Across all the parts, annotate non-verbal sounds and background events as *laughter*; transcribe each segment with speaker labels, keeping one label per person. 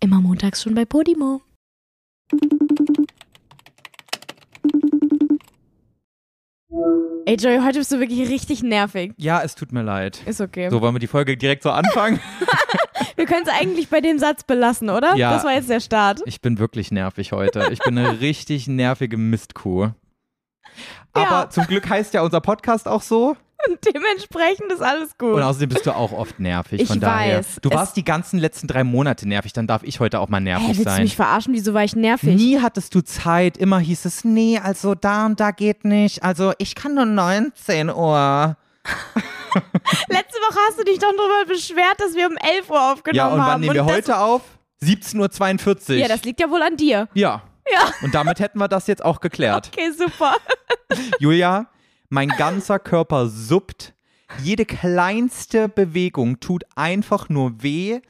Speaker 1: Immer montags schon bei Podimo. Ey Joey, heute bist du wirklich richtig nervig.
Speaker 2: Ja, es tut mir leid.
Speaker 1: Ist okay.
Speaker 2: So, wollen wir die Folge direkt so anfangen?
Speaker 1: Wir können es eigentlich bei dem Satz belassen, oder?
Speaker 2: Ja.
Speaker 1: Das war jetzt der Start. *laughs*
Speaker 2: *laughs* Ich bin wirklich nervig heute. Ich bin eine richtig nervige Mistkuh. Aber
Speaker 1: Ja.
Speaker 2: zum Glück heißt ja unser Podcast auch so.
Speaker 1: Und dementsprechend ist alles gut.
Speaker 2: Und außerdem bist du auch oft nervig.
Speaker 1: Ich
Speaker 2: von daher.
Speaker 1: weiß.
Speaker 2: Du
Speaker 1: Es-
Speaker 2: warst die ganzen letzten drei Monate nervig, dann darf ich heute auch mal
Speaker 1: Hä,
Speaker 2: nervig
Speaker 1: willst du
Speaker 2: sein.
Speaker 1: mich verarschen? Wieso war ich nervig?
Speaker 2: Nie hattest du Zeit, immer hieß es, nee, also da und da geht nicht. Also ich kann nur 19 Uhr.
Speaker 1: Letzte Woche hast du dich doch darüber beschwert, dass wir um 11 Uhr aufgenommen
Speaker 2: Ja, und wann
Speaker 1: haben.
Speaker 2: nehmen wir
Speaker 1: das-
Speaker 2: heute auf? 17.42 Uhr.
Speaker 1: Ja, das liegt ja wohl an dir.
Speaker 2: ja.
Speaker 1: Ja.
Speaker 2: Und damit hätten wir das jetzt auch geklärt.
Speaker 1: *laughs* Okay,
Speaker 2: *laughs*
Speaker 1: super.
Speaker 2: Julia, mein ganzer Körper suppt. Jede kleinste Bewegung tut einfach nur weh.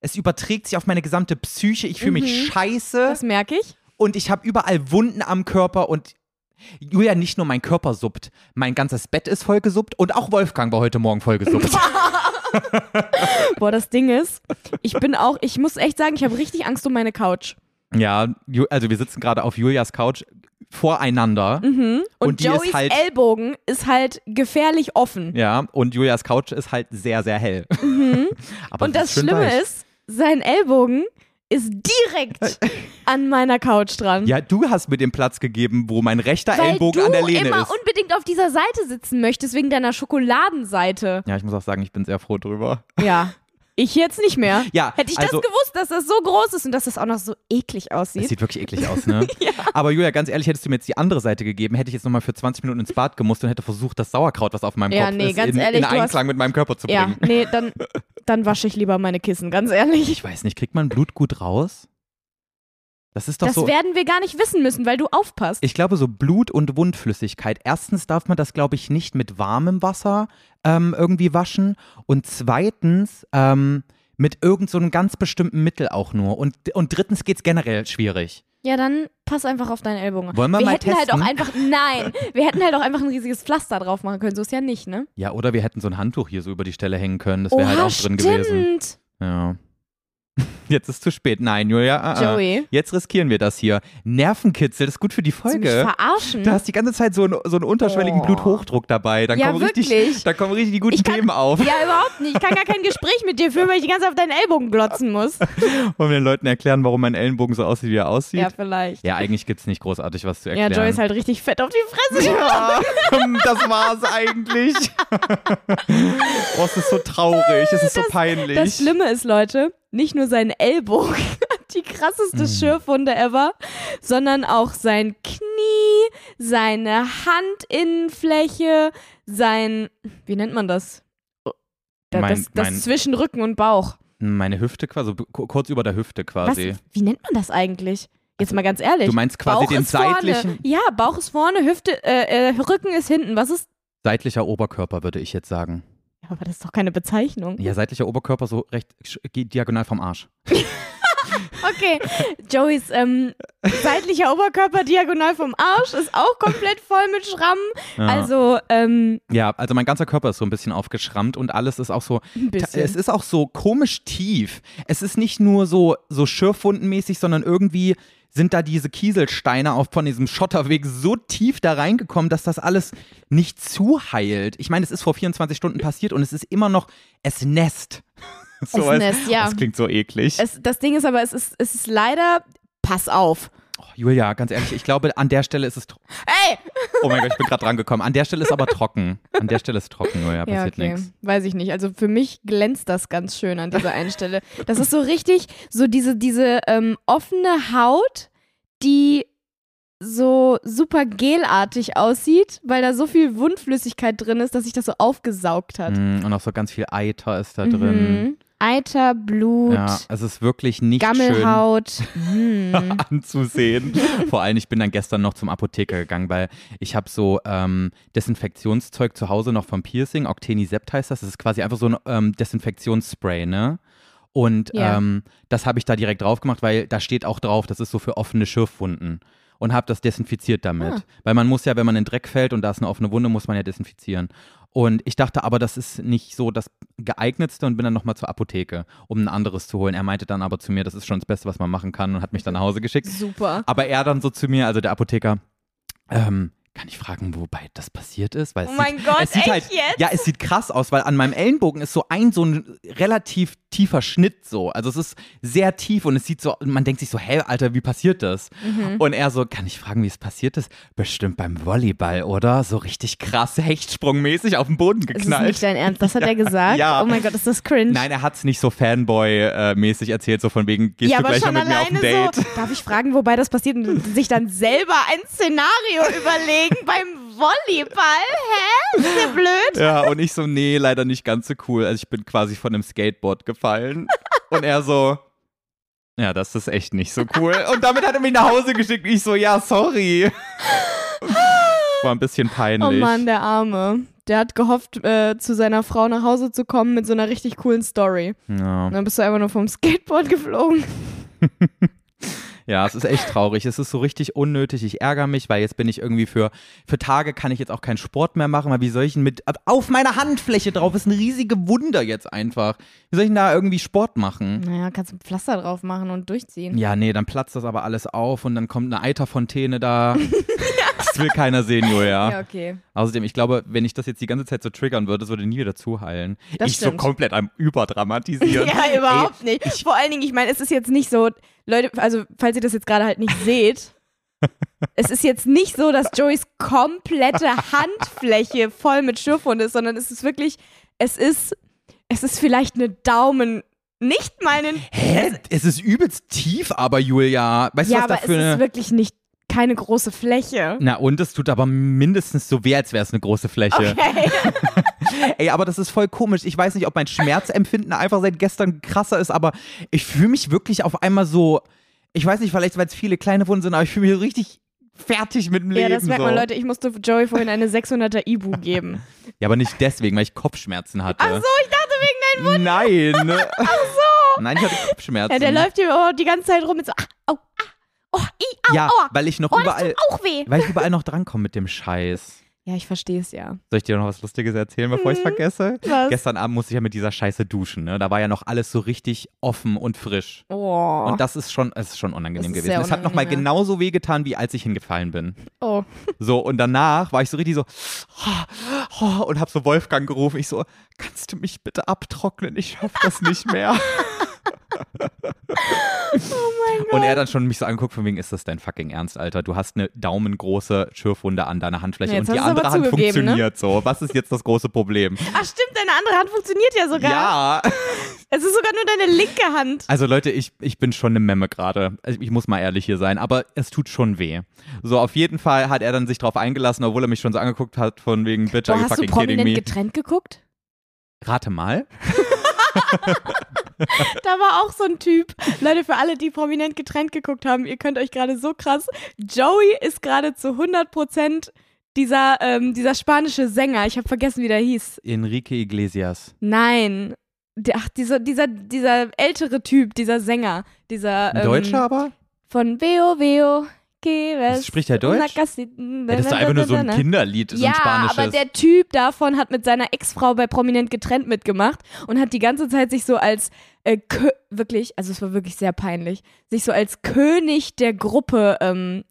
Speaker 2: Es überträgt sich auf meine gesamte Psyche. Ich fühle mich scheiße
Speaker 1: Mhm. Das merke ich.
Speaker 2: und ich habe überall Wunden am Körper und Julia, nicht nur mein Körper suppt, mein ganzes Bett ist voll gesuppt und auch Wolfgang war heute Morgen voll
Speaker 1: *laughs*
Speaker 2: gesuppt.
Speaker 1: Boah, das Ding ist, ich bin auch, ich muss echt sagen, ich habe richtig Angst um meine Couch.
Speaker 2: ja, Ju- also wir sitzen gerade auf Julias Couch voreinander.
Speaker 1: Mhm. Und,
Speaker 2: Und die ist
Speaker 1: Joeys
Speaker 2: halt-
Speaker 1: Ellbogen ist halt gefährlich offen.
Speaker 2: Ja, und Julias Couch ist halt sehr, sehr hell. *laughs* Aber
Speaker 1: Mhm. Und
Speaker 2: sie
Speaker 1: das
Speaker 2: schön
Speaker 1: Schlimme
Speaker 2: weich.
Speaker 1: ist, sein Ellbogen ist
Speaker 2: *laughs*
Speaker 1: direkt an meiner Couch dran.
Speaker 2: Ja, du hast mir den Platz gegeben, wo mein rechter
Speaker 1: weil
Speaker 2: Ellbogen
Speaker 1: du
Speaker 2: an der Lehne
Speaker 1: immer
Speaker 2: ist.
Speaker 1: unbedingt auf dieser Seite sitzen möchtest, wegen deiner Schokoladenseite.
Speaker 2: Ja, ich muss auch sagen, ich bin sehr froh drüber.
Speaker 1: Ja. Ich jetzt nicht mehr.
Speaker 2: Ja,
Speaker 1: Hätte ich
Speaker 2: also-
Speaker 1: das gewusst, dass das so groß ist und dass das auch noch so eklig
Speaker 2: Das
Speaker 1: aussieht.
Speaker 2: sieht wirklich eklig
Speaker 1: *laughs*
Speaker 2: aus, ne? Aber Julia, ganz ehrlich, hättest du mir jetzt die andere Seite gegeben, hätte ich jetzt nochmal für 20 Minuten ins Bad gemusst und hätte versucht, das Sauerkraut, was auf meinem
Speaker 1: Ja,
Speaker 2: Kopf
Speaker 1: nee,
Speaker 2: ist,
Speaker 1: ganz
Speaker 2: in,
Speaker 1: ehrlich,
Speaker 2: in
Speaker 1: du hast-
Speaker 2: Einklang mit meinem Körper zu
Speaker 1: Ja,
Speaker 2: bringen.
Speaker 1: nee, dann, dann wasche ich lieber meine Kissen, ganz ehrlich.
Speaker 2: Ich weiß nicht, kriegt man Blut gut raus? Das ist doch
Speaker 1: Das
Speaker 2: so.
Speaker 1: werden wir gar nicht wissen müssen, weil du aufpasst.
Speaker 2: Ich glaube, so Blut und Wundflüssigkeit. Erstens darf man das, glaube ich, nicht mit warmem Wasser ähm, irgendwie waschen. Und zweitens ähm, mit irgendeinem so einem ganz bestimmten Mittel auch nur. Und, und drittens geht es generell schwierig.
Speaker 1: Ja, dann pass einfach auf deinen Ellbogen. auf.
Speaker 2: Wollen wir mal
Speaker 1: hätten halt auch
Speaker 2: testen?
Speaker 1: einfach, nein, wir hätten halt auch einfach ein riesiges Pflaster drauf machen können. So ist ja nicht, ne?
Speaker 2: Ja, oder wir hätten so ein Handtuch hier so über die Stelle hängen können. Das wäre halt auch drin
Speaker 1: stimmt.
Speaker 2: gewesen. Ja. *laughs* Jetzt ist zu spät. Nein, Julia. ah, ah.
Speaker 1: Joey.
Speaker 2: Jetzt riskieren wir das hier. Nervenkitzel, das ist gut für die
Speaker 1: Willst du mich
Speaker 2: Folge.
Speaker 1: verarschen?
Speaker 2: Du hast die ganze Zeit so einen, so einen unterschwelligen
Speaker 1: Oh.
Speaker 2: Bluthochdruck dabei. Dann
Speaker 1: Ja,
Speaker 2: kommen richtig,
Speaker 1: wirklich.
Speaker 2: da kommen richtig die guten
Speaker 1: Ich kann-
Speaker 2: Themen auf.
Speaker 1: ja, überhaupt nicht. Ich kann gar kein Gespräch mit dir führen, weil ich die ganze Zeit auf deinen Ellbogen glotzen
Speaker 2: *laughs*
Speaker 1: muss.
Speaker 2: Wollen wir den Leuten erklären, warum mein Ellenbogen so aussieht, wie er aussieht?
Speaker 1: Ja,
Speaker 2: Ja,
Speaker 1: vielleicht.
Speaker 2: eigentlich gibt es nicht großartig was zu
Speaker 1: Ja,
Speaker 2: erklären.
Speaker 1: Joey ist halt richtig fett auf die Fresse. *laughs*
Speaker 2: *laughs* Ja, das war's eigentlich. oh, es ist so traurig, es ist so peinlich.
Speaker 1: Das Schlimme ist, Leute, nicht nur sein Ellbogen *laughs* hat die
Speaker 2: Hm.
Speaker 1: krasseste Schürfwunde ever, sondern auch sein Knie, seine Handinnenfläche, sein, wie nennt man das? Oh, Da,
Speaker 2: Mein-
Speaker 1: das das
Speaker 2: mein-
Speaker 1: zwischen Rücken und Bauch.
Speaker 2: Meine Hüfte quasi, so ku- kurz über der Hüfte
Speaker 1: Was,
Speaker 2: quasi.
Speaker 1: wie nennt man das eigentlich? Jetzt mal ganz ehrlich.
Speaker 2: Du meinst quasi
Speaker 1: Bauch
Speaker 2: den
Speaker 1: ist vorne.
Speaker 2: seitlichen,
Speaker 1: Ja, Bauch ist vorne, Hüfte, äh, äh, Rücken ist hinten. Was ist?
Speaker 2: seitlicher Oberkörper, würde ich jetzt sagen.
Speaker 1: Ja, Aber das ist doch keine Bezeichnung.
Speaker 2: Ja, seitlicher Oberkörper so recht sch- geht diagonal vom Arsch.
Speaker 1: Okay, Joeys ähm, seitlicher Oberkörper diagonal vom Arsch ist auch komplett voll mit Schrammen.
Speaker 2: Ja.
Speaker 1: Also ähm,
Speaker 2: ja, also mein ganzer Körper ist so ein bisschen aufgeschrammt und alles ist auch so,
Speaker 1: ein
Speaker 2: Ta- Es
Speaker 1: bisschen.
Speaker 2: ist auch so komisch tief. Es ist nicht nur so, so schürfwundenmäßig, sondern irgendwie sind da diese Kieselsteine auf von diesem Schotterweg so tief da reingekommen, dass das alles nicht zuheilt. Ich meine, es ist vor 24 Stunden passiert und es ist immer noch, es nässt. *laughs* So,
Speaker 1: Es nässt, ja.
Speaker 2: Das klingt so eklig.
Speaker 1: Es, das Ding ist aber, es ist, es ist leider. Pass auf.
Speaker 2: oh, Julia, ganz ehrlich, ich glaube, an der Stelle ist es. tro-
Speaker 1: Ey!
Speaker 2: Oh mein Gott, ich bin gerade dran gekommen. An der Stelle ist aber trocken. An der Stelle ist trocken, Julia,
Speaker 1: Ja,
Speaker 2: passiert
Speaker 1: okay.
Speaker 2: nichts.
Speaker 1: Weiß ich nicht. Also für mich glänzt das ganz schön an dieser einen Stelle. Das ist so richtig, so diese, diese ähm, offene Haut, die so super gelartig aussieht, weil da so viel Wundflüssigkeit drin ist, dass sich das so aufgesaugt hat.
Speaker 2: Mm, Und auch so ganz viel Eiter ist da drin.
Speaker 1: Mhm. Eiter, Blut,
Speaker 2: Ja, es ist wirklich nicht schön.
Speaker 1: Gammelhaut. Hm.
Speaker 2: *laughs*
Speaker 1: *laughs*
Speaker 2: anzusehen. Vor allem, ich bin dann gestern noch zum Apotheker gegangen, weil ich habe so ähm, Desinfektionszeug zu Hause noch vom Piercing, Octenisept heißt das. Das ist quasi einfach so ein ähm, Desinfektionsspray, ne? Und
Speaker 1: Ja.
Speaker 2: ähm, das habe ich da direkt drauf gemacht, weil da steht auch drauf, das ist so für offene Schürfwunden. und habe das desinfiziert damit.
Speaker 1: Ah.
Speaker 2: Weil man muss ja, wenn man in Dreck fällt und da ist eine offene Wunde, muss man ja desinfizieren. Und ich dachte aber, das ist nicht so das geeignetste und bin dann nochmal zur Apotheke, um ein anderes zu holen. Er meinte dann aber zu mir, das ist schon das Beste, was man machen kann und hat mich dann nach Hause
Speaker 1: *laughs*
Speaker 2: geschickt.
Speaker 1: Super.
Speaker 2: Aber er dann so zu mir, also der Apotheker, ähm, kann ich fragen, wobei das passiert ist? Weil es
Speaker 1: Oh mein
Speaker 2: sieht,
Speaker 1: Gott,
Speaker 2: es sieht
Speaker 1: echt
Speaker 2: halt,
Speaker 1: jetzt?
Speaker 2: Ja, es sieht krass aus, weil an meinem Ellenbogen ist so ein, so ein relativ tiefer Schnitt so. Also es ist sehr tief und es sieht so, man denkt sich so, hä, Alter, wie passiert das?
Speaker 1: Mhm.
Speaker 2: Und er so, kann ich fragen, wie es passiert ist? Bestimmt beim Volleyball, oder? So richtig krass hechtsprungmäßig auf den Boden
Speaker 1: Ist es nicht
Speaker 2: geknallt.
Speaker 1: dein Ernst? Das hat er gesagt?
Speaker 2: *laughs* ja.
Speaker 1: Oh mein Gott, ist das cringe.
Speaker 2: Nein, er hat es nicht so Fanboy-mäßig erzählt, so von wegen, gehst
Speaker 1: ja,
Speaker 2: du
Speaker 1: aber
Speaker 2: gleich
Speaker 1: schon
Speaker 2: mal mit mir auf
Speaker 1: alleine
Speaker 2: ein Date?
Speaker 1: so. Darf ich fragen, wobei das passiert und sich dann selber ein Szenario *laughs* überlegen beim Volleyball? Hä? Ist der blöd?
Speaker 2: *laughs* Ja, und ich so, nee, leider nicht ganz so cool. Also ich bin quasi von einem
Speaker 1: *laughs*
Speaker 2: Skateboard gefallen. Und er so, ja, das ist echt nicht so cool. Und damit hat er mich nach Hause geschickt. Ich so, ja, sorry. War ein bisschen peinlich.
Speaker 1: Oh Mann, der Arme. Der hat gehofft, äh, zu seiner Frau nach Hause zu kommen mit so einer richtig coolen Story.
Speaker 2: Ja.
Speaker 1: Und dann bist du einfach nur vom Skateboard geflogen.
Speaker 2: ja, es ist echt traurig. Es ist so richtig unnötig. Ich ärgere mich, weil jetzt bin ich irgendwie für, für Tage kann ich jetzt auch keinen Sport mehr machen, weil wie soll ich denn mit, auf meiner Handfläche drauf ist ein riesige Wunder jetzt einfach. Wie soll ich denn da irgendwie Sport machen?
Speaker 1: Naja, kannst du ein Pflaster drauf machen und durchziehen.
Speaker 2: Ja, nee, dann platzt das aber alles auf und dann kommt eine
Speaker 1: *laughs*
Speaker 2: Eiterfontäne da. Das will keiner sehen, Julia.
Speaker 1: Ja, okay.
Speaker 2: Außerdem, ich glaube, wenn ich das jetzt die ganze Zeit so triggern würde, das würde nie wieder zuheilen.
Speaker 1: Das
Speaker 2: ich
Speaker 1: stimmt.
Speaker 2: so komplett am
Speaker 1: *laughs*
Speaker 2: Überdramatisieren.
Speaker 1: Ja, überhaupt nicht. Vor allen Dingen, ich meine, es ist jetzt nicht so, Leute, also falls ihr das jetzt gerade halt nicht
Speaker 2: *laughs*
Speaker 1: seht, es ist jetzt nicht so, dass Joeys komplette Handfläche voll mit Schürfwund ist, sondern es ist wirklich, es ist, es ist vielleicht eine Daumen, nicht mal einen,
Speaker 2: Ey, hä? Es ist übelst tief, aber Julia. Weißt du,
Speaker 1: ja,
Speaker 2: was
Speaker 1: aber
Speaker 2: ne? da
Speaker 1: es
Speaker 2: für
Speaker 1: ist
Speaker 2: eine.
Speaker 1: wirklich nicht, keine große Fläche.
Speaker 2: Na und es tut aber mindestens so weh, als wäre es eine große Fläche.
Speaker 1: Okay.
Speaker 2: Ey, aber das ist voll komisch. Ich weiß nicht, ob mein Schmerzempfinden einfach seit gestern krasser ist, aber ich fühle mich wirklich auf einmal so. Ich weiß nicht, vielleicht weil es viele kleine Wunden sind, aber ich fühle mich so richtig fertig mit dem
Speaker 1: Ja,
Speaker 2: Leben.
Speaker 1: das merkt
Speaker 2: so.
Speaker 1: man, Leute, ich musste Joey vorhin eine 600er Ibu geben.
Speaker 2: Ja, aber nicht deswegen, weil ich Kopfschmerzen hatte.
Speaker 1: Ach so, ich dachte wegen deinem
Speaker 2: Nein.
Speaker 1: *laughs*
Speaker 2: Ach so. Nein, ich hatte Kopfschmerzen.
Speaker 1: Ja, der läuft hier oh, die ganze Zeit rum mit so, ah, au, ah, oh, i, au,
Speaker 2: Ja,
Speaker 1: aua.
Speaker 2: weil ich noch
Speaker 1: Oh, das
Speaker 2: überall,
Speaker 1: tut auch weh.
Speaker 2: weil ich überall noch drankomme mit dem Scheiß.
Speaker 1: Ja, ich verstehe es ja.
Speaker 2: Soll ich dir noch was Lustiges erzählen, bevor ich es vergesse?
Speaker 1: Mhm. Was?
Speaker 2: Gestern Abend musste ich ja mit dieser Scheiße duschen. Ne? Da war ja noch alles so richtig offen und frisch.
Speaker 1: Oh.
Speaker 2: Und das ist schon, es ist schon unangenehm
Speaker 1: Das ist
Speaker 2: gewesen.
Speaker 1: sehr
Speaker 2: Es hat nochmal
Speaker 1: unangenehm,
Speaker 2: genauso weh getan, wie als ich hingefallen bin.
Speaker 1: oh.
Speaker 2: So, und danach war ich so richtig so oh, und hab so Wolfgang gerufen. Ich so, kannst du mich bitte abtrocknen? Ich schaff das nicht
Speaker 1: *laughs*
Speaker 2: mehr.
Speaker 1: Oh
Speaker 2: *laughs* Und er dann schon mich so anguckt, von wegen, ist das dein fucking Ernst, Alter? Du hast eine daumengroße Schürfwunde an deiner Handfläche
Speaker 1: Ja, jetzt
Speaker 2: und die
Speaker 1: hast du's
Speaker 2: andere
Speaker 1: aber
Speaker 2: Hand
Speaker 1: zugegeben, ne?
Speaker 2: funktioniert so. Was ist jetzt das große Problem?
Speaker 1: Ach stimmt, deine andere Hand funktioniert ja sogar.
Speaker 2: Ja.
Speaker 1: Es ist sogar nur deine linke Hand.
Speaker 2: Also Leute, ich, ich bin schon eine Memme gerade. Also Ich muss mal ehrlich hier sein, aber es tut schon weh. So, auf jeden Fall hat er dann sich drauf eingelassen, obwohl er mich schon so angeguckt hat, von wegen, Bitch, are
Speaker 1: Boah,
Speaker 2: you
Speaker 1: hast du
Speaker 2: fucking kidding
Speaker 1: prominent
Speaker 2: me?
Speaker 1: getrennt geguckt?
Speaker 2: Rate mal.
Speaker 1: Da war auch so ein Typ. Leute, für alle, die prominent getrennt geguckt haben, ihr könnt euch gerade so krass. Joey ist gerade zu 100% dieser, ähm, dieser spanische Sänger. Ich habe vergessen, wie der hieß.
Speaker 2: Enrique Iglesias.
Speaker 1: Nein. Der- Ach, dieser, dieser, dieser ältere Typ, dieser Sänger, dieser. Ähm,
Speaker 2: Ein Deutscher aber?
Speaker 1: Von Veo Veo. Que ves
Speaker 2: Spricht der Deutsch?
Speaker 1: una casita-
Speaker 2: Ja, das ist doch einfach nur so ein Kinderlied, so ein
Speaker 1: ja,
Speaker 2: spanisches.
Speaker 1: aber der Typ davon hat mit seiner Ex-Frau bei Prominent getrennt mitgemacht und hat die ganze Zeit sich so als äh, Kö wirklich, also es war wirklich sehr peinlich, sich so als König der Gruppe ähm,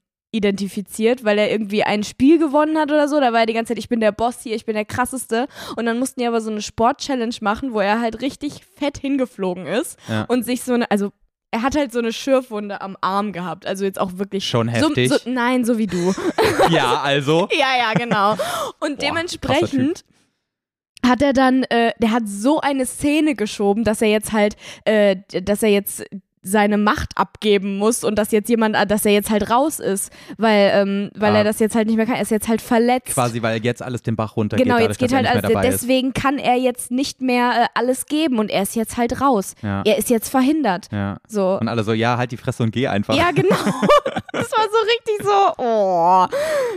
Speaker 1: identifiziert, weil er irgendwie ein Spiel gewonnen hat oder so. Da war er die ganze Zeit, ich bin der Boss hier, ich bin der krasseste. Und dann mussten die aber so eine Sport-Challenge machen, wo er halt richtig fett hingeflogen ist
Speaker 2: Ja.
Speaker 1: und sich so eine, also er hat halt so eine Schürfwunde am Arm gehabt. Also jetzt auch wirklich.
Speaker 2: Schon heftig.
Speaker 1: So, so, nein, so wie du.
Speaker 2: *laughs* ja, also.
Speaker 1: Ja, ja, genau. Und
Speaker 2: Boah,
Speaker 1: dementsprechend hat er dann, äh, der hat so eine Szene geschoben, dass er jetzt halt, äh, dass er jetzt seine Macht abgeben muss und dass jetzt jemand, äh, dass er jetzt halt raus ist, weil, ähm, weil
Speaker 2: Ah.
Speaker 1: er das jetzt halt nicht mehr kann. Er ist jetzt halt verletzt.
Speaker 2: Quasi, weil jetzt alles den Bach runtergeht.
Speaker 1: Genau,
Speaker 2: dadurch,
Speaker 1: jetzt geht
Speaker 2: dass
Speaker 1: halt
Speaker 2: er nicht
Speaker 1: alles.
Speaker 2: mehr dabei ist.
Speaker 1: Deswegen kann er jetzt nicht mehr äh, alles geben und er ist jetzt halt raus.
Speaker 2: Ja.
Speaker 1: Er ist jetzt verhindert.
Speaker 2: Ja.
Speaker 1: So.
Speaker 2: Und alle so, ja, halt die Fresse und geh einfach.
Speaker 1: Ja, genau. *laughs* Das war so richtig so, oh.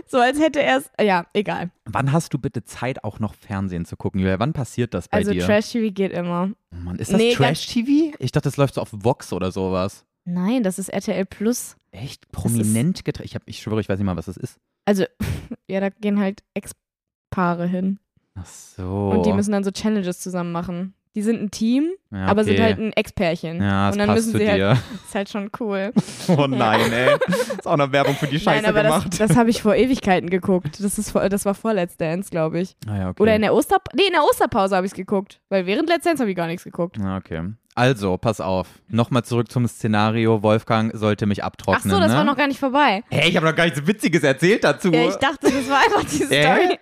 Speaker 1: So als hätte er es, ja, egal.
Speaker 2: Wann hast du bitte Zeit, auch noch Fernsehen zu gucken, Julia? Wann passiert das bei
Speaker 1: Also
Speaker 2: dir?
Speaker 1: Trash-TV geht immer.
Speaker 2: oh Mann, ist das
Speaker 1: Nee, ganz-
Speaker 2: Trash-TV? Ich dachte, das läuft so auf Vox oder sowas.
Speaker 1: Nein, das ist RTL Plus.
Speaker 2: echt prominent getrennt. Ich, hab, ich schwöre, ich weiß nicht mal, was das ist.
Speaker 1: Also, ja, da gehen halt Ex-Paare hin.
Speaker 2: Ach so.
Speaker 1: Und die müssen dann so Challenges zusammen machen. Die sind ein Team,
Speaker 2: ja,
Speaker 1: aber sind
Speaker 2: okay.
Speaker 1: halt ein Ex-Pärchen.
Speaker 2: Ja, das
Speaker 1: Und dann
Speaker 2: passt
Speaker 1: müssen
Speaker 2: zu
Speaker 1: sie halt.
Speaker 2: dir.
Speaker 1: *laughs*
Speaker 2: *laughs*
Speaker 1: Ist halt schon cool.
Speaker 2: Oh
Speaker 1: *laughs*
Speaker 2: nein, ey. Ist auch eine Werbung für die Scheiße
Speaker 1: Nein, aber *laughs*
Speaker 2: gemacht.
Speaker 1: das, das habe ich vor Ewigkeiten geguckt. Das, ist vor, das war vor Let's Dance, glaube ich.
Speaker 2: ah, ja, okay.
Speaker 1: Oder in der Oster nee, in der Osterpause habe ich es geguckt. Weil während Let's Dance habe ich gar nichts geguckt.
Speaker 2: Ah, okay. Also, pass auf. Nochmal zurück zum Szenario. Wolfgang sollte mich
Speaker 1: Ach
Speaker 2: abtrocknen.
Speaker 1: so, das
Speaker 2: ne?
Speaker 1: war noch gar nicht vorbei.
Speaker 2: Hey, ich habe noch gar nichts Witziges erzählt dazu.
Speaker 1: Ja, ich dachte, das war einfach die
Speaker 2: *laughs* Äh?
Speaker 1: Story.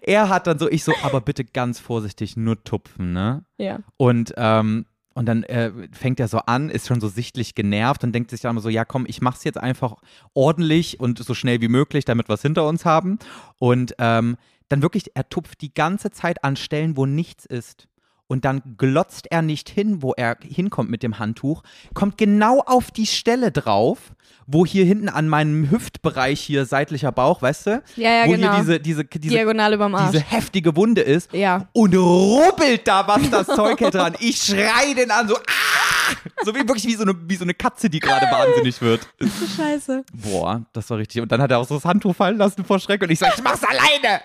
Speaker 2: er hat dann so, ich so, aber bitte ganz vorsichtig, nur tupfen, ne?
Speaker 1: Ja.
Speaker 2: Und, ähm, und dann äh, fängt er so an, ist schon so sichtlich genervt und denkt sich dann immer so, ja komm, ich mach's jetzt einfach ordentlich und so schnell wie möglich, damit wir es hinter uns haben. Und ähm, dann wirklich, er tupft die ganze Zeit an Stellen, wo nichts ist. Und dann glotzt er nicht hin, wo er hinkommt mit dem Handtuch, kommt genau auf die Stelle drauf, wo hier hinten an meinem Hüftbereich hier seitlicher Bauch, weißt du,
Speaker 1: Ja, ja,
Speaker 2: wo
Speaker 1: genau.
Speaker 2: hier diese, diese, diese
Speaker 1: Diagonal überm Arsch.
Speaker 2: diese heftige Wunde ist
Speaker 1: Ja.
Speaker 2: und rubbelt da was das Zeug hält dran. Ich schrei den an, so ah! So wie wirklich wie so eine, wie so eine Katze, die gerade wahnsinnig wird.
Speaker 1: *laughs* Scheiße.
Speaker 2: Boah, das war richtig. Und dann hat er auch so das Handtuch fallen lassen vor Schreck und ich sag, ich mach's alleine.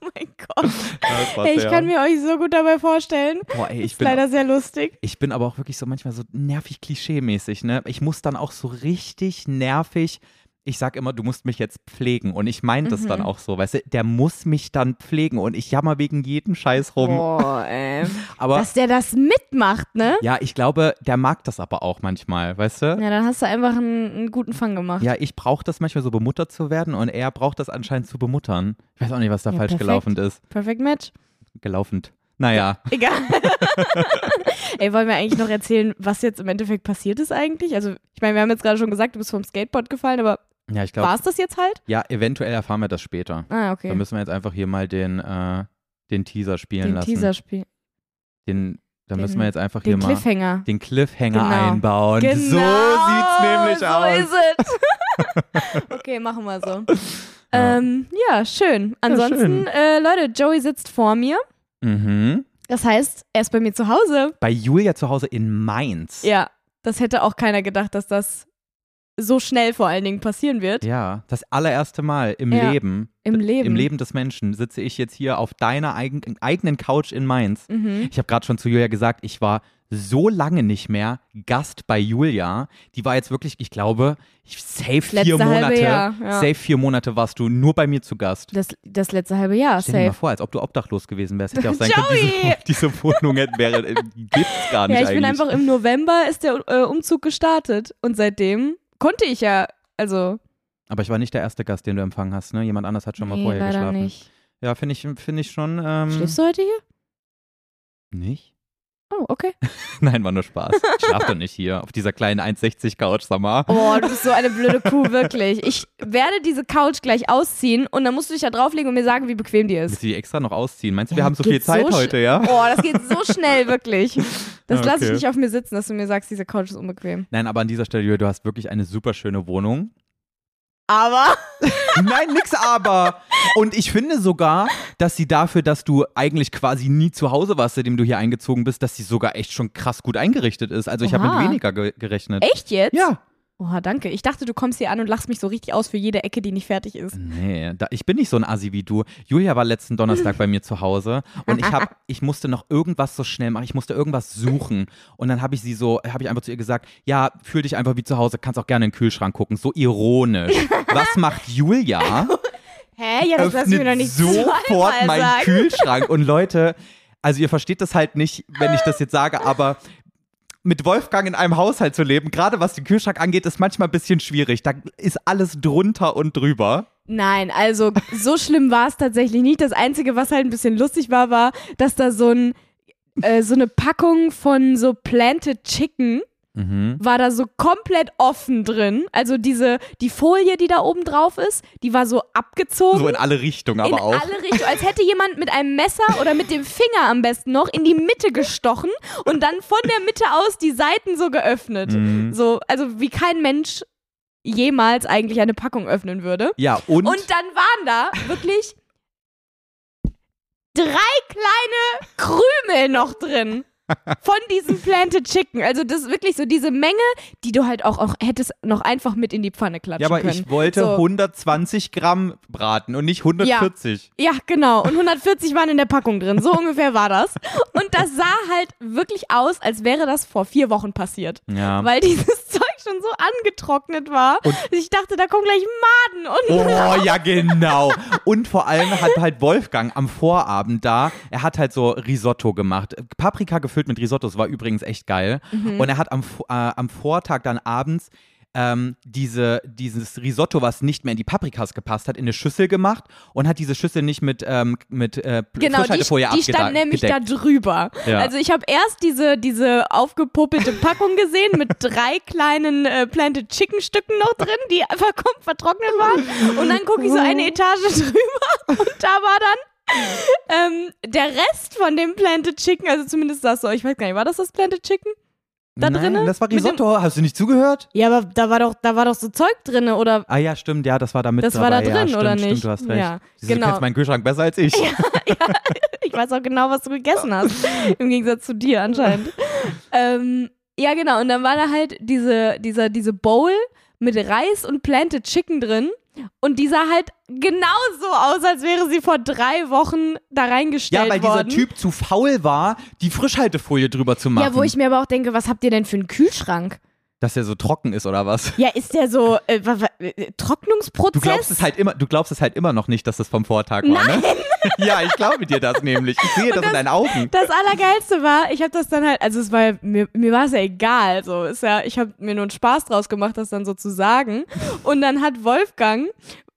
Speaker 1: Oh mein Gott. Ey, ich kann mir euch so gut dabei vorstellen.
Speaker 2: Boah, ey, ich
Speaker 1: ist
Speaker 2: bin
Speaker 1: leider sehr lustig.
Speaker 2: ich bin aber auch wirklich so manchmal so nervig klischee-mäßig, ne? Ich muss dann auch so richtig nervig, ich sag immer, du musst mich jetzt pflegen und ich meine das
Speaker 1: Mhm.
Speaker 2: dann auch so, weißt du, der muss mich dann pflegen und ich jammer wegen jedem Scheiß rum,
Speaker 1: Boah,
Speaker 2: *laughs*
Speaker 1: ey.
Speaker 2: aber
Speaker 1: Dass der das mitmacht, ne?
Speaker 2: Ja, ich glaube, der mag das aber auch manchmal, weißt du?
Speaker 1: Ja, dann hast du einfach einen, einen guten Fang gemacht.
Speaker 2: Ja, ich brauche das manchmal so bemuttert zu werden und er braucht das anscheinend zu bemuttern. Ich weiß auch nicht, was da
Speaker 1: Ja,
Speaker 2: falsch
Speaker 1: perfekt.
Speaker 2: gelaufen ist.
Speaker 1: Perfect
Speaker 2: *laughs*
Speaker 1: Match.
Speaker 2: Gelaufend. Naja,
Speaker 1: Egal. *laughs* Ey, wollen wir eigentlich noch erzählen, was jetzt im Endeffekt passiert ist eigentlich? Also, ich meine, wir haben jetzt gerade schon gesagt, du bist vom Skateboard gefallen, aber
Speaker 2: ja, ich
Speaker 1: war
Speaker 2: glaube,
Speaker 1: es das jetzt halt?
Speaker 2: ja, eventuell erfahren wir das später.
Speaker 1: Ah,
Speaker 2: Da
Speaker 1: okay.
Speaker 2: müssen wir jetzt einfach hier mal den, äh, den Teaser spielen
Speaker 1: Den
Speaker 2: lassen.
Speaker 1: Teaser spielen.
Speaker 2: Den, da
Speaker 1: Den-
Speaker 2: müssen wir jetzt einfach hier
Speaker 1: Den
Speaker 2: mal
Speaker 1: Cliffhanger.
Speaker 2: den Cliffhanger
Speaker 1: Genau.
Speaker 2: einbauen.
Speaker 1: genau,
Speaker 2: so sieht's nämlich
Speaker 1: so
Speaker 2: aus.
Speaker 1: ist es. *laughs* okay, machen wir so.
Speaker 2: Ja.
Speaker 1: Ähm, ja, schön. Ansonsten,
Speaker 2: schön.
Speaker 1: Äh, Leute, Joey sitzt vor mir.
Speaker 2: Mhm.
Speaker 1: Das heißt, er ist bei mir zu Hause.
Speaker 2: Bei Julia zu Hause in Mainz.
Speaker 1: Ja, das hätte auch keiner gedacht, dass das so schnell vor allen Dingen passieren wird.
Speaker 2: Ja, das allererste Mal im
Speaker 1: Ja,
Speaker 2: Leben.
Speaker 1: Im Leben.
Speaker 2: Im Leben des Menschen sitze ich jetzt hier auf deiner eigen, eigenen Couch in Mainz.
Speaker 1: Mhm.
Speaker 2: Ich habe gerade schon zu Julia gesagt, ich war so lange nicht mehr Gast bei Julia. Die war jetzt wirklich, ich glaube, ich, safe vier
Speaker 1: Letzte halbe
Speaker 2: Monate.
Speaker 1: Jahr, ja.
Speaker 2: Safe vier Monate warst du nur bei mir zu Gast.
Speaker 1: Das, das letzte halbe Jahr,
Speaker 2: Stell dir mal
Speaker 1: safe.
Speaker 2: vor, als ob du obdachlos gewesen
Speaker 1: *laughs*
Speaker 2: wärst. Hätte ja auch sein können,
Speaker 1: Joey!
Speaker 2: *laughs* diese, diese Wohnung hätte, wäre, äh, gibt's gar nicht
Speaker 1: Ja, ich
Speaker 2: eigentlich.
Speaker 1: bin einfach im November ist der äh, Umzug gestartet und seitdem konnte ich ja, also
Speaker 2: Aber ich war nicht der erste Gast, den du empfangen hast. Ne? Jemand anders hat schon mal
Speaker 1: nee,
Speaker 2: vorher
Speaker 1: leider
Speaker 2: geschlafen.
Speaker 1: nicht.
Speaker 2: Ja, finde ich, finde ich schon. Ähm,
Speaker 1: Schläfst du heute hier?
Speaker 2: Nicht?
Speaker 1: Oh, okay.
Speaker 2: *laughs* Nein, war nur Spaß. Ich schlaf doch nicht hier auf dieser kleinen 1,60 Couch, sag mal.
Speaker 1: Oh, du bist so eine blöde Kuh, wirklich. Ich werde diese Couch gleich ausziehen und dann musst du dich da drauflegen und mir sagen, wie bequem die ist.
Speaker 2: Willst du die extra noch ausziehen? Meinst du,
Speaker 1: Ja,
Speaker 2: wir haben so viel
Speaker 1: geht so
Speaker 2: Zeit
Speaker 1: sch-
Speaker 2: heute, ja?
Speaker 1: Oh, das geht so schnell, wirklich. Das lasse ich
Speaker 2: Okay.
Speaker 1: nicht auf mir sitzen, dass du mir sagst, diese Couch ist unbequem.
Speaker 2: Nein, aber an dieser Stelle, Julia, du hast wirklich eine super
Speaker 1: *laughs*
Speaker 2: schöne Wohnung.
Speaker 1: Aber
Speaker 2: Nein, nix aber. Und ich finde sogar, dass sie dafür, dass du eigentlich quasi nie zu Hause warst, seitdem du hier eingezogen bist, dass sie sogar echt schon krass gut eingerichtet ist. Also ich habe
Speaker 1: Oha.
Speaker 2: mit weniger ge gerechnet.
Speaker 1: echt jetzt?
Speaker 2: Ja.
Speaker 1: Oh, danke. Ich dachte, du kommst hier an und lachst mich so richtig aus für jede Ecke, die nicht fertig ist.
Speaker 2: Nee, da, ich bin nicht so ein Assi wie du. Julia war letzten Donnerstag bei mir zu Hause und
Speaker 1: *laughs*
Speaker 2: ich hab, ich musste noch irgendwas so schnell machen. Ich musste irgendwas suchen und dann habe ich sie so, habe ich einfach zu ihr gesagt, ja, fühl dich einfach wie zu Hause, kannst auch gerne in den Kühlschrank gucken, so
Speaker 1: *laughs*
Speaker 2: ironisch. Was macht Julia?
Speaker 1: Hä? Ja, das lass ich mir doch
Speaker 2: Öffnet
Speaker 1: nicht
Speaker 2: sofort
Speaker 1: zweimal
Speaker 2: meinen
Speaker 1: sagen.
Speaker 2: Kühlschrank und Leute, also ihr versteht das halt nicht, wenn ich das jetzt sage, aber mit Wolfgang in einem Haushalt zu leben, gerade was den Kühlschrank angeht, ist manchmal ein bisschen schwierig. Da ist alles drunter und drüber.
Speaker 1: Nein, also so schlimm war es tatsächlich nicht. Das Einzige, was halt ein bisschen lustig war, war, dass da so ein äh, so eine Packung von so Planted Chicken war da so komplett offen drin. Also diese, die Folie, die da oben drauf ist, die war so abgezogen.
Speaker 2: *laughs* So in alle Richtungen aber
Speaker 1: in
Speaker 2: auch.
Speaker 1: alle Richtungen, als hätte jemand mit einem Messer oder mit dem Finger am besten noch in die Mitte gestochen und dann von der Mitte aus die Seiten so geöffnet.
Speaker 2: Mhm.
Speaker 1: So, also wie kein Mensch jemals eigentlich eine Packung öffnen würde.
Speaker 2: Ja, und,
Speaker 1: Und dann waren da wirklich drei kleine Krümel noch drin. Von diesem Planted Chicken. Also das ist wirklich so diese Menge, die du halt auch, auch hättest noch einfach mit in die Pfanne klatschen
Speaker 2: Ja, aber
Speaker 1: können.
Speaker 2: ich wollte
Speaker 1: So.
Speaker 2: 120 Gramm braten und nicht 140.
Speaker 1: Ja, genau. Und 140 waren in der Packung drin. So ungefähr war das. Und das sah halt wirklich aus, als wäre das vor vier Wochen passiert.
Speaker 2: Ja.
Speaker 1: Weil dieses *laughs* Zeug schon so angetrocknet war. ich dachte, da kommen gleich Maden. Und
Speaker 2: Oh, ja, genau. Und vor allem hat halt Wolfgang am Vorabend da, er hat halt so Risotto gemacht. Paprika gefüllt mit Risotto, das war übrigens echt geil.
Speaker 1: Mhm.
Speaker 2: Und er hat am, V- äh, am Vortag dann abends ähm, diese, dieses Risotto, was nicht mehr in die Paprikas gepasst hat, in eine Schüssel gemacht und hat diese Schüssel nicht mit, ähm, mit äh,
Speaker 1: genau, die,
Speaker 2: Frischhaltefolie
Speaker 1: die stand
Speaker 2: abgeda-
Speaker 1: nämlich
Speaker 2: gedeckt.
Speaker 1: da drüber.
Speaker 2: Ja.
Speaker 1: Also ich habe erst diese, diese aufgepuppelte Packung gesehen mit *laughs* drei kleinen äh, Planted Chicken Stücken noch drin, die einfach komplett vertrocknet waren. Und dann gucke ich so eine Etage *laughs* drüber und da war dann ähm, der Rest von dem Planted Chicken, also zumindest das so, ich weiß gar nicht, war das das Planted Chicken? da
Speaker 2: Nein,
Speaker 1: drinne?
Speaker 2: Das war
Speaker 1: Mit dem-
Speaker 2: Risotto. Hast du nicht zugehört?
Speaker 1: Ja, aber da war doch, da war doch so Zeug drin, oder?
Speaker 2: Ah ja, stimmt, ja, das war da mit
Speaker 1: Das war
Speaker 2: dabei.
Speaker 1: da
Speaker 2: ja,
Speaker 1: drin,
Speaker 2: stimmt,
Speaker 1: oder
Speaker 2: stimmt,
Speaker 1: nicht?
Speaker 2: du hast recht.
Speaker 1: Ja,
Speaker 2: Siehst du,
Speaker 1: genau.
Speaker 2: Du kennst meinen Kühlschrank besser als
Speaker 1: *laughs*
Speaker 2: ich.
Speaker 1: Ich weiß auch genau, was du gegessen hast.
Speaker 2: *laughs*
Speaker 1: Im Gegensatz zu dir anscheinend. ähm, ja, genau. Und dann war da halt diese, dieser, diese Bowl mit Reis und Planted Chicken drin. Und die sah halt genauso aus, als wäre sie vor drei Wochen da reingestellt
Speaker 2: Ja, weil dieser
Speaker 1: worden.
Speaker 2: Typ zu faul war, die Frischhaltefolie drüber zu machen.
Speaker 1: ja, wo ich mir aber auch denke, was habt ihr denn für einen Kühlschrank?
Speaker 2: Dass er so trocken ist oder was?
Speaker 1: Ja, ist der so äh, wa- wa- äh, Trocknungsprozess?
Speaker 2: Du glaubst es halt immer, du glaubst es halt immer noch nicht, dass das vom Vortag war, ne? *laughs* ja, ich glaube dir das nämlich. Ich sehe das, in deinen Augen.
Speaker 1: Das Allergeilste war, ich habe das dann halt, also es war, mir, mir war es ja egal, so ist ja, ich habe mir nur einen Spaß draus gemacht, das dann so zu sagen. Und dann hat Wolfgang,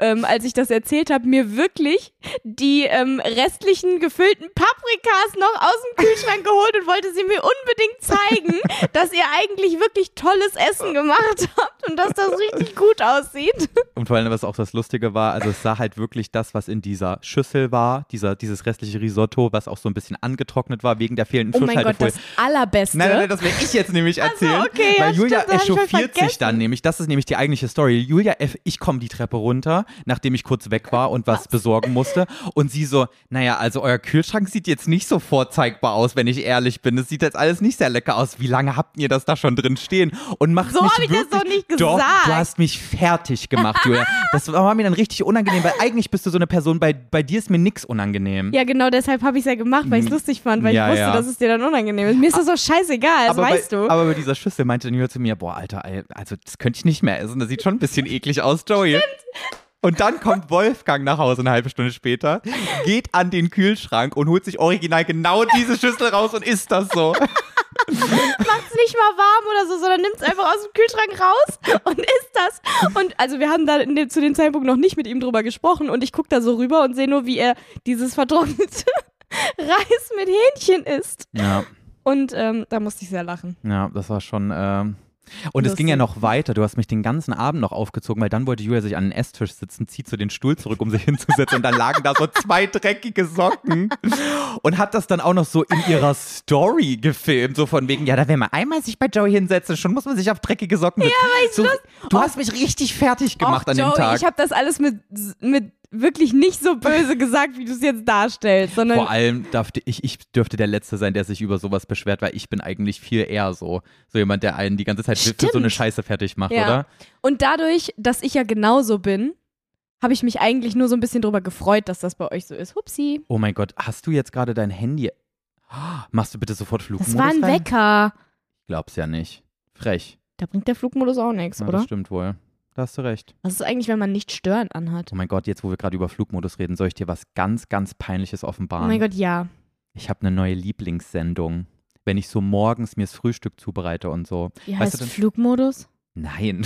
Speaker 1: ähm, als ich das erzählt habe, mir wirklich die ähm, restlichen gefüllten Paprikas noch aus dem Kühlschrank geholt und wollte sie mir unbedingt *laughs* zeigen, dass ihr eigentlich wirklich tolles Essen gemacht habt und dass das richtig gut aussieht.
Speaker 2: Und vor allem, was auch das Lustige war, also es sah halt wirklich das, was in dieser Schüssel war, dieser, dieses restliche Risotto, was auch so ein bisschen angetrocknet war wegen der fehlenden
Speaker 1: Oh mein Gott,
Speaker 2: Frischhaltefolie.
Speaker 1: das Allerbeste.
Speaker 2: Nein, nein, nein, das werde ich jetzt nämlich erzählen.
Speaker 1: okay, ja,
Speaker 2: weil Julia
Speaker 1: stimmt, das hab ich schon
Speaker 2: echauffiert sich
Speaker 1: vergessen.
Speaker 2: dann nämlich. Das ist nämlich die eigentliche Story. Julia, eff- ich komme die Treppe runter, nachdem ich kurz weg war und was besorgen musste. Und sie so, naja, also euer Kühlschrank sieht jetzt nicht so vorzeigbar aus, wenn ich ehrlich bin. Es sieht jetzt alles nicht sehr lecker aus. Wie lange habt ihr das da schon drin stehen? Und macht
Speaker 1: So
Speaker 2: mich
Speaker 1: hab ich das
Speaker 2: wirklich,
Speaker 1: doch nicht
Speaker 2: Doch, du
Speaker 1: gesagt.
Speaker 2: hast mich fertig gemacht, Julia. Das war mir dann richtig unangenehm, weil eigentlich bist du so eine Person, bei, bei dir ist mir nix unangenehm.
Speaker 1: Ja, genau deshalb habe ich es ja gemacht, weil ich es lustig fand, weil
Speaker 2: Mhm. Ja,
Speaker 1: ich wusste,
Speaker 2: ja.
Speaker 1: dass es dir dann unangenehm ist. Mir ist das doch scheißegal, das
Speaker 2: aber
Speaker 1: weißt
Speaker 2: bei,
Speaker 1: du.
Speaker 2: Aber bei dieser Schüssel meinte dann Julia zu mir, boah, Alter, ey, also das könnte ich nicht mehr essen. Das sieht schon ein bisschen eklig aus, Joey. Und dann kommt Wolfgang nach Hause eine halbe Stunde später, geht an den Kühlschrank und holt sich original genau diese Schüssel raus und isst das so.
Speaker 1: macht's nicht mal warm oder so, sondern nimmt's einfach aus dem Kühlschrank raus und isst das. Und also wir haben da in dem, zu dem Zeitpunkt noch nicht mit ihm drüber gesprochen und ich guck da so rüber und sehe nur, wie er dieses vertrocknete *laughs* Reis mit Hähnchen isst.
Speaker 2: Ja,
Speaker 1: Und ähm, da musste ich sehr lachen.
Speaker 2: ja, das war schon. ähm, und es
Speaker 1: Lustig.
Speaker 2: ging ja noch weiter. Du hast mich den ganzen Abend noch aufgezogen, weil dann wollte Julia sich an den Esstisch sitzen, zieht so den Stuhl zurück, um sich *laughs* hinzusetzen. Und dann lagen da so zwei dreckige Socken. Und hat das dann auch noch so in ihrer Story gefilmt. So von wegen, ja, da wenn man einmal sich bei Joey hinsetzt, schon muss man sich auf dreckige Socken setzen. Ja, weil ich so, Du hast mich richtig fertig gemacht
Speaker 1: Och,
Speaker 2: an
Speaker 1: Joey,
Speaker 2: dem Tag.
Speaker 1: Ich habe das alles mit, mit wirklich nicht so böse gesagt, wie du es jetzt darstellst, sondern
Speaker 2: Vor allem dürfte ich, ich dürfte der Letzte sein, der sich über sowas beschwert, weil ich bin eigentlich viel eher so. So jemand, der einen die ganze Zeit für so eine
Speaker 1: Stimmt.
Speaker 2: Scheiße fertig macht,
Speaker 1: Ja.
Speaker 2: oder?
Speaker 1: Und dadurch, dass ich ja genauso bin, habe ich mich eigentlich nur so ein bisschen drüber gefreut, dass das bei euch so ist. Hupsi.
Speaker 2: Oh mein Gott, hast du jetzt gerade dein Handy? Ah, Machst du bitte sofort Flugmodus
Speaker 1: Das war ein
Speaker 2: rein?
Speaker 1: Wecker.
Speaker 2: Glaub's ja nicht. Frech.
Speaker 1: Da bringt der Flugmodus auch nichts,
Speaker 2: Ja,
Speaker 1: oder?
Speaker 2: Das stimmt wohl. Da hast du recht.
Speaker 1: Was ist eigentlich, wenn man nicht stören anhat?
Speaker 2: Oh mein Gott, jetzt wo wir gerade über Flugmodus reden, soll ich dir was ganz, ganz Peinliches
Speaker 1: Oh
Speaker 2: offenbaren?
Speaker 1: mein Gott, ja.
Speaker 2: Ich habe eine neue Lieblingssendung. Wenn ich so morgens mir das Frühstück zubereite und so.
Speaker 1: Wie
Speaker 2: Weißt
Speaker 1: heißt
Speaker 2: du denn-
Speaker 1: Flugmodus? *laughs*
Speaker 2: Nein.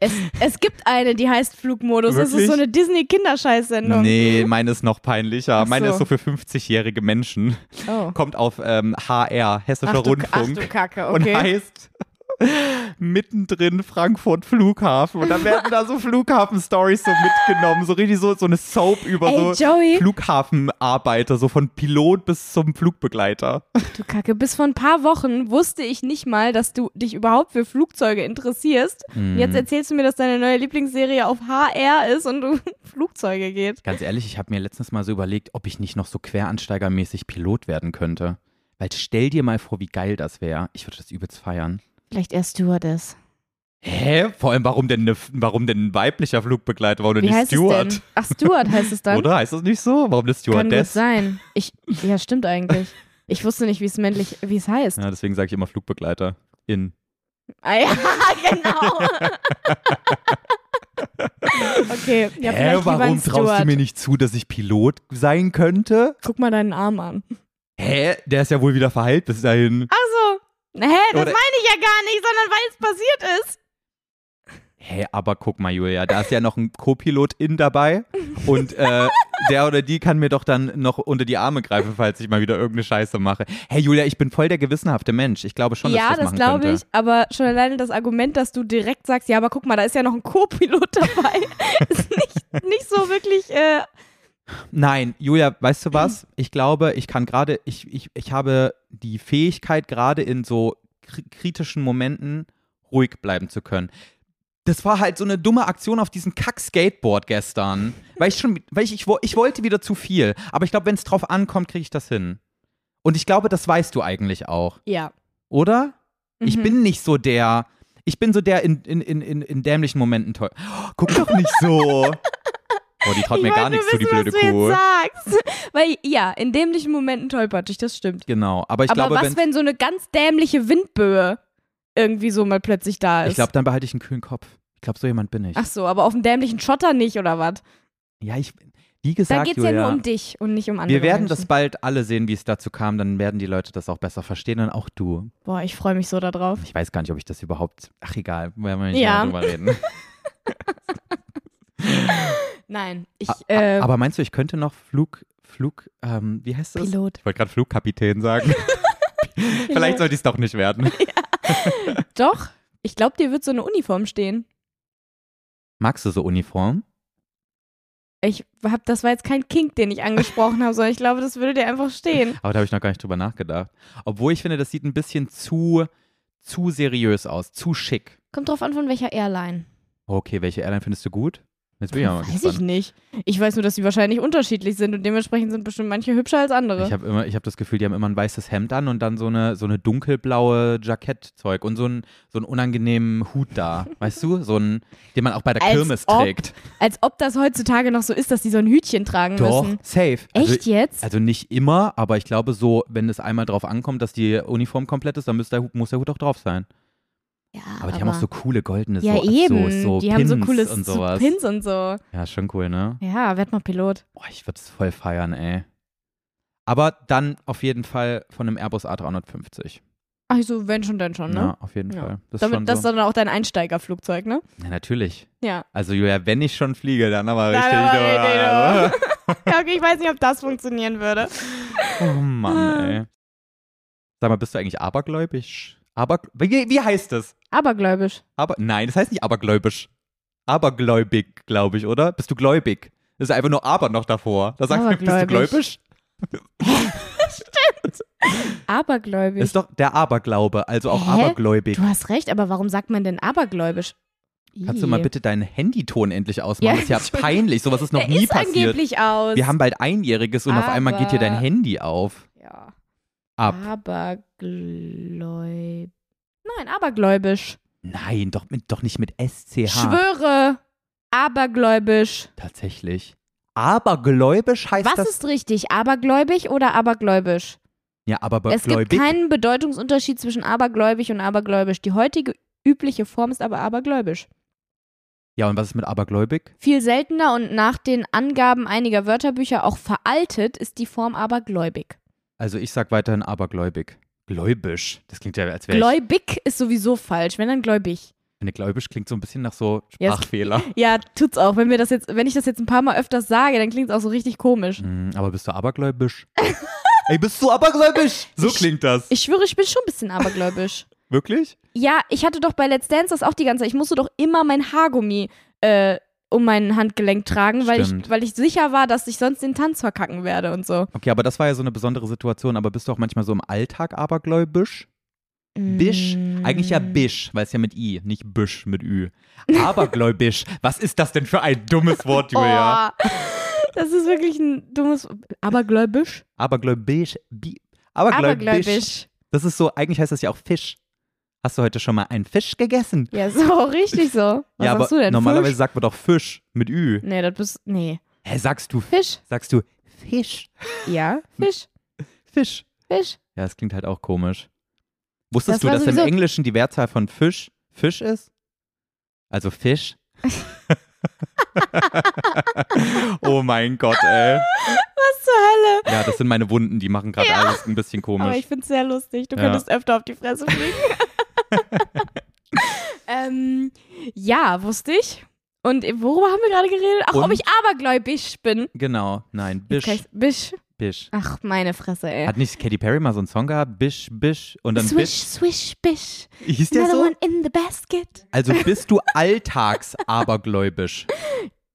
Speaker 1: Es, es gibt eine, die heißt Flugmodus. Das
Speaker 2: Wirklich?
Speaker 1: ist so eine Disney-Kinderscheißsendung.
Speaker 2: nee, meine ist noch peinlicher.
Speaker 1: Ach
Speaker 2: Meine
Speaker 1: so.
Speaker 2: ist so für 50-jährige Menschen.
Speaker 1: Oh.
Speaker 2: Kommt auf ähm, HR, Hessischer
Speaker 1: Ach du, ach
Speaker 2: Rundfunk.
Speaker 1: du Kacke,
Speaker 2: und
Speaker 1: okay.
Speaker 2: heißt mittendrin Frankfurt Flughafen. Und dann werden *laughs* da so Flughafen-Stories so mitgenommen, so richtig so, so eine Soap über
Speaker 1: Ey,
Speaker 2: so
Speaker 1: Joey,
Speaker 2: Flughafenarbeiter, so von Pilot bis zum Flugbegleiter.
Speaker 1: du Kacke, bis vor ein paar Wochen wusste ich nicht mal, dass du dich überhaupt für Flugzeuge interessierst.
Speaker 2: Hm.
Speaker 1: Und
Speaker 2: Mhm.
Speaker 1: Jetzt erzählst du mir, dass deine neue Lieblingsserie auf HR ist und *laughs* um Flugzeuge geht.
Speaker 2: Ganz ehrlich, ich habe mir letztens mal so überlegt, ob ich nicht noch so queransteigermäßig Pilot werden könnte. Weil stell dir mal vor, wie geil das wäre. Ich würde das übelst feiern.
Speaker 1: Vielleicht eher Stewardess.
Speaker 2: Hä? Vor allem, warum denn, ne, warum denn ein weiblicher Flugbegleiter? Warum denn
Speaker 1: Wie
Speaker 2: nicht
Speaker 1: heißt
Speaker 2: Steward?
Speaker 1: es denn? Ach, Steward heißt es dann?
Speaker 2: *laughs* Oder heißt das nicht so? Warum eine
Speaker 1: Kann gut
Speaker 2: Stewardess?
Speaker 1: sein. Ich, ja, stimmt eigentlich. Ich wusste nicht, wie es männlich, wie es heißt.
Speaker 2: *laughs* Ja, deswegen sage ich immer Flugbegleiter. In.
Speaker 1: Ah, ja, genau. *laughs* okay, ja, vielleicht lieber
Speaker 2: Hä,
Speaker 1: ein
Speaker 2: warum traust du
Speaker 1: Steward.
Speaker 2: mir nicht zu, dass ich Pilot sein könnte?
Speaker 1: Guck mal deinen Arm an.
Speaker 2: Hä? Der ist ja wohl wieder verheilt bis dahin.
Speaker 1: Also, hä, das
Speaker 2: Oder-
Speaker 1: meine ich ja gar nicht, sondern weil es passiert ist.
Speaker 2: Hä, aber guck mal, Julia, da ist ja noch ein Co-Pilot in dabei und äh, der oder die kann mir doch dann noch unter die Arme greifen, falls ich mal wieder irgendeine Scheiße mache. Hey Julia, ich bin voll der gewissenhafte Mensch. Ich glaube schon, dass
Speaker 1: ja,
Speaker 2: ich das,
Speaker 1: das
Speaker 2: machen
Speaker 1: glaube
Speaker 2: könnte.
Speaker 1: ich, aber schon alleine das Argument, dass du direkt sagst, ja, aber guck mal, da ist ja noch ein Co-Pilot *laughs* dabei, ist nicht, nicht so wirklich, äh,
Speaker 2: Nein, Julia, weißt
Speaker 1: *clears throat*
Speaker 2: du was? Ich glaube, ich kann gerade, ich, ich, ich habe die Fähigkeit, gerade in so kri- kritischen Momenten ruhig bleiben zu können. Das war halt so eine dumme Aktion auf diesem Kack-Skateboard gestern. Weil ich schon, weil ich, ich, wo- ich wollte wieder zu viel. Aber ich glaube, wenn es drauf ankommt, kriege ich das hin. Und ich glaube, das weißt du eigentlich auch,
Speaker 1: ja.
Speaker 2: oder? Ich
Speaker 1: Mhm.
Speaker 2: bin nicht so der, ich bin so der in, in, in, in, in dämlichen Momenten toll. Oh, guck doch nicht so.
Speaker 1: *laughs*
Speaker 2: Oh, die traut mir
Speaker 1: ich
Speaker 2: gar
Speaker 1: wollte
Speaker 2: nichts
Speaker 1: nur
Speaker 2: zu, die
Speaker 1: wissen,
Speaker 2: blöde
Speaker 1: was du
Speaker 2: Kuh.
Speaker 1: Jetzt sagst. *laughs* Weil, ja, in dämlichen Momenten tollpatsch ich, das stimmt.
Speaker 2: Genau, aber ich
Speaker 1: aber
Speaker 2: glaube,
Speaker 1: was,
Speaker 2: wenn,
Speaker 1: wenn so eine ganz dämliche Windböe irgendwie so mal plötzlich da ist?
Speaker 2: ich glaube, dann behalte ich einen kühlen Kopf. Ich glaube, so jemand bin ich.
Speaker 1: Ach so, aber auf dem dämlichen Schotter nicht, oder was?
Speaker 2: Ja, ich wie
Speaker 1: Da
Speaker 2: gesagt,
Speaker 1: geht's
Speaker 2: Julia,
Speaker 1: ja nur um dich und nicht um andere
Speaker 2: wir werden das
Speaker 1: Menschen.
Speaker 2: bald alle sehen, wie es dazu kam, dann werden die Leute das auch besser verstehen und auch du.
Speaker 1: Boah, ich freue mich so darauf.
Speaker 2: Ich weiß gar nicht, ob ich das überhaupt Ach egal, werden wir nicht
Speaker 1: Ja.
Speaker 2: mehr drüber reden.
Speaker 1: Nein, *laughs* ich,
Speaker 2: A- a-
Speaker 1: äh,
Speaker 2: aber meinst du, ich könnte noch Flug Flug ähm, wie heißt das?
Speaker 1: Pilot.
Speaker 2: Ich wollte gerade
Speaker 1: *laughs*
Speaker 2: Flugkapitän sagen. *laughs* Vielleicht sollte ich es doch nicht werden.
Speaker 1: Doch, ich glaube, dir wird so eine Uniform stehen.
Speaker 2: Magst du so Uniform?
Speaker 1: Ich hab, das war jetzt kein Kink, den ich angesprochen habe, sondern ich glaube, das würde dir einfach stehen.
Speaker 2: Aber da habe ich noch gar nicht drüber nachgedacht. Obwohl ich finde, das sieht ein bisschen zu zu seriös aus, zu schick.
Speaker 1: Kommt drauf an, von welcher Airline.
Speaker 2: Okay, welche Airline findest du gut? Jetzt bin ich ja mal
Speaker 1: Weiß
Speaker 2: gespannt.
Speaker 1: ich nicht. Ich weiß nur, dass sie wahrscheinlich unterschiedlich sind und dementsprechend sind bestimmt manche hübscher als andere.
Speaker 2: Ich habe immer, ich habe das Gefühl, die haben immer ein weißes Hemd an und dann so eine so eine dunkelblaue Jackettzeug und so einen so einen unangenehmen Hut da, weißt du, so einen, den man auch bei der
Speaker 1: Als
Speaker 2: Kirmes
Speaker 1: ob
Speaker 2: trägt.
Speaker 1: als ob das heutzutage noch so ist, dass die so ein Hütchen tragen
Speaker 2: Doch,
Speaker 1: müssen.
Speaker 2: safe. Also,
Speaker 1: Echt jetzt?
Speaker 2: also nicht immer, aber ich glaube so, wenn es einmal drauf ankommt, dass die Uniform komplett ist, dann muss der Hut, muss der Hut auch drauf sein.
Speaker 1: ja,
Speaker 2: Aber, die haben auch so coole goldene
Speaker 1: ja,
Speaker 2: so, also
Speaker 1: eben.
Speaker 2: so, so
Speaker 1: die
Speaker 2: Pins
Speaker 1: haben so cooles
Speaker 2: und
Speaker 1: so
Speaker 2: sowas.
Speaker 1: Pins und so.
Speaker 2: Ja, schon cool, ne?
Speaker 1: Ja, werd mal Pilot.
Speaker 2: Boah, ich würde es voll feiern, ey. Aber dann auf jeden Fall von einem Airbus A350.
Speaker 1: Ach so, wenn schon, dann schon, ne?
Speaker 2: Ja, auf jeden
Speaker 1: Ja.
Speaker 2: Fall. Das ist schon
Speaker 1: Damit, das ist
Speaker 2: so.
Speaker 1: dann auch dein Einsteigerflugzeug, ne?
Speaker 2: Ja, natürlich.
Speaker 1: Ja.
Speaker 2: Also Julia, wenn ich schon fliege, dann aber
Speaker 1: Dann
Speaker 2: richtig.
Speaker 1: aber richtig,
Speaker 2: aber-
Speaker 1: ja okay, ich weiß nicht, ob das funktionieren würde.
Speaker 2: *laughs* oh Mann, ey. Sag mal, bist du eigentlich abergläubisch? Aber wie, wie heißt das?
Speaker 1: Abergläubisch.
Speaker 2: Aber nein, das heißt nicht abergläubisch. Abergläubig, glaube ich, oder? Bist du gläubig? Das ist einfach nur aber noch davor. Da sagt man, bist du
Speaker 1: Abergläubig.
Speaker 2: gläubisch?
Speaker 1: Abergläubisch.
Speaker 2: Ist doch der Aberglaube, also auch
Speaker 1: Hä?
Speaker 2: abergläubig.
Speaker 1: du hast recht, aber warum sagt man denn abergläubisch?
Speaker 2: Kannst du mal
Speaker 1: Ih.
Speaker 2: bitte deinen Handyton endlich ausmachen?
Speaker 1: Ja,
Speaker 2: das ist ja
Speaker 1: Entschuldigung.
Speaker 2: peinlich,
Speaker 1: *laughs*
Speaker 2: sowas ist noch
Speaker 1: Der
Speaker 2: nie
Speaker 1: ist
Speaker 2: passiert.
Speaker 1: angeblich aus.
Speaker 2: Wir haben bald Einjähriges und auf einmal geht hier dein
Speaker 1: Aber- Ah.
Speaker 2: Handy auf.
Speaker 1: ja.
Speaker 2: Ab.
Speaker 1: Abergläub. Nein, abergläubisch.
Speaker 2: Nein, doch, mit, doch nicht mit SCH.
Speaker 1: Schwöre. Abergläubisch.
Speaker 2: Tatsächlich. Abergläubisch heißt
Speaker 1: Was
Speaker 2: das.
Speaker 1: ist richtig? Abergläubig oder abergläubisch?
Speaker 2: ja,
Speaker 1: Es gibt
Speaker 2: abergläubig.
Speaker 1: keinen Bedeutungsunterschied zwischen abergläubig und abergläubisch. Die heutige übliche Form ist aber abergläubisch.
Speaker 2: Ja, und was ist mit abergläubig?
Speaker 1: Viel seltener und nach den Angaben einiger Wörterbücher auch veraltet ist die Form abergläubig.
Speaker 2: Also ich sag weiterhin abergläubig. Gläubisch. Das klingt ja, als wäre ich.
Speaker 1: Gläubig ist sowieso falsch, wenn dann gläubig.
Speaker 2: Ich Finde gläubisch klingt so ein bisschen nach so
Speaker 1: Ja, es-
Speaker 2: Sprachfehler.
Speaker 1: Ja, tut's auch. Wenn, wir das jetzt, wenn ich das jetzt ein paar Mal öfters sage, dann klingt's auch so richtig komisch.
Speaker 2: Hm, aber bist du
Speaker 1: *laughs*
Speaker 2: abergläubisch? Ey, bist du abergläubisch? So klingt das.
Speaker 1: Ich schwöre, ich bin schon ein bisschen abergläubisch.
Speaker 2: Wirklich?
Speaker 1: *laughs* Ja, ich hatte doch bei Let's Dance das auch die ganze Zeit. Ich musste doch immer mein Haargummi äh, um mein Handgelenk tragen, weil ich,
Speaker 2: Stimmt.
Speaker 1: weil ich sicher war, dass ich sonst den Tanz verkacken werde und so.
Speaker 2: Okay, aber das war ja so eine besondere Situation. Aber bist du auch manchmal so im Alltag abergläubisch? Bisch?
Speaker 1: Mm.
Speaker 2: Eigentlich ja Bisch, weil es ja mit I, nicht Büsch mit Ü.
Speaker 1: *laughs*
Speaker 2: Abergläubisch. was ist das denn für ein dummes Wort, Julia? *laughs*
Speaker 1: Oh, das ist wirklich ein dummes. Abergläubisch?
Speaker 2: Abergläubisch, bi, Abergläubisch.
Speaker 1: Abergläubisch.
Speaker 2: Das ist so, eigentlich heißt das ja auch Fisch. Hast du heute schon mal einen Fisch gegessen?
Speaker 1: Ja, so, *laughs* richtig so. Was
Speaker 2: ja, aber
Speaker 1: sagst du denn?
Speaker 2: normalerweise
Speaker 1: Fisch?
Speaker 2: sagt man doch Fisch mit Ü.
Speaker 1: Nee, das bist. Nee.
Speaker 2: Hä, sagst du,
Speaker 1: Fisch.
Speaker 2: sagst du Fisch?
Speaker 1: Ja, Fisch.
Speaker 2: Fisch.
Speaker 1: Fisch.
Speaker 2: Ja, das klingt halt auch komisch. Wusstest
Speaker 1: Das
Speaker 2: du,
Speaker 1: war
Speaker 2: dass im
Speaker 1: sowieso-
Speaker 2: Englischen die Mehrzahl von Fisch Fisch ist?
Speaker 1: *laughs*
Speaker 2: Also Fisch? *laughs* oh mein Gott, ey.
Speaker 1: Was zur Hölle?
Speaker 2: Ja, das sind meine Wunden, die machen gerade alles ein bisschen
Speaker 1: Aber
Speaker 2: komisch.
Speaker 1: ich finde es sehr lustig. Du
Speaker 2: Ja.
Speaker 1: könntest öfter auf die Fresse
Speaker 2: *laughs*
Speaker 1: fliegen. ähm, ja, wusste ich. Und worüber haben wir gerade geredet? Ach, ob
Speaker 2: Und?
Speaker 1: ich abergläubisch bin.
Speaker 2: Genau, nein,
Speaker 1: Jetzt kann
Speaker 2: Bisch,
Speaker 1: ich's- Bisch.
Speaker 2: Bisch.
Speaker 1: Ach, meine Fresse, ey.
Speaker 2: Hat nicht Katy Perry mal so einen Song gehabt? Bisch, Bisch und dann
Speaker 1: swish, swish, bish.
Speaker 2: Bisch. Hieß der
Speaker 1: Another
Speaker 2: so?
Speaker 1: one in the basket.
Speaker 2: Also bist du *laughs* alltagsabergläubisch?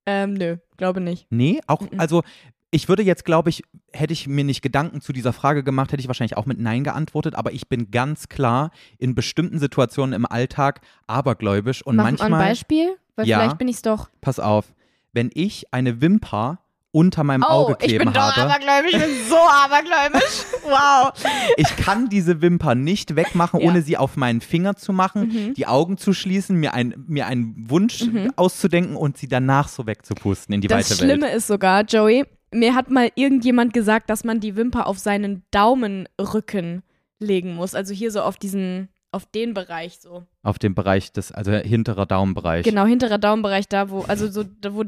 Speaker 1: Ähm, nö, glaube nicht.
Speaker 2: Nee, auch, also ich würde jetzt, glaube ich, hätte ich mir nicht Gedanken zu dieser Frage gemacht, hätte ich wahrscheinlich auch mit Nein geantwortet, aber ich bin ganz klar in bestimmten Situationen im Alltag abergläubisch und
Speaker 1: Mach mal ein
Speaker 2: manchmal,
Speaker 1: Beispiel, weil
Speaker 2: Ja.
Speaker 1: vielleicht bin ich's doch.
Speaker 2: pass auf, wenn ich eine Wimper unter meinem
Speaker 1: Oh,
Speaker 2: Auge
Speaker 1: ich
Speaker 2: kleben
Speaker 1: bin doch
Speaker 2: habe,
Speaker 1: abergläubisch, ich bin so
Speaker 2: *laughs*
Speaker 1: abergläubisch. Wow.
Speaker 2: ich kann diese Wimper nicht wegmachen,
Speaker 1: genau. *laughs* Ja.
Speaker 2: ohne sie auf meinen Finger zu machen,
Speaker 1: Mhm.
Speaker 2: die Augen zu schließen, mir, ein, mir einen Wunsch
Speaker 1: Mhm.
Speaker 2: auszudenken und sie danach so wegzupusten in die
Speaker 1: Das
Speaker 2: weite
Speaker 1: Schlimme
Speaker 2: Welt.
Speaker 1: ist sogar, Joey, mir hat mal irgendjemand gesagt, dass man die Wimper auf seinen Daumenrücken legen muss. Also hier so auf diesen, auf den Bereich so.
Speaker 2: Auf dem Bereich des, also hinterer Daumenbereich.
Speaker 1: Genau, hinterer Daumenbereich da, wo, also so, da
Speaker 2: *laughs*
Speaker 1: wo,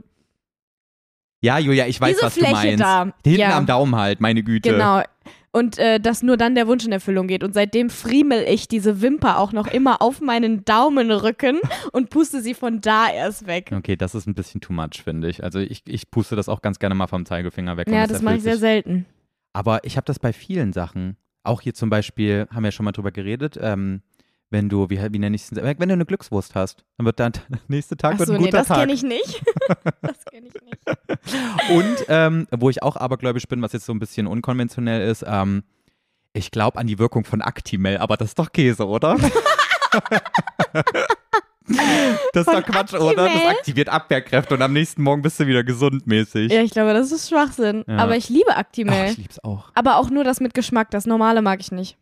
Speaker 2: Ja, Julia, ich weiß,
Speaker 1: Diese
Speaker 2: was du
Speaker 1: Fläche
Speaker 2: meinst.
Speaker 1: da.
Speaker 2: Hinten
Speaker 1: Ja.
Speaker 2: am Daumen halt, meine Güte.
Speaker 1: genau. Und äh, dass nur dann der Wunsch in Erfüllung geht. Und seitdem friemel ich diese Wimper auch noch immer auf meinen
Speaker 2: *laughs*
Speaker 1: Daumenrücken und puste sie von da erst weg.
Speaker 2: Okay, das ist ein bisschen too much, finde ich. Also ich, ich puste das auch ganz gerne mal vom Zeigefinger weg. und
Speaker 1: Ja,
Speaker 2: es
Speaker 1: das mache ich
Speaker 2: erfüllt
Speaker 1: sehr
Speaker 2: sich.
Speaker 1: selten.
Speaker 2: Aber ich habe das bei vielen Sachen. Auch hier zum Beispiel, haben wir ja schon mal drüber geredet, ähm, wenn du, wie, wie nenne ich es, wenn du eine Glückswurst hast, dann wird dann *laughs* der nächste Tag wird
Speaker 1: Achso,
Speaker 2: ein
Speaker 1: nee,
Speaker 2: guter
Speaker 1: das
Speaker 2: Tag.
Speaker 1: kenne ich
Speaker 2: *laughs*
Speaker 1: nicht. *laughs* das kenne ich nicht.
Speaker 2: Und ähm, wo ich auch abergläubisch bin, was jetzt so ein bisschen unkonventionell ist, ähm, ich glaube an die Wirkung von Actimel, aber das ist doch
Speaker 1: *laughs*
Speaker 2: Käse, oder? das ist
Speaker 1: Von
Speaker 2: doch Quatsch, oder? Das
Speaker 1: Actimel?
Speaker 2: aktiviert Abwehrkräfte und am nächsten Morgen bist du wieder gesundmäßig.
Speaker 1: Ja, ich glaube, das ist Schwachsinn.
Speaker 2: Ja.
Speaker 1: Aber ich liebe
Speaker 2: Ach,
Speaker 1: Actimel.
Speaker 2: ich lieb's auch.
Speaker 1: Aber auch nur das mit Geschmack, das normale mag ich
Speaker 2: *laughs*
Speaker 1: nicht.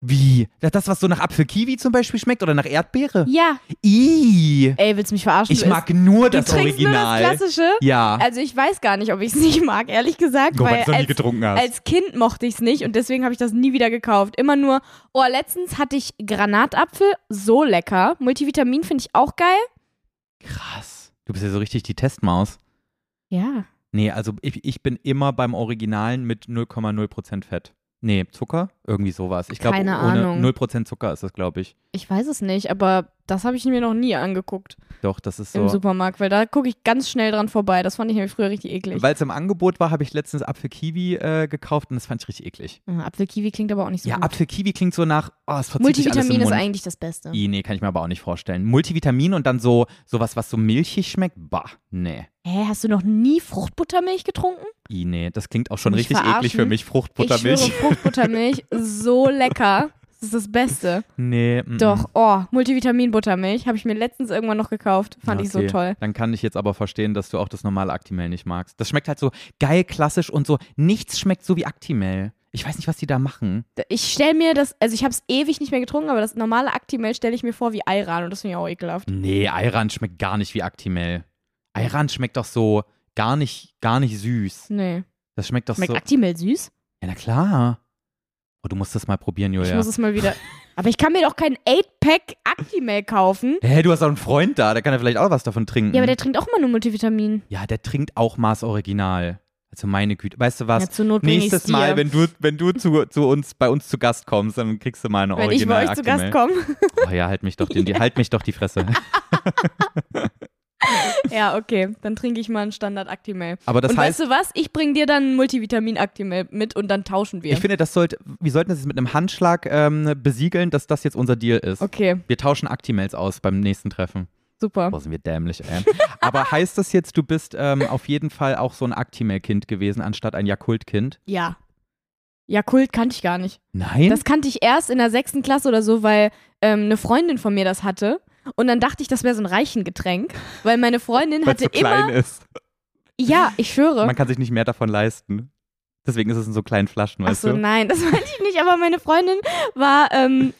Speaker 2: Wie? Na, Das, was so nach Apfel-Kiwi zum Beispiel schmeckt oder nach Erdbeere?
Speaker 1: Ja.
Speaker 2: Ii.
Speaker 1: Ey, willst du mich verarschen?
Speaker 2: Ich
Speaker 1: Du
Speaker 2: mag nur
Speaker 1: isst- du
Speaker 2: das
Speaker 1: trinkst Nur
Speaker 2: Original.
Speaker 1: das Klassische?
Speaker 2: ja.
Speaker 1: Also ich weiß gar nicht, ob ich es *laughs* nicht mag, ehrlich gesagt.
Speaker 2: Guck mal,
Speaker 1: weil
Speaker 2: das noch nie
Speaker 1: als,
Speaker 2: getrunken hast.
Speaker 1: als Kind mochte ich es nicht und deswegen habe ich das nie wieder gekauft. Immer nur, oh, letztens hatte ich Granatapfel, so lecker. Multivitamin finde ich auch geil.
Speaker 2: Krass. Du bist ja so richtig die Testmaus.
Speaker 1: Ja.
Speaker 2: Nee, also ich, ich bin immer beim Originalen mit 0,0% Fett. Nee, Zucker? Irgendwie sowas. Ich glaube,
Speaker 1: Keine
Speaker 2: ohne
Speaker 1: Ahnung.
Speaker 2: 0% Zucker ist das, glaube ich.
Speaker 1: Ich weiß es nicht, aber das habe ich mir noch nie angeguckt
Speaker 2: Doch, das ist
Speaker 1: im
Speaker 2: so.
Speaker 1: Supermarkt, weil da gucke ich ganz schnell dran vorbei. Das fand ich nämlich früher richtig eklig.
Speaker 2: Weil es im Angebot war, habe ich letztens Apfel-Kiwi äh, gekauft und das fand ich richtig eklig.
Speaker 1: Ah, Apfelkiwi klingt aber auch nicht so
Speaker 2: ja,
Speaker 1: gut.
Speaker 2: Apfel-Kiwi klingt so nach, oh, es verzieht sich alles im
Speaker 1: Multivitamin ist
Speaker 2: Mund.
Speaker 1: eigentlich das Beste.
Speaker 2: I, nee, kann ich mir aber auch nicht vorstellen. Multivitamin und dann so sowas, was so milchig schmeckt, bah, nee.
Speaker 1: Hä, hast du noch nie Fruchtbuttermilch getrunken?
Speaker 2: I, nee, das klingt auch schon
Speaker 1: Mich
Speaker 2: richtig eklig
Speaker 1: verarschen?
Speaker 2: für mich, Fruchtbuttermilch.
Speaker 1: Ich schwöre, Fruchtbuttermilch,
Speaker 2: *laughs*
Speaker 1: so lecker. Das ist das Beste.
Speaker 2: nee, mm, mm.
Speaker 1: Doch, oh, Multivitamin-Buttermilch habe ich mir letztens irgendwann noch gekauft. Fand
Speaker 2: Ja,
Speaker 1: ich so
Speaker 2: okay.
Speaker 1: toll.
Speaker 2: Dann kann ich jetzt aber verstehen, dass du auch das normale Actimel nicht magst. Das schmeckt halt so geil, klassisch und so. Nichts schmeckt so wie Actimel. Ich weiß nicht, was die da machen.
Speaker 1: Ich stelle mir das, also ich habe es ewig nicht mehr getrunken, aber das normale Actimel stelle ich mir vor wie Ayran und das finde ich auch ekelhaft.
Speaker 2: Nee, Ayran schmeckt gar nicht wie Actimel. Ayran schmeckt doch so gar nicht, gar nicht süß.
Speaker 1: Nee.
Speaker 2: Das schmeckt doch
Speaker 1: Schmeckt
Speaker 2: so.
Speaker 1: Actimel süß?
Speaker 2: Ja, na klar. Oh, du musst das mal probieren,
Speaker 1: Ich
Speaker 2: Julia.
Speaker 1: muss es mal wieder. Aber ich kann mir doch keinen 8-Pack Actimel kaufen.
Speaker 2: Hä, du hast auch einen Freund da, der kann ja vielleicht auch was davon trinken.
Speaker 1: Ja, aber der trinkt auch immer nur Multivitamin.
Speaker 2: Ja, der trinkt auch Maß Original. Also meine Güte. Weißt du was?
Speaker 1: Ja, zur Not bring ich's
Speaker 2: Nächstes Mal,
Speaker 1: dir.
Speaker 2: wenn du, wenn du zu, zu uns, bei uns zu Gast kommst, dann kriegst du mal eine
Speaker 1: Wenn ich
Speaker 2: Original
Speaker 1: bei euch zu Gast
Speaker 2: Actimel.
Speaker 1: komme.
Speaker 2: Oh ja, halt mich doch, den, die, halt mich doch die Fresse.
Speaker 1: *laughs* Ja, okay. Dann trinke ich mal einen Standard Actimel.
Speaker 2: Aber das
Speaker 1: und
Speaker 2: heißt,
Speaker 1: weißt du was? Ich bring dir dann ein Multivitamin Actimel mit und dann tauschen wir.
Speaker 2: ich finde, das sollte, wir sollten das jetzt mit einem Handschlag ähm, besiegeln, dass das jetzt unser Deal ist.
Speaker 1: okay,
Speaker 2: Wir tauschen Actimels aus beim nächsten Treffen.
Speaker 1: super.
Speaker 2: Boah, sind wir dämlich, ey. Aber heißt das jetzt, du bist ähm, auf jeden Fall auch so ein Actimel-Kind gewesen, anstatt ein Jakult-Kind?
Speaker 1: Ja. Ja, Kult kannte ich gar nicht.
Speaker 2: Nein?
Speaker 1: Das kannte ich erst in der sechsten Klasse oder so, weil ähm, eine Freundin von mir das hatte. Und dann dachte ich, das wäre so ein reichen Getränk, weil meine Freundin
Speaker 2: Weil's
Speaker 1: hatte
Speaker 2: so klein
Speaker 1: immer.
Speaker 2: ist.
Speaker 1: Ja, ich schwöre.
Speaker 2: Man kann sich nicht mehr davon leisten. Deswegen ist es in so kleinen Flaschen,
Speaker 1: Ach
Speaker 2: weißt
Speaker 1: so, ne.
Speaker 2: du?
Speaker 1: nein, das *laughs* meinte ich nicht, aber meine Freundin war, ähm,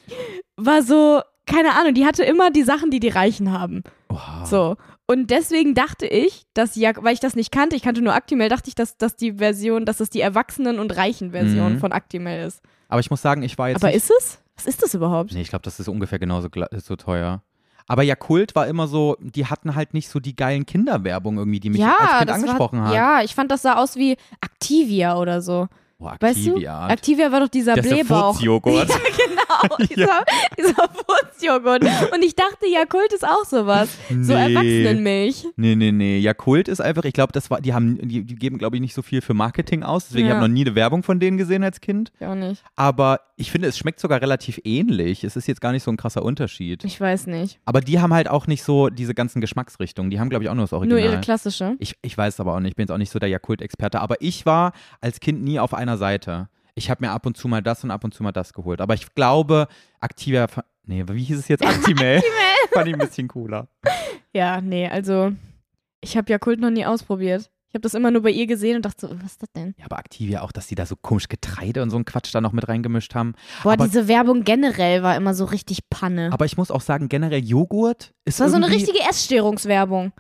Speaker 1: war so, keine Ahnung, die hatte immer die Sachen, die die Reichen haben.
Speaker 2: Wow.
Speaker 1: So. Und deswegen dachte ich, dass Jak weil ich das nicht kannte, ich kannte nur Actimel, dachte ich, dass, dass die Version, dass das die Erwachsenen- und Reichen-Version
Speaker 2: Mhm.
Speaker 1: von Actimel ist.
Speaker 2: Aber ich muss sagen, ich war jetzt.
Speaker 1: Aber
Speaker 2: nicht,
Speaker 1: ist es? Was ist das überhaupt?
Speaker 2: nee, ich glaube, das ist ungefähr genauso gla- so teuer. Aber Jakult war immer so, die hatten halt nicht so die geilen Kinderwerbung irgendwie, die mich als Kind
Speaker 1: das
Speaker 2: angesprochen
Speaker 1: war,
Speaker 2: hat.
Speaker 1: Ja, ich fand, das sah aus wie Activia oder so.
Speaker 2: Boah,
Speaker 1: Weißt
Speaker 2: Activia.
Speaker 1: du? Activia war doch dieser
Speaker 2: das ist der
Speaker 1: Blähbauch. *laughs*
Speaker 2: Furzjoghurt. *laughs*
Speaker 1: genau, dieser, dieser Furzjoghurt. Und ich dachte, Jakult ist auch sowas. So
Speaker 2: Nee.
Speaker 1: Erwachsenenmilch.
Speaker 2: Nee, nee, nee. Jakult ist einfach, ich glaube, das war, die haben, die, die geben, glaube ich, nicht so viel für Marketing aus, deswegen
Speaker 1: Ja.
Speaker 2: ich habe noch nie eine Werbung von denen gesehen als Kind.
Speaker 1: Ich auch nicht.
Speaker 2: Aber ich finde, es schmeckt sogar relativ ähnlich. Es ist jetzt gar nicht so ein krasser Unterschied.
Speaker 1: Ich weiß nicht.
Speaker 2: Aber die haben halt auch nicht so diese ganzen Geschmacksrichtungen. Die haben, glaube ich, auch nur das Original.
Speaker 1: Nur ihre klassische.
Speaker 2: ich, ich weiß aber auch nicht, ich bin jetzt auch nicht so der Jakult-Experte, aber ich war als Kind nie auf einer Seite. Ich habe mir ab und zu mal das und ab und zu mal das geholt. Aber ich glaube, Activia. fa- Nee, wie hieß es jetzt? Actimel. *laughs* Fand ich ein bisschen cooler.
Speaker 1: Ja, nee, also ich habe Jakult noch nie ausprobiert. Ich habe das immer nur bei ihr gesehen und dachte so, was ist das denn?
Speaker 2: Ja, aber Activia auch, dass die da so komisch Getreide und so einen Quatsch da noch mit reingemischt haben.
Speaker 1: Boah,
Speaker 2: Aber-
Speaker 1: diese Werbung generell war immer so richtig Panne.
Speaker 2: Aber ich muss auch sagen, generell Joghurt
Speaker 1: Das
Speaker 2: ist
Speaker 1: war so eine
Speaker 2: irgendwie-
Speaker 1: richtige Essstörungswerbung.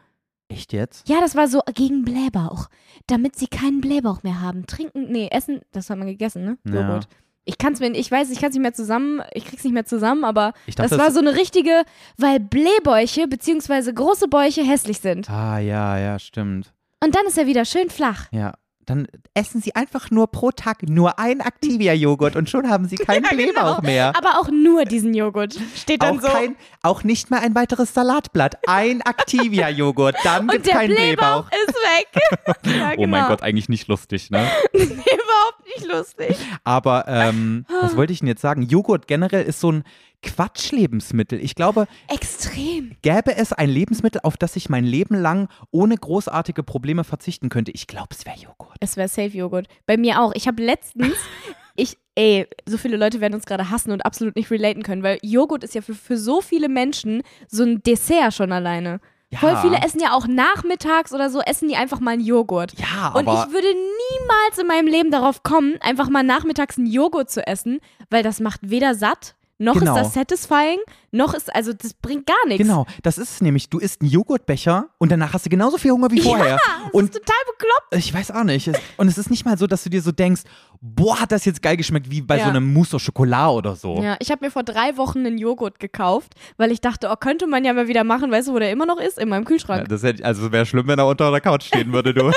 Speaker 2: Echt jetzt?
Speaker 1: Ja, das war so gegen Blähbauch. Damit sie keinen Blähbauch mehr haben. Trinken, nee, essen, das hat man gegessen, ne?
Speaker 2: Ja.
Speaker 1: Joghurt. Ich kann's mir, ich weiß, ich kann's nicht mehr zusammen, ich krieg's nicht mehr zusammen, aber
Speaker 2: Ich dachte,
Speaker 1: das war so eine richtige, weil Blähbäuche bzw. große Bäuche hässlich sind.
Speaker 2: Ah, ja, ja, stimmt.
Speaker 1: Und dann ist er wieder schön flach.
Speaker 2: Ja. Dann essen sie einfach nur pro Tag nur ein Activia-Joghurt und schon haben sie keinen
Speaker 1: *laughs* Ja, genau.
Speaker 2: Blähbauch mehr.
Speaker 1: Aber auch nur diesen Joghurt. Steht dann
Speaker 2: Auch,
Speaker 1: so.
Speaker 2: kein, auch nicht mehr ein weiteres Salatblatt. Ein Activia-Joghurt, dann
Speaker 1: Und
Speaker 2: gibt's
Speaker 1: der
Speaker 2: keinen
Speaker 1: Blähbauch,
Speaker 2: Blähbauch.
Speaker 1: ist *laughs* weg. ja, genau.
Speaker 2: Oh mein Gott, eigentlich nicht lustig, ne?
Speaker 1: Überhaupt nicht lustig.
Speaker 2: Aber ähm, was wollte ich denn jetzt sagen? Joghurt generell ist so ein Quatschlebensmittel. Ich glaube,
Speaker 1: Extrem.
Speaker 2: gäbe es ein Lebensmittel, auf das ich mein Leben lang ohne großartige Probleme verzichten könnte, ich glaube, es wäre Joghurt.
Speaker 1: Es wäre Safe-Joghurt. Bei mir auch. Ich habe letztens, *laughs* ich, ey, so viele Leute werden uns gerade hassen und absolut nicht relaten können, weil Joghurt ist ja für, für so viele Menschen so ein Dessert schon alleine.
Speaker 2: Ja.
Speaker 1: Voll viele essen ja auch nachmittags oder so, essen die einfach mal einen Joghurt.
Speaker 2: Ja,
Speaker 1: Und
Speaker 2: aber
Speaker 1: ich würde niemals in meinem Leben darauf kommen, einfach mal nachmittags einen Joghurt zu essen, weil das macht weder satt, noch
Speaker 2: Genau.
Speaker 1: ist das satisfying, noch ist, also das bringt gar nichts.
Speaker 2: genau, das ist es nämlich. Du isst einen Joghurtbecher und danach hast du genauso viel Hunger wie vorher.
Speaker 1: Das
Speaker 2: und
Speaker 1: ist total bekloppt.
Speaker 2: ich weiß auch nicht. Es, und es ist nicht mal so, dass du dir so denkst, boah, hat das jetzt geil geschmeckt, wie bei
Speaker 1: Ja.
Speaker 2: so einem Mousse au Chocolat oder so.
Speaker 1: Ja, ich habe mir vor drei Wochen einen Joghurt gekauft, weil ich dachte, oh, könnte man ja mal wieder machen, weißt du, wo der immer noch ist? In meinem Kühlschrank.
Speaker 2: das hätte, also wäre schlimm, wenn er unter der Couch stehen
Speaker 1: *laughs*
Speaker 2: würde, du.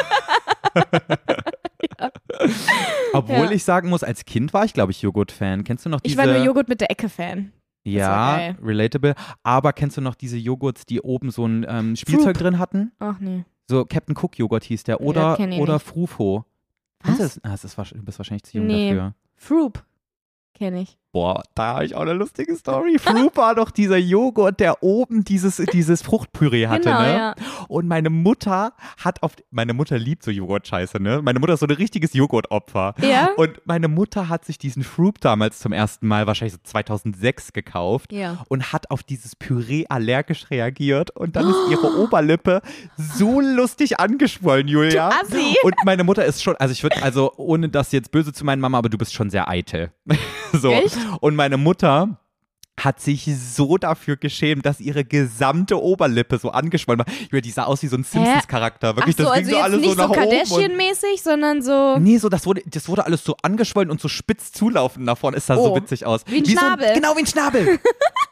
Speaker 2: Obwohl
Speaker 1: Ja.
Speaker 2: ich sagen muss, als Kind war ich, glaube ich, Joghurt-Fan. Kennst du noch diese?
Speaker 1: ich war nur Joghurt mit der Ecke-Fan. war
Speaker 2: Ja,
Speaker 1: geil.
Speaker 2: relatable. Aber kennst du noch diese Joghurts, die oben so ein ähm, Spielzeug drin hatten?
Speaker 1: Ach nee.
Speaker 2: So Captain Cook Joghurt hieß der. Oder,
Speaker 1: kenn ich
Speaker 2: oder
Speaker 1: nicht.
Speaker 2: Frufo.
Speaker 1: Was?
Speaker 2: Kennst du Das? Ah, das ist, wahrsch- du bist wahrscheinlich zu jung
Speaker 1: Nee.
Speaker 2: dafür.
Speaker 1: Froop. Kenne ich.
Speaker 2: Boah, da habe ich auch eine lustige Story. Froop war doch dieser Joghurt, der oben dieses, dieses Fruchtpüree hatte,
Speaker 1: genau,
Speaker 2: ne?
Speaker 1: ja.
Speaker 2: Und meine Mutter hat auf. Meine Mutter liebt so Joghurt-Scheiße, ne? Meine Mutter ist so ein richtiges Joghurtopfer.
Speaker 1: Ja?
Speaker 2: Und meine Mutter hat sich diesen Froop damals zum ersten Mal, wahrscheinlich so 2006, gekauft.
Speaker 1: Ja.
Speaker 2: Und hat auf dieses Püree allergisch reagiert. Und dann ist
Speaker 1: *gasps*
Speaker 2: ihre Oberlippe so lustig angeschwollen, Julia.
Speaker 1: Du Assi.
Speaker 2: Und meine Mutter ist schon, also ich würde, also ohne das jetzt böse zu meinen Mama, aber du bist schon sehr eitel. *laughs* so.
Speaker 1: Echt?
Speaker 2: Und meine Mutter hat sich so dafür geschämt, dass ihre gesamte Oberlippe so angeschwollen war. Julia, die sah aus wie so ein Simpsons-Charakter.
Speaker 1: Ach
Speaker 2: Wirklich,
Speaker 1: so,
Speaker 2: das ging
Speaker 1: also
Speaker 2: so
Speaker 1: jetzt
Speaker 2: alles
Speaker 1: nicht
Speaker 2: so nach
Speaker 1: so
Speaker 2: oben. Und
Speaker 1: Kardashian-mäßig, sondern so.
Speaker 2: Nee, so das wurde, das wurde alles so angeschwollen und so spitz zulaufend nach vorne. Es sah so
Speaker 1: Oh.
Speaker 2: witzig aus.
Speaker 1: Wie ein Schnabel.
Speaker 2: So, genau, wie ein
Speaker 1: *laughs*
Speaker 2: Schnabel.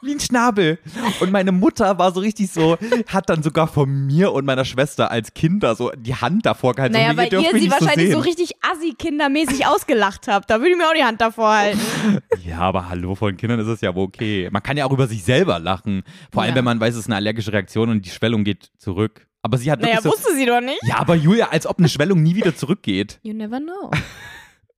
Speaker 2: wie ein Schnabel. Und meine Mutter war so richtig so, hat dann sogar von mir und meiner Schwester als Kinder so die Hand davor gehalten.
Speaker 1: Naja,
Speaker 2: so, nee,
Speaker 1: weil ihr
Speaker 2: dürft mich
Speaker 1: sie
Speaker 2: nicht so
Speaker 1: wahrscheinlich
Speaker 2: sehen.
Speaker 1: so, richtig assi-kindermäßig ausgelacht habt. Da würde ich mir auch die Hand davor halten.
Speaker 2: Ja, aber hallo, von Kindern ist es ja wohl okay. Man kann ja auch über sich selber lachen. Vor allem,
Speaker 1: Ja.
Speaker 2: wenn man weiß, es ist eine allergische Reaktion und die Schwellung geht zurück. Aber sie hat
Speaker 1: Naja,
Speaker 2: wirklich so.
Speaker 1: wusste sie doch nicht.
Speaker 2: Ja, aber Julia, als ob eine Schwellung nie wieder zurückgeht.
Speaker 1: You never know.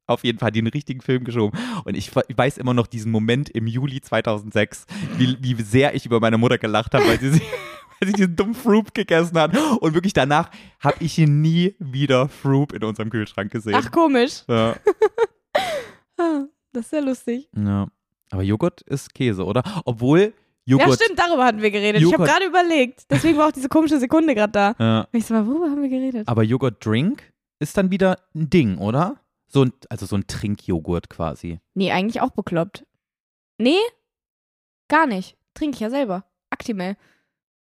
Speaker 2: Auf jeden Fall hat die einen richtigen Film geschoben. Und ich ver- ich weiß immer noch diesen Moment im Juli 2006, wie, wie sehr ich über meine Mutter gelacht habe, weil sie, *laughs* weil sie diesen dummen Froop gegessen hat. Und wirklich danach habe ich hier nie wieder Froop in unserem Kühlschrank gesehen.
Speaker 1: Ach, komisch.
Speaker 2: ja.
Speaker 1: Ah, Das ist ja lustig.
Speaker 2: ja. Aber Joghurt ist Käse, oder? Obwohl Joghurt.
Speaker 1: Ja, stimmt, darüber hatten wir geredet. Ich habe
Speaker 2: Joghurt.
Speaker 1: gerade überlegt. Deswegen war auch diese komische Sekunde gerade da.
Speaker 2: Ja.
Speaker 1: Und Ich so, worüber haben wir geredet?
Speaker 2: Aber Joghurt Drink ist dann wieder ein Ding, oder? So ein, also so ein Trinkjoghurt quasi.
Speaker 1: Nee, eigentlich auch bekloppt. Nee, gar nicht. Trinke ich ja selber. Actimel.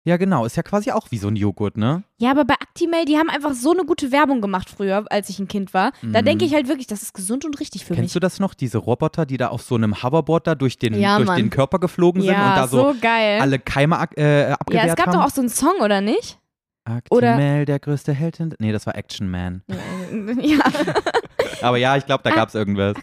Speaker 2: Ja, genau. Ist ja quasi auch wie so ein Joghurt, ne?
Speaker 1: Ja, aber bei Actimel, die haben einfach so eine gute Werbung gemacht früher, als ich ein Kind war. Da
Speaker 2: Mhm.
Speaker 1: denke ich halt wirklich, das ist gesund und richtig für
Speaker 2: Kennst
Speaker 1: mich.
Speaker 2: du das noch? Diese Roboter, die da auf so einem Hoverboard da durch den,
Speaker 1: Ja,
Speaker 2: durch
Speaker 1: Mann.
Speaker 2: den Körper geflogen sind
Speaker 1: ja,
Speaker 2: und da so,
Speaker 1: so geil.
Speaker 2: alle Keime ak- äh,
Speaker 1: ja,
Speaker 2: abgewehrt
Speaker 1: es gab
Speaker 2: haben?
Speaker 1: doch auch so einen Song, oder *laughs* nicht? oder-
Speaker 2: Actimel, der größte Held hinter... Nee, das war Action Man.
Speaker 1: ja.
Speaker 2: Aber ja, ich glaube, da
Speaker 1: Ah.
Speaker 2: gab es irgendwas.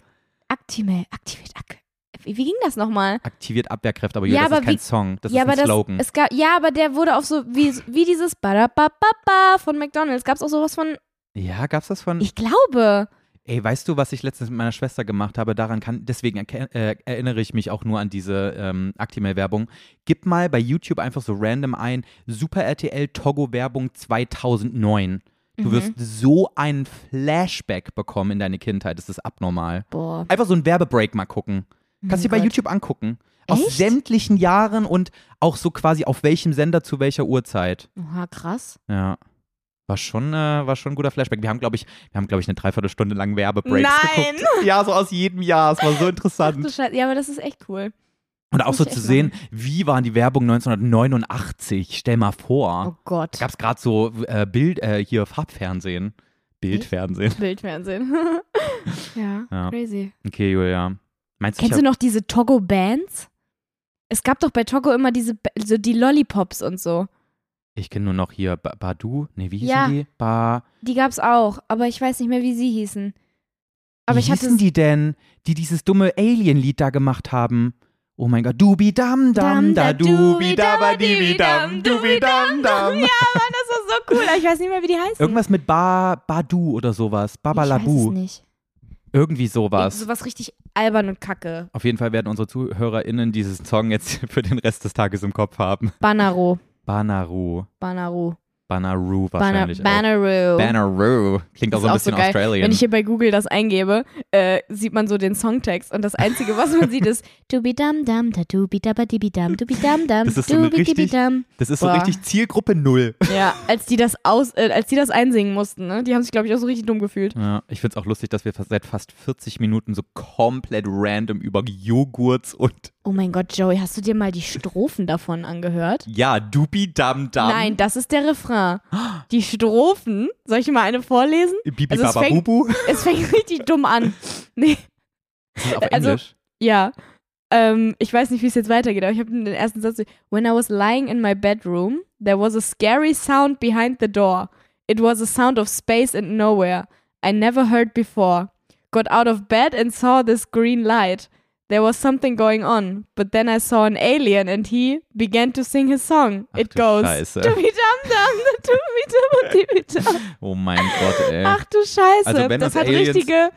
Speaker 1: Actimel, aktiviert, ak wie, wie ging das nochmal?
Speaker 2: Aktiviert Abwehrkräfte, aber, jo,
Speaker 1: Ja,
Speaker 2: das
Speaker 1: aber
Speaker 2: ist kein
Speaker 1: wie-
Speaker 2: Song. Das
Speaker 1: ja,
Speaker 2: ist ein
Speaker 1: aber
Speaker 2: Slogan.
Speaker 1: Das, es gab, ja, aber der wurde auch so, wie, wie dieses Badabababa von McDonalds. Gab es auch sowas
Speaker 2: Hm.
Speaker 1: von,
Speaker 2: ja, gab es das von...
Speaker 1: ich glaube.
Speaker 2: Ey, weißt du, was ich letztens mit meiner Schwester gemacht habe? Daran kann, deswegen erke- äh, erinnere ich mich auch nur an diese ähm, Actimel-Werbung. Gib mal bei YouTube einfach so random ein, Super RTL Togo-Werbung 2009. Du
Speaker 1: Mhm.
Speaker 2: wirst so einen Flashback bekommen in deine Kindheit. Das ist abnormal.
Speaker 1: Boah.
Speaker 2: Einfach so einen Werbebreak mal gucken. Kannst du dir bei
Speaker 1: Oh Gott.
Speaker 2: YouTube angucken. Aus
Speaker 1: Echt?
Speaker 2: sämtlichen Jahren und auch so quasi auf welchem Sender zu welcher Uhrzeit.
Speaker 1: Oha, krass.
Speaker 2: Ja. War schon, äh, war schon ein guter Flashback. Wir haben, glaube ich, wir haben, glaube ich, eine Dreiviertelstunde lang Werbebreaks
Speaker 1: Nein!
Speaker 2: geguckt. Ja, so aus jedem Jahr. Es war so
Speaker 1: Ach du
Speaker 2: interessant.
Speaker 1: Scheiße. Ja, aber das ist echt cool.
Speaker 2: Und auch
Speaker 1: muss
Speaker 2: so
Speaker 1: ich echt
Speaker 2: zu sehen, wie waren die Werbung 1989? Stell mal vor.
Speaker 1: Oh Gott.
Speaker 2: Gab es gerade so äh, Bild, äh, hier Farbfernsehen. Bildfernsehen.
Speaker 1: Bildfernsehen. *laughs* ja,
Speaker 2: Ja.
Speaker 1: crazy.
Speaker 2: Okay, Julia. Meinst du, ich
Speaker 1: Kennst du noch diese Togo-Bands? Es gab doch bei Togo immer diese, Ba- so die Lollipops und so.
Speaker 2: hab- ich kenne nur noch hier ba Badu? Nee, wie hießen
Speaker 1: Ja.
Speaker 2: die? Ba
Speaker 1: Die gab's auch, aber ich weiß nicht mehr, wie sie hießen. Aber
Speaker 2: wie
Speaker 1: ich hatte
Speaker 2: hießen die denn, die dieses dumme Alien-Lied da gemacht haben? Oh mein Gott, dubi dam dam da dubi daba dibi dam dubi
Speaker 1: *laughs*
Speaker 2: dam
Speaker 1: Das
Speaker 2: dam.
Speaker 1: war so cool. aber Ich weiß nicht mehr, wie die heißen.
Speaker 2: Irgendwas mit ba Badu oder
Speaker 1: Ich
Speaker 2: sowas,
Speaker 1: weiß es
Speaker 2: Babalabu,
Speaker 1: nicht.
Speaker 2: irgendwie sowas.
Speaker 1: Sowas richtig albern und kacke.
Speaker 2: Auf jeden Fall werden unsere ZuhörerInnen diesen Song jetzt *laughs* für den Rest des Tages im Kopf haben.
Speaker 1: Banaro.
Speaker 2: Banaru,
Speaker 1: Banaro. Bana-
Speaker 2: Banaru wahrscheinlich
Speaker 1: Banaro.
Speaker 2: auch. Banaru, klingt
Speaker 1: Das
Speaker 2: auch so ein
Speaker 1: ist auch so
Speaker 2: bisschen
Speaker 1: geil. Wenn
Speaker 2: Australian.
Speaker 1: ich hier bei Google das eingebe, äh, sieht man so den Songtext und das Einzige, was man sieht, *laughs* ist Dubidam-dam, da dubidabadibidam, dubidam-dam,
Speaker 2: Das ist so eine richtig-
Speaker 1: dubidibidam.
Speaker 2: Das ist so
Speaker 1: Boah.
Speaker 2: richtig Zielgruppe Null.
Speaker 1: Ja, als die das aus, äh, als die das einsingen mussten, ne? Die haben sich, glaube ich, auch so richtig dumm gefühlt.
Speaker 2: Ja, ich find's auch lustig, dass wir fast- seit fast 40 Minuten so komplett random über Joghurts und
Speaker 1: Oh mein Gott, Joey, hast du dir mal die Strophen davon angehört?
Speaker 2: ja, dubi dam dam.
Speaker 1: Nein, das ist der Refrain. Die Strophen, soll ich dir mal eine vorlesen?
Speaker 2: äh, Bibi
Speaker 1: Also es
Speaker 2: Baba
Speaker 1: fängt-
Speaker 2: Bubu. *laughs*
Speaker 1: Es fängt *laughs* richtig dumm an. Nee,
Speaker 2: Das ist auf
Speaker 1: also-
Speaker 2: Englisch.
Speaker 1: ja. Ähm, ich weiß nicht, wie es jetzt weitergeht, aber ich habe den ersten Satz. When I was lying in my bedroom, there was a scary sound behind the door. It was a sound of space and nowhere. I never heard before. Got out of bed and saw this green light. There was something going on, but then I saw an alien and he began to sing his song.
Speaker 2: Ach
Speaker 1: It
Speaker 2: du
Speaker 1: goes.
Speaker 2: Scheiße.
Speaker 1: *laughs*
Speaker 2: *laughs*
Speaker 1: Dum-dum-dum-dum-dum-dum-dum.
Speaker 2: Oh mein Gott, ey.
Speaker 1: Ach du Scheiße.
Speaker 2: Also wenn
Speaker 1: das
Speaker 2: das
Speaker 1: hat
Speaker 2: Aliens-
Speaker 1: richtige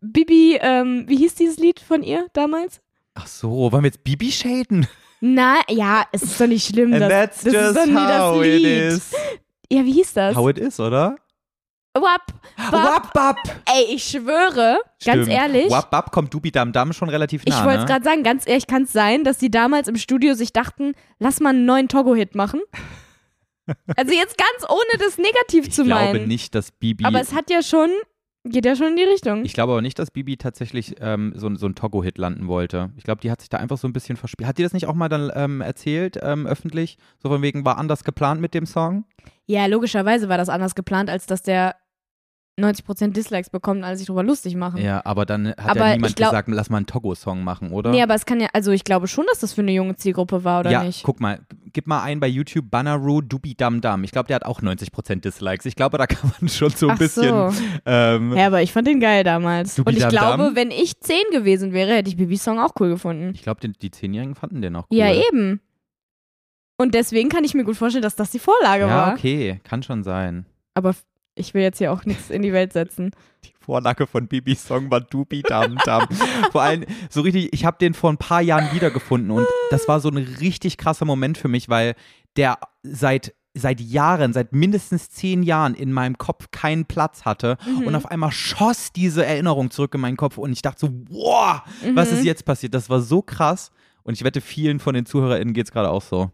Speaker 1: Bibi, ähm, wie hieß dieses Lied von ihr damals?
Speaker 2: Ach so, wollen wir jetzt Bibi shaden?
Speaker 1: Na, ja, es ist doch nicht schlimm. Das, das ist doch nie das Lied. Ja, wie hieß das?
Speaker 2: How it is, oder?
Speaker 1: Wap, wap.
Speaker 2: Wap, wap.
Speaker 1: Ey, ich schwöre, ganz
Speaker 2: Stimmt.
Speaker 1: ehrlich,
Speaker 2: Wap, wap kommt Dubi Dam Dam schon relativ
Speaker 1: ich
Speaker 2: nah.
Speaker 1: wollte es
Speaker 2: ne?
Speaker 1: gerade sagen, ganz ehrlich, kann es sein, dass die damals im Studio sich dachten, lass mal einen neuen Togo-Hit
Speaker 2: *laughs*
Speaker 1: machen? Also jetzt ganz ohne das negativ
Speaker 2: Ich
Speaker 1: zu
Speaker 2: glaube
Speaker 1: meinen.
Speaker 2: nicht, dass Bibi.
Speaker 1: Aber es hat ja schon, geht ja schon in die Richtung.
Speaker 2: ich glaube aber nicht, dass Bibi tatsächlich ähm, so, ein- so ein Togo-Hit landen wollte. Ich glaube, die hat sich da einfach so ein bisschen verspielt. Hat die das nicht auch mal dann ähm, erzählt, ähm, öffentlich? So von wegen, war anders geplant mit dem Song?
Speaker 1: Ja, logischerweise war das anders geplant, als dass der 90% Dislikes bekommt, als sich drüber lustig machen.
Speaker 2: Ja, aber dann hat
Speaker 1: Aber
Speaker 2: ja niemand
Speaker 1: ich glaub-
Speaker 2: gesagt, lass mal einen Togo-Song machen, oder?
Speaker 1: Nee, aber es kann ja, also ich glaube schon, dass das für eine junge Zielgruppe war, oder
Speaker 2: ja,
Speaker 1: nicht?
Speaker 2: guck mal, gib mal ein bei YouTube Banaru Dubi Dam Dam. Ich glaube, der hat auch 90% Dislikes. Ich glaube, da kann man schon so ein
Speaker 1: Ach
Speaker 2: bisschen.
Speaker 1: so.
Speaker 2: Ähm,
Speaker 1: Ja, aber ich fand den geil damals. Und ich
Speaker 2: Dubidabdam?
Speaker 1: glaube, wenn ich 10 gewesen wäre, hätte ich Bibis Song auch cool gefunden.
Speaker 2: Ich glaube, die Zehnjährigen fanden den auch cool.
Speaker 1: Ja, eh, eben. Und deswegen kann ich mir gut vorstellen, dass das die Vorlage
Speaker 2: Ja,
Speaker 1: war.
Speaker 2: okay, kann schon sein.
Speaker 1: Aber f- ich will jetzt hier auch nichts in die Welt
Speaker 2: *laughs*
Speaker 1: setzen.
Speaker 2: Die Vorlage von Bibis Song war Dubi Dam Dam. Vor allem, so richtig, ich habe den vor ein paar Jahren wiedergefunden und das war so ein richtig krasser Moment für mich, weil der seit, seit Jahren, seit mindestens zehn Jahren in meinem Kopf keinen Platz hatte und auf einmal schoss diese Erinnerung zurück in meinen Kopf und ich dachte so, wow,
Speaker 1: Mhm.
Speaker 2: was ist jetzt passiert? Das war so krass und ich wette, vielen von den ZuhörerInnen geht es gerade auch so.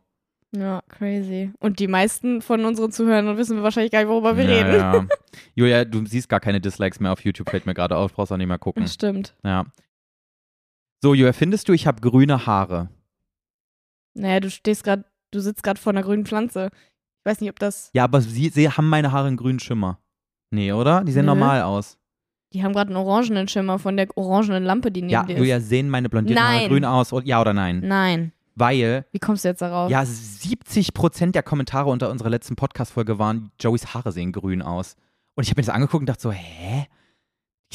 Speaker 1: Ja, crazy. Und die meisten von unseren Zuhörern wissen wir wahrscheinlich gar nicht, worüber Oh, wir
Speaker 2: ja,
Speaker 1: reden.
Speaker 2: ja. Julia, du siehst gar keine Dislikes mehr auf YouTube, fällt mir gerade auf, brauchst auch nicht mehr gucken.
Speaker 1: Das stimmt.
Speaker 2: Ja. So, Julia, findest du, ich habe grüne Haare?
Speaker 1: Naja, du stehst gerade, du sitzt gerade vor einer grünen Pflanze. Ich weiß nicht, ob das.
Speaker 2: Ja, aber sie, sie haben meine Haare einen grünen Schimmer. Nee, oder? Die sehen
Speaker 1: Nö.
Speaker 2: normal aus.
Speaker 1: Die haben gerade einen orangenen Schimmer von der orangenen Lampe, die neben
Speaker 2: Ja,
Speaker 1: dir
Speaker 2: Julia, sehen meine blondierten Haare
Speaker 1: Nein.
Speaker 2: grün aus? Und- Ja oder nein?
Speaker 1: ist. Nein.
Speaker 2: Weil
Speaker 1: Wie kommst du jetzt darauf?
Speaker 2: ja 70 Prozent der Kommentare unter unserer letzten Podcast-Folge waren, Joeys Haare sehen grün aus. Und ich habe mir das angeguckt und dachte so, hä?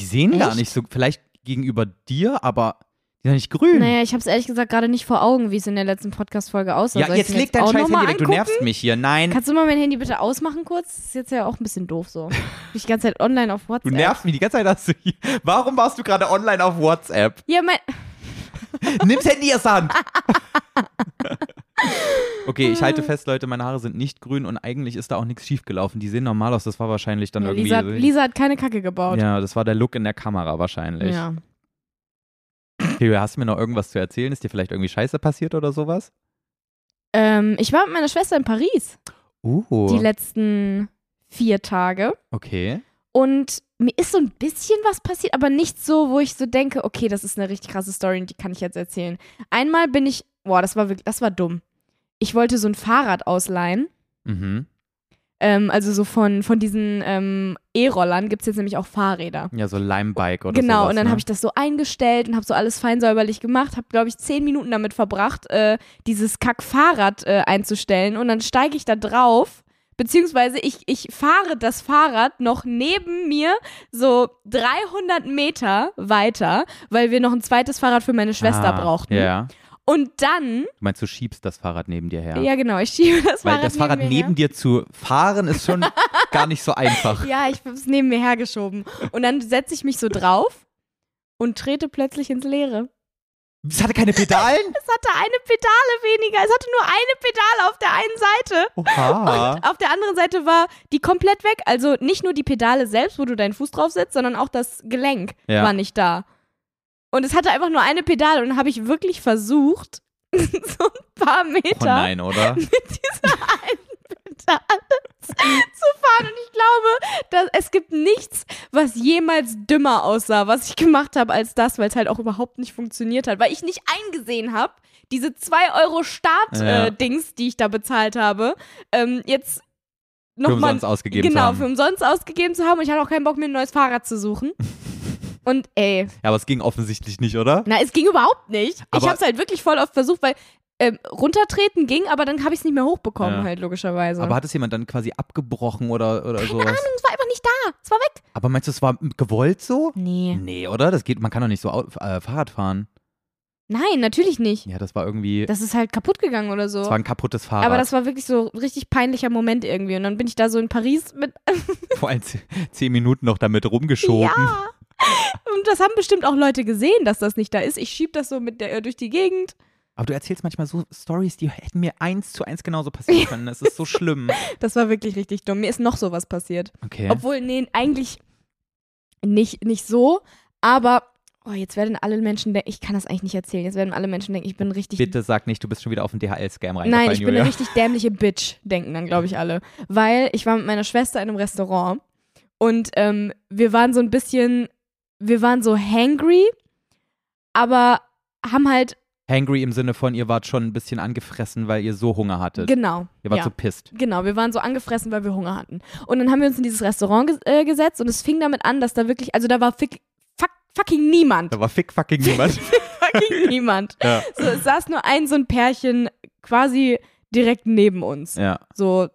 Speaker 2: Die sehen gar
Speaker 1: Echt?
Speaker 2: nicht so, vielleicht gegenüber dir, aber die sind nicht grün.
Speaker 1: Naja, ich habe es ehrlich gesagt gerade nicht vor Augen, wie es in der letzten Podcast-Folge aussah.
Speaker 2: ja,
Speaker 1: Soll ich
Speaker 2: jetzt
Speaker 1: mir
Speaker 2: leg dein
Speaker 1: auch
Speaker 2: scheiß
Speaker 1: noch mal
Speaker 2: Handy weg, du
Speaker 1: angucken?
Speaker 2: nervst mich hier. Nein,
Speaker 1: Kannst du mal mein Handy bitte ausmachen kurz? Das ist jetzt ja auch ein bisschen doof
Speaker 2: *laughs*
Speaker 1: so. Bin ich die ganze Zeit online auf
Speaker 2: du
Speaker 1: WhatsApp.
Speaker 2: nervst mich die ganze Zeit. Hast du hier. Warum warst du gerade online auf WhatsApp?
Speaker 1: Ja, mein.
Speaker 2: Nimm's Handy aus der Hand. *laughs* Okay, ich halte fest, Leute, meine Haare sind nicht grün und eigentlich ist da auch nichts schiefgelaufen. Die sehen normal aus, das war wahrscheinlich dann
Speaker 1: Ja,
Speaker 2: irgendwie.
Speaker 1: Lisa, Lisa hat keine Kacke gebaut.
Speaker 2: ja, das war der Look in der Kamera wahrscheinlich.
Speaker 1: Ja.
Speaker 2: Okay, hast du mir noch irgendwas zu erzählen? Ist dir vielleicht irgendwie Scheiße passiert oder sowas?
Speaker 1: Ähm, ich war mit meiner Schwester in Paris die
Speaker 2: Uh,
Speaker 1: letzten vier Tage.
Speaker 2: okay.
Speaker 1: Und mir ist so ein bisschen was passiert, aber nicht so, wo ich so denke, okay, das ist eine richtig krasse Story und die kann ich jetzt erzählen. Einmal bin ich, boah, das war wirklich, das war dumm. Ich wollte so ein Fahrrad ausleihen.
Speaker 2: Mhm.
Speaker 1: Ähm, also so von, von diesen ähm, E-Rollern gibt es jetzt nämlich auch Fahrräder.
Speaker 2: Ja, so Limebike oder
Speaker 1: Genau,
Speaker 2: sowas.
Speaker 1: und dann
Speaker 2: ne?
Speaker 1: habe ich das so eingestellt und habe so alles fein säuberlich gemacht, habe, glaube ich, zehn Minuten damit verbracht, äh, dieses Kack-Fahrrad äh, einzustellen und dann steige ich da drauf, beziehungsweise ich, ich fahre das Fahrrad noch neben mir so 300 Meter weiter, weil wir noch ein zweites Fahrrad für meine Schwester ne?
Speaker 2: ah,
Speaker 1: brauchten.
Speaker 2: Ja.
Speaker 1: Und dann,
Speaker 2: Du meinst, du schiebst das Fahrrad neben dir her?
Speaker 1: ja. genau, ich schiebe das
Speaker 2: Weil
Speaker 1: Fahrrad
Speaker 2: das Fahrrad
Speaker 1: neben
Speaker 2: neben,
Speaker 1: mir ne? her.
Speaker 2: dir zu fahren
Speaker 1: *laughs*
Speaker 2: ist schon gar nicht so einfach.
Speaker 1: Ja, ich hab's neben mir hergeschoben. Und dann setze ich mich so drauf und trete plötzlich ins Leere.
Speaker 2: Es hatte keine Pedalen?
Speaker 1: *laughs* Es hatte eine Pedale weniger. Es hatte nur eine Pedale auf der einen Seite.
Speaker 2: Oha.
Speaker 1: Auf der anderen Seite war die komplett weg. Also nicht nur die Pedale selbst, wo du deinen Fuß drauf setzt, sondern auch das Gelenk
Speaker 2: Ja.
Speaker 1: war nicht da. Und es hatte einfach nur eine Pedale. Und dann habe ich wirklich versucht, *laughs* so ein paar Meter
Speaker 2: Oh
Speaker 1: *laughs*
Speaker 2: nein, oder?
Speaker 1: mit dieser einen Pedale zu fahren. Und ich glaube, dass es gibt nichts, was jemals dümmer aussah, was ich gemacht habe als das, weil es halt auch überhaupt nicht funktioniert hat, weil ich nicht eingesehen habe, diese 2 Euro
Speaker 2: Ja.
Speaker 1: Start-Dings, die ich da bezahlt habe, ähm, jetzt
Speaker 2: Für
Speaker 1: nochmal
Speaker 2: umsonst ausgegeben zu
Speaker 1: genau,
Speaker 2: haben.
Speaker 1: für umsonst ausgegeben zu haben. Und ich hatte auch keinen Bock, mir ein neues Fahrrad zu
Speaker 2: *laughs*
Speaker 1: suchen. Und ey,
Speaker 2: Ja, aber es ging offensichtlich nicht, oder?
Speaker 1: na, es ging überhaupt nicht.
Speaker 2: Aber-
Speaker 1: ich habe es halt wirklich voll oft versucht, weil ähm, runtertreten ging, aber dann habe ich es nicht mehr hochbekommen,
Speaker 2: Ja.
Speaker 1: halt logischerweise.
Speaker 2: Aber hat es jemand dann quasi abgebrochen oder, oder sowas?
Speaker 1: es war einfach nicht da. Es war weg.
Speaker 2: Aber meinst du, es war gewollt so?
Speaker 1: Nee.
Speaker 2: Nee, oder? Das geht, man kann doch nicht so au- äh, Fahrrad fahren.
Speaker 1: Nein, natürlich nicht.
Speaker 2: Ja, das war irgendwie,
Speaker 1: Das ist halt kaputt gegangen oder so.
Speaker 2: das war ein kaputtes Fahrrad.
Speaker 1: aber das war wirklich so ein richtig peinlicher Moment irgendwie. Und dann bin ich da so in Paris mit. *laughs*
Speaker 2: Vor allem ze- zehn Minuten noch damit rumgeschoben.
Speaker 1: Ja! Und das haben bestimmt auch Leute gesehen, dass das nicht da ist. Ich schieb das so mit der, durch die Gegend.
Speaker 2: Aber du erzählst manchmal so Stories, die hätten mir eins zu eins
Speaker 1: *laughs*
Speaker 2: genauso passieren können. Das ist so schlimm.
Speaker 1: Das war wirklich richtig dumm. Mir ist noch sowas passiert.
Speaker 2: Okay.
Speaker 1: Obwohl, nee, eigentlich nicht, nicht so, aber oh, jetzt werden alle Menschen denken, ich kann das eigentlich nicht erzählen, jetzt werden alle Menschen denken, ich bin richtig.
Speaker 2: Bitte sag nicht, du bist schon wieder auf den DHL-Scam reingefallen,
Speaker 1: Nein, ich bin
Speaker 2: Julia.
Speaker 1: eine richtig dämliche Bitch, denken dann, glaube ich, alle. Weil ich war mit meiner Schwester in einem Restaurant und ähm, wir waren so ein bisschen, wir waren so hangry, aber haben halt,
Speaker 2: Hangry im Sinne von, ihr wart schon ein bisschen angefressen, weil ihr so Hunger hattet.
Speaker 1: genau.
Speaker 2: ihr wart
Speaker 1: ja.
Speaker 2: so pisst.
Speaker 1: Genau, wir waren so angefressen, weil wir Hunger hatten. Und dann haben wir uns in dieses Restaurant ges äh, gesetzt und es fing damit an, dass da wirklich, also da war fick, fuck, fucking niemand.
Speaker 2: Da war fick
Speaker 1: *laughs*
Speaker 2: fucking niemand.
Speaker 1: fucking niemand.
Speaker 2: ja.
Speaker 1: So, es saß nur ein so ein Pärchen quasi direkt neben uns.
Speaker 2: ja.
Speaker 1: So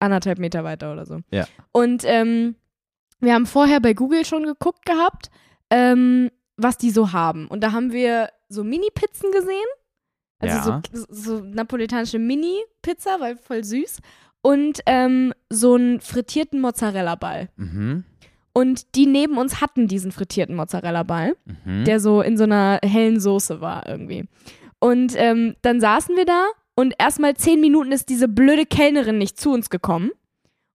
Speaker 1: anderthalb Meter weiter oder so.
Speaker 2: Ja.
Speaker 1: Und ähm, wir haben vorher bei Google schon geguckt gehabt, ähm, was die so haben. Und da haben wir so Mini-Pizzen gesehen. Also
Speaker 2: Ja.
Speaker 1: so, so napolitanische Mini-Pizza, weil voll süß. Und ähm, so einen frittierten Mozzarella-Ball.
Speaker 2: Mhm.
Speaker 1: Und die neben uns hatten diesen frittierten Mozzarella-Ball
Speaker 2: Mhm.
Speaker 1: der so in so einer hellen Soße war irgendwie. Und ähm, dann saßen wir da und erstmal zehn Minuten ist diese blöde Kellnerin nicht zu uns gekommen.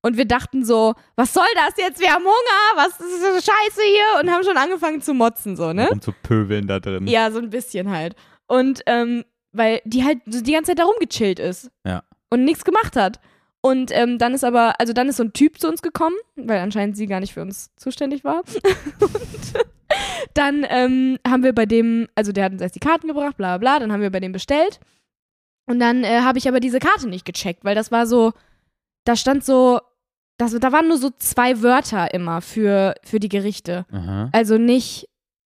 Speaker 1: Und wir dachten so, was soll das jetzt? Wir haben Hunger, was ist das für Scheiße hier? Und haben schon angefangen zu motzen, so, ne?
Speaker 2: Um zu pöbeln da drin.
Speaker 1: Ja, so ein bisschen halt. Und ähm, weil die halt so die ganze Zeit da rumgechillt ist.
Speaker 2: Ja.
Speaker 1: Und nichts gemacht hat. Und ähm, dann ist aber, also dann ist so ein Typ zu uns gekommen, weil anscheinend sie gar nicht für uns zuständig war. *laughs* Und dann ähm, haben wir bei dem, also der hat uns erst die Karten gebracht, bla bla, bla dann haben wir bei dem bestellt. Und dann äh, habe ich aber diese Karte nicht gecheckt, weil das war so, da stand so, das, da waren nur so zwei Wörter immer für, für die Gerichte.
Speaker 2: Aha.
Speaker 1: Also nicht,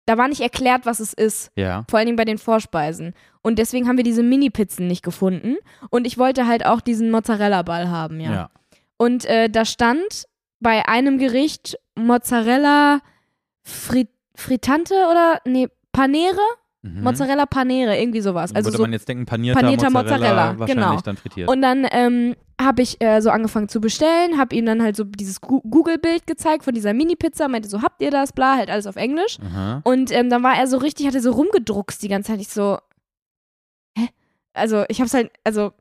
Speaker 1: da war nicht erklärt, was es ist.
Speaker 2: Ja.
Speaker 1: Vor allen Dingen bei den Vorspeisen. Und deswegen haben wir diese Mini-Pizzen nicht gefunden. Und ich wollte halt auch diesen Mozzarella-Ball haben, ja.
Speaker 2: Ja.
Speaker 1: Und äh, da stand bei einem Gericht Mozzarella Frit Frittante oder, nee, Panere?
Speaker 2: Mhm.
Speaker 1: Mozzarella Panere, irgendwie sowas. Also
Speaker 2: Würde
Speaker 1: so
Speaker 2: man jetzt denken, panierter,
Speaker 1: panierter
Speaker 2: Mozzarella,
Speaker 1: Mozzarella,
Speaker 2: wahrscheinlich
Speaker 1: genau.
Speaker 2: dann frittiert.
Speaker 1: Und dann ähm, habe ich äh, so angefangen zu bestellen, habe ihm dann halt so dieses Gu- Google-Bild gezeigt von dieser Mini-Pizza, meinte so, habt ihr das, bla, halt alles auf Englisch.
Speaker 2: Aha.
Speaker 1: Und ähm, dann war er so richtig, hat er so rumgedruckst die ganze Zeit. Ich so, hä? Also ich hab's halt, also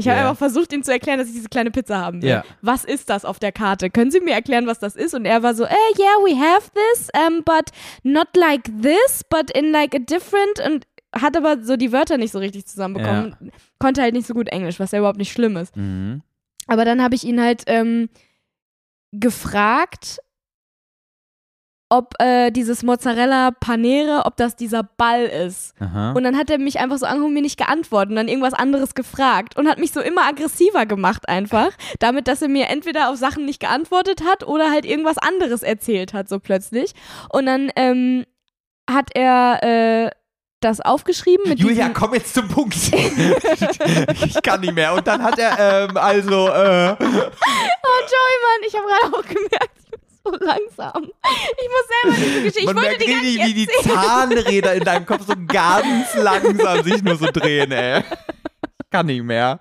Speaker 1: ich habe
Speaker 2: Ja.
Speaker 1: einfach versucht, ihm zu erklären, dass ich diese kleine Pizza haben will.
Speaker 2: Ja.
Speaker 1: Was ist das auf der Karte? Können Sie mir erklären, was das ist? Und er war so, eh, yeah, we have this, um, but not like this, but in like a different und hat aber so die Wörter nicht so richtig zusammenbekommen. Konnte halt nicht so gut Englisch, was ja überhaupt nicht schlimm ist.
Speaker 2: Mhm.
Speaker 1: Aber dann habe ich ihn halt ähm, gefragt, ob äh, dieses Mozzarella Panere, ob das dieser Ball ist.
Speaker 2: Aha.
Speaker 1: Und dann hat er mich einfach so angehoben, mir nicht geantwortet und dann irgendwas anderes gefragt und hat mich so immer aggressiver gemacht einfach, damit, dass er mir entweder auf Sachen nicht geantwortet hat oder halt irgendwas anderes erzählt hat so plötzlich. Und dann ähm, hat er äh, das aufgeschrieben mit
Speaker 2: Julia,
Speaker 1: diesem-
Speaker 2: komm jetzt
Speaker 1: *laughs*
Speaker 2: zum Punkt. *laughs* ich kann nicht mehr. Und dann hat er, ähm, also, äh,
Speaker 1: Oh, Joey, Mann, ich habe gerade auch gemerkt, ich bin so langsam. Ich muss selber diese Geschichte.
Speaker 2: man
Speaker 1: ich wollte
Speaker 2: merkt
Speaker 1: die gar
Speaker 2: richtig,
Speaker 1: nicht
Speaker 2: wie die Zahnräder in deinem Kopf so
Speaker 1: *laughs*
Speaker 2: ganz langsam sich nur so drehen, ey. Ich kann nicht mehr.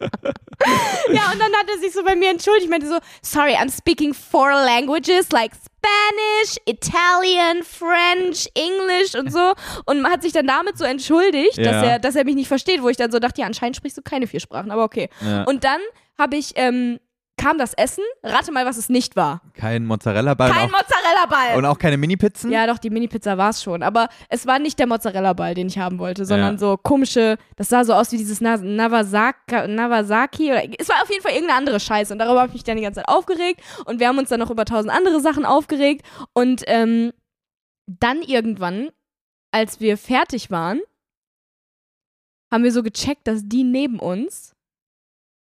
Speaker 1: Ja, und dann hat er sich so bei mir entschuldigt. Ich meinte so, sorry, I'm speaking four languages like Spanish, Italian, French, English und so. Und hat sich dann damit so entschuldigt,
Speaker 2: Ja.
Speaker 1: dass, er, dass er mich nicht versteht, wo ich dann so dachte, ja, anscheinend sprichst du keine vier Sprachen, aber okay.
Speaker 2: Ja.
Speaker 1: Und dann habe ich, ähm, kam das Essen, rate mal, was es nicht war.
Speaker 2: Kein Mozzarella-Ball
Speaker 1: Kein
Speaker 2: und, auch-
Speaker 1: Mozzarella-Ball.
Speaker 2: genau. und auch keine Mini-Pizzen?
Speaker 1: Ja, doch, die Mini-Pizza war es schon. Aber es war nicht der Mozzarella-Ball, den ich haben wollte, sondern
Speaker 2: Ja.
Speaker 1: so komische, das sah so aus wie dieses Na Nawasaka, Nawasaki oder es war auf jeden Fall irgendeine andere Scheiße. Und darüber habe ich mich dann die ganze Zeit aufgeregt. Und wir haben uns dann noch über tausend andere Sachen aufgeregt. Und ähm, dann irgendwann, als wir fertig waren, haben wir so gecheckt, dass die neben uns,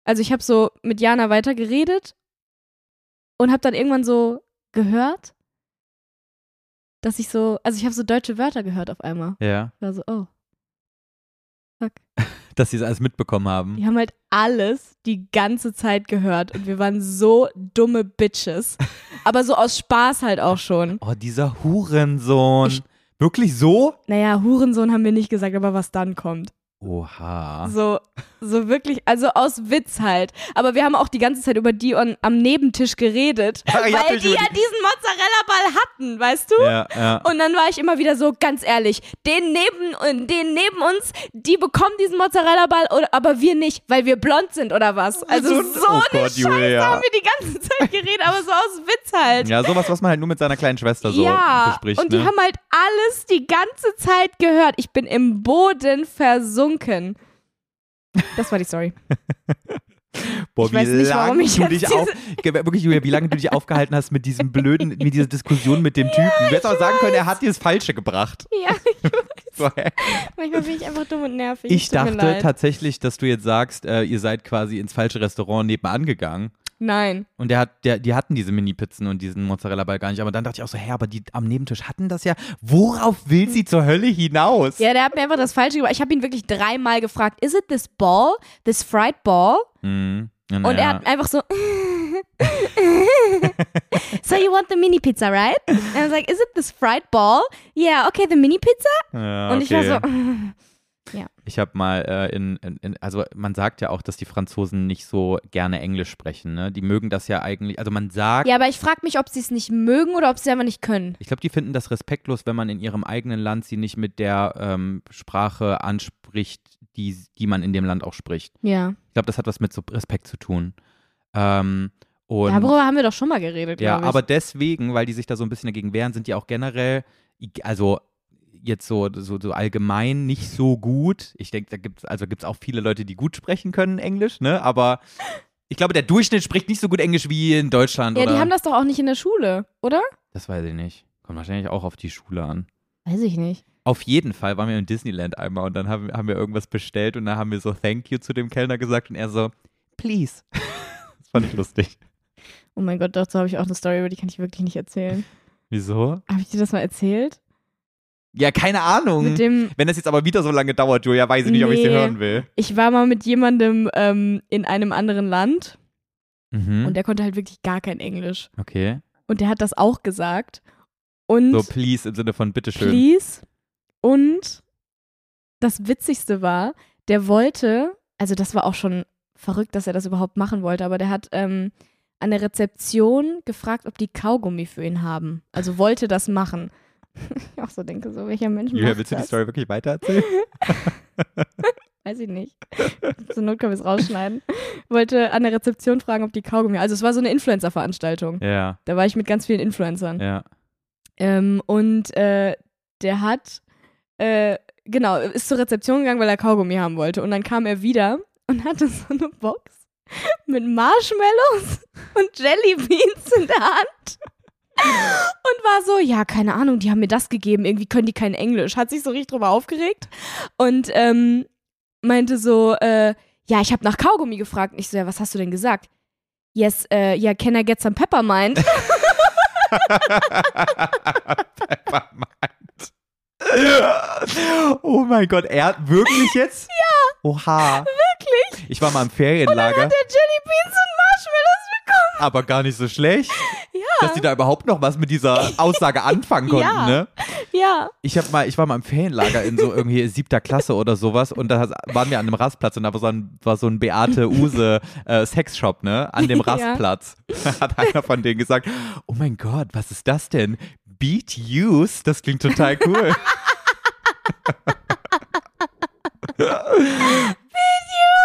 Speaker 1: also ich habe so mit Jana weiter geredet und habe dann irgendwann so gehört, dass ich so, also ich habe so deutsche Wörter gehört auf einmal.
Speaker 2: Ja,
Speaker 1: Ich war so, oh,
Speaker 2: dass sie es alles mitbekommen haben.
Speaker 1: die haben halt alles die ganze Zeit gehört und wir waren so dumme
Speaker 2: *laughs*
Speaker 1: Bitches. Aber so aus Spaß halt auch schon.
Speaker 2: Oh, dieser Hurensohn.
Speaker 1: Ich-
Speaker 2: Wirklich so?
Speaker 1: Naja, Hurensohn haben wir nicht gesagt, aber was dann kommt.
Speaker 2: Oha.
Speaker 1: So, so wirklich, also aus Witz halt. Aber wir haben auch die ganze Zeit über die on, am Nebentisch geredet,
Speaker 2: *laughs* Ja, ich hab
Speaker 1: weil
Speaker 2: mich
Speaker 1: die
Speaker 2: über
Speaker 1: ja
Speaker 2: die-
Speaker 1: diesen Mozzarella-Ball hatten, weißt du?
Speaker 2: Ja, ja.
Speaker 1: Und dann war ich immer wieder so, ganz ehrlich, den neben, äh, den neben uns, die bekommen diesen Mozzarella-Ball, oder- aber wir nicht, weil wir blond sind oder was. Also so,
Speaker 2: oh
Speaker 1: eine
Speaker 2: Gott,
Speaker 1: Scheiße
Speaker 2: Julia.
Speaker 1: haben wir die ganze *laughs* Zeit geredet, aber so aus Witz halt.
Speaker 2: Ja, sowas, was man halt nur mit seiner kleinen Schwester so
Speaker 1: ja,
Speaker 2: bespricht.
Speaker 1: und die
Speaker 2: ne?
Speaker 1: haben halt alles die ganze Zeit gehört. Ich bin im Boden versunken. Das war die Story.
Speaker 2: Boah,
Speaker 1: Ich weiß nicht, warum
Speaker 2: lange
Speaker 1: ich
Speaker 2: du
Speaker 1: jetzt
Speaker 2: dich
Speaker 1: diese-
Speaker 2: auf, Ge- wirklich, Julia, wie lange du dich aufgehalten hast mit diesem blöden, mit dieser Diskussion mit dem Typen. du hättest auch sagen können, er hat dir das Falsche gebracht.
Speaker 1: *laughs* Ja,
Speaker 2: So, hä?
Speaker 1: manchmal bin ich einfach dumm und nervig.
Speaker 2: Ich
Speaker 1: Tut mir
Speaker 2: dachte
Speaker 1: leid.
Speaker 2: tatsächlich, dass du jetzt sagst, äh, ihr seid quasi ins falsche Restaurant nebenan gegangen.
Speaker 1: Nein.
Speaker 2: Und der hat, der, die hatten diese Mini-Pizzen und diesen Mozzarella-Ball gar nicht. Aber dann dachte ich auch so, hä, aber die am Nebentisch hatten das ja. Worauf will sie zur Hölle hinaus?
Speaker 1: Ja, der hat mir einfach das Falsche gebracht. Ich habe ihn wirklich dreimal gefragt, is it this ball, this fried ball?
Speaker 2: Mhm. Ja,
Speaker 1: Und er
Speaker 2: naja.
Speaker 1: hat einfach so, *laughs* so you want the mini pizza, right? And I was like, is it this fried ball? Yeah, okay, the mini pizza.
Speaker 2: Ja,
Speaker 1: Und ich war
Speaker 2: okay.
Speaker 1: so,
Speaker 2: Ich habe mal äh, in, in, in, also man sagt ja auch, dass die Franzosen nicht so gerne Englisch sprechen. Ne? Die mögen das ja eigentlich, also man sagt,
Speaker 1: ja, aber ich frage mich, ob sie es nicht mögen oder ob sie es einfach nicht können.
Speaker 2: ich glaube, die finden das respektlos, wenn man in ihrem eigenen Land sie nicht mit der ähm, Sprache anspricht, die, die man in dem Land auch spricht.
Speaker 1: Ja.
Speaker 2: Ich glaube, das hat was mit so Respekt zu tun. Ähm, und
Speaker 1: Darüber haben wir doch schon mal geredet,
Speaker 2: Ja,
Speaker 1: glaub ich.
Speaker 2: aber deswegen, weil die sich da so ein bisschen dagegen wehren, sind die auch generell, also jetzt so, so, so allgemein nicht so gut. Ich denke, da gibt es also gibt's auch viele Leute, die gut sprechen können Englisch,
Speaker 1: *laughs*
Speaker 2: ne? Aber ich glaube, der Durchschnitt spricht nicht so gut Englisch wie in Deutschland.
Speaker 1: Ja,
Speaker 2: oder?
Speaker 1: die haben das doch auch nicht in der Schule, oder?
Speaker 2: das weiß ich nicht. Kommt wahrscheinlich auch auf die Schule an.
Speaker 1: Weiß ich nicht.
Speaker 2: Auf jeden Fall waren wir im Disneyland einmal und dann haben, haben wir irgendwas bestellt und dann haben wir so Thank you zu dem Kellner gesagt und er so, please. *laughs* das fand ich lustig.
Speaker 1: Oh mein Gott, dazu habe ich auch eine Story, aber die kann ich wirklich nicht *laughs* erzählen.
Speaker 2: Wieso?
Speaker 1: Habe ich dir das mal erzählt?
Speaker 2: Ja, keine Ahnung.
Speaker 1: Mit dem,
Speaker 2: Wenn das jetzt aber wieder so lange dauert, Julia, weiß ich nicht, ob ich sie
Speaker 1: Nee.
Speaker 2: hören will.
Speaker 1: ich war mal mit jemandem ähm, in einem anderen Land
Speaker 2: Mhm.
Speaker 1: und der konnte halt wirklich gar kein Englisch.
Speaker 2: okay.
Speaker 1: Und der hat das auch gesagt. Und
Speaker 2: So, please im Sinne von bitteschön.
Speaker 1: please. Und das Witzigste war, der wollte, also das war auch schon verrückt, dass er das überhaupt machen wollte, aber der hat ähm, an der Rezeption gefragt, ob die Kaugummi für ihn haben. Also wollte das machen. *laughs* ich auch so denke, so welcher Mensch
Speaker 2: Julia,
Speaker 1: macht
Speaker 2: willst du
Speaker 1: das?
Speaker 2: die Story wirklich weitererzählen?
Speaker 1: Weiß ich nicht. *laughs* Zur Not können wir es rausschneiden. Wollte an der Rezeption fragen, ob die Kaugummi. Also es war so eine Influencer-Veranstaltung.
Speaker 2: *laughs* ja,
Speaker 1: Da war ich mit ganz vielen Influencern.
Speaker 2: ja.
Speaker 1: Ähm, und äh, der hat, äh, genau, ist zur Rezeption gegangen, weil er Kaugummi haben wollte. Und dann kam er wieder und hatte so eine Box mit Marshmallows und Jellybeans in der Hand. Und war so, ja, keine Ahnung, die haben mir das gegeben, irgendwie können die kein Englisch. Hat sich so richtig drüber aufgeregt und ähm, meinte so, äh, ja, ich habe nach Kaugummi gefragt. Und ich so, ja, was hast du denn gesagt? Yes, äh, ja, can I get some peppermint? *laughs*
Speaker 2: Peppermint. *laughs* oh mein Gott, er
Speaker 1: *laughs*
Speaker 2: wirklich jetzt? ja. Oha. Wirklich? Ich war mal im Ferienlager,
Speaker 1: Der Jellybeans und Marshmallows bekommen.
Speaker 2: aber gar nicht so schlecht,
Speaker 1: *laughs* Ja,
Speaker 2: dass die da überhaupt noch was mit dieser Aussage anfangen
Speaker 1: *laughs*
Speaker 2: konnten,
Speaker 1: Ja.
Speaker 2: ne?
Speaker 1: ja.
Speaker 2: Ich hab mal, ich war mal im Ferienlager in so irgendwie siebter Klasse oder sowas und da waren wir an einem Rastplatz und da war so ein, war so ein Beate Use äh, Sexshop, ne? An dem
Speaker 1: Ja.
Speaker 2: Rastplatz. *laughs* Da hat einer von denen gesagt, oh mein Gott, was ist das denn? Beat Use, das klingt total cool.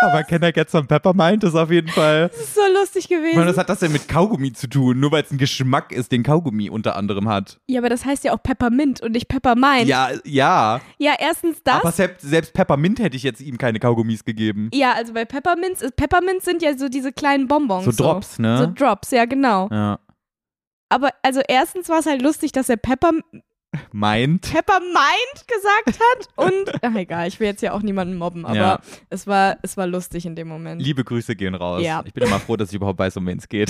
Speaker 2: Aber can I get some peppermint ist auf jeden Fall.
Speaker 1: Das ist so lustig
Speaker 2: Ich meine,
Speaker 1: gewesen.
Speaker 2: was hat das denn mit Kaugummi zu tun? Nur weil es einen Geschmack ist, den Kaugummi unter anderem hat.
Speaker 1: Ja, aber das heißt ja auch Peppermint und nicht Peppermint.
Speaker 2: Ja, ja.
Speaker 1: ja erstens das.
Speaker 2: Aber selbst, selbst Peppermint hätte ich jetzt ihm keine Kaugummis gegeben.
Speaker 1: ja, also bei Peppermints, ist, Peppermints sind ja so diese kleinen Bonbons.
Speaker 2: So Drops, ne?
Speaker 1: So Drops, ja, genau.
Speaker 2: Ja.
Speaker 1: Aber also erstens war es halt lustig, dass er Pepper,
Speaker 2: Meint.
Speaker 1: Peppermint gesagt
Speaker 2: *laughs*
Speaker 1: hat und, ach egal, ich will jetzt ja auch niemanden mobben, aber
Speaker 2: Ja.
Speaker 1: es, war, es war lustig in dem Moment.
Speaker 2: Liebe Grüße gehen raus.
Speaker 1: Ja.
Speaker 2: Ich bin immer froh, dass ich überhaupt weiß, um wen
Speaker 1: *laughs*
Speaker 2: es geht.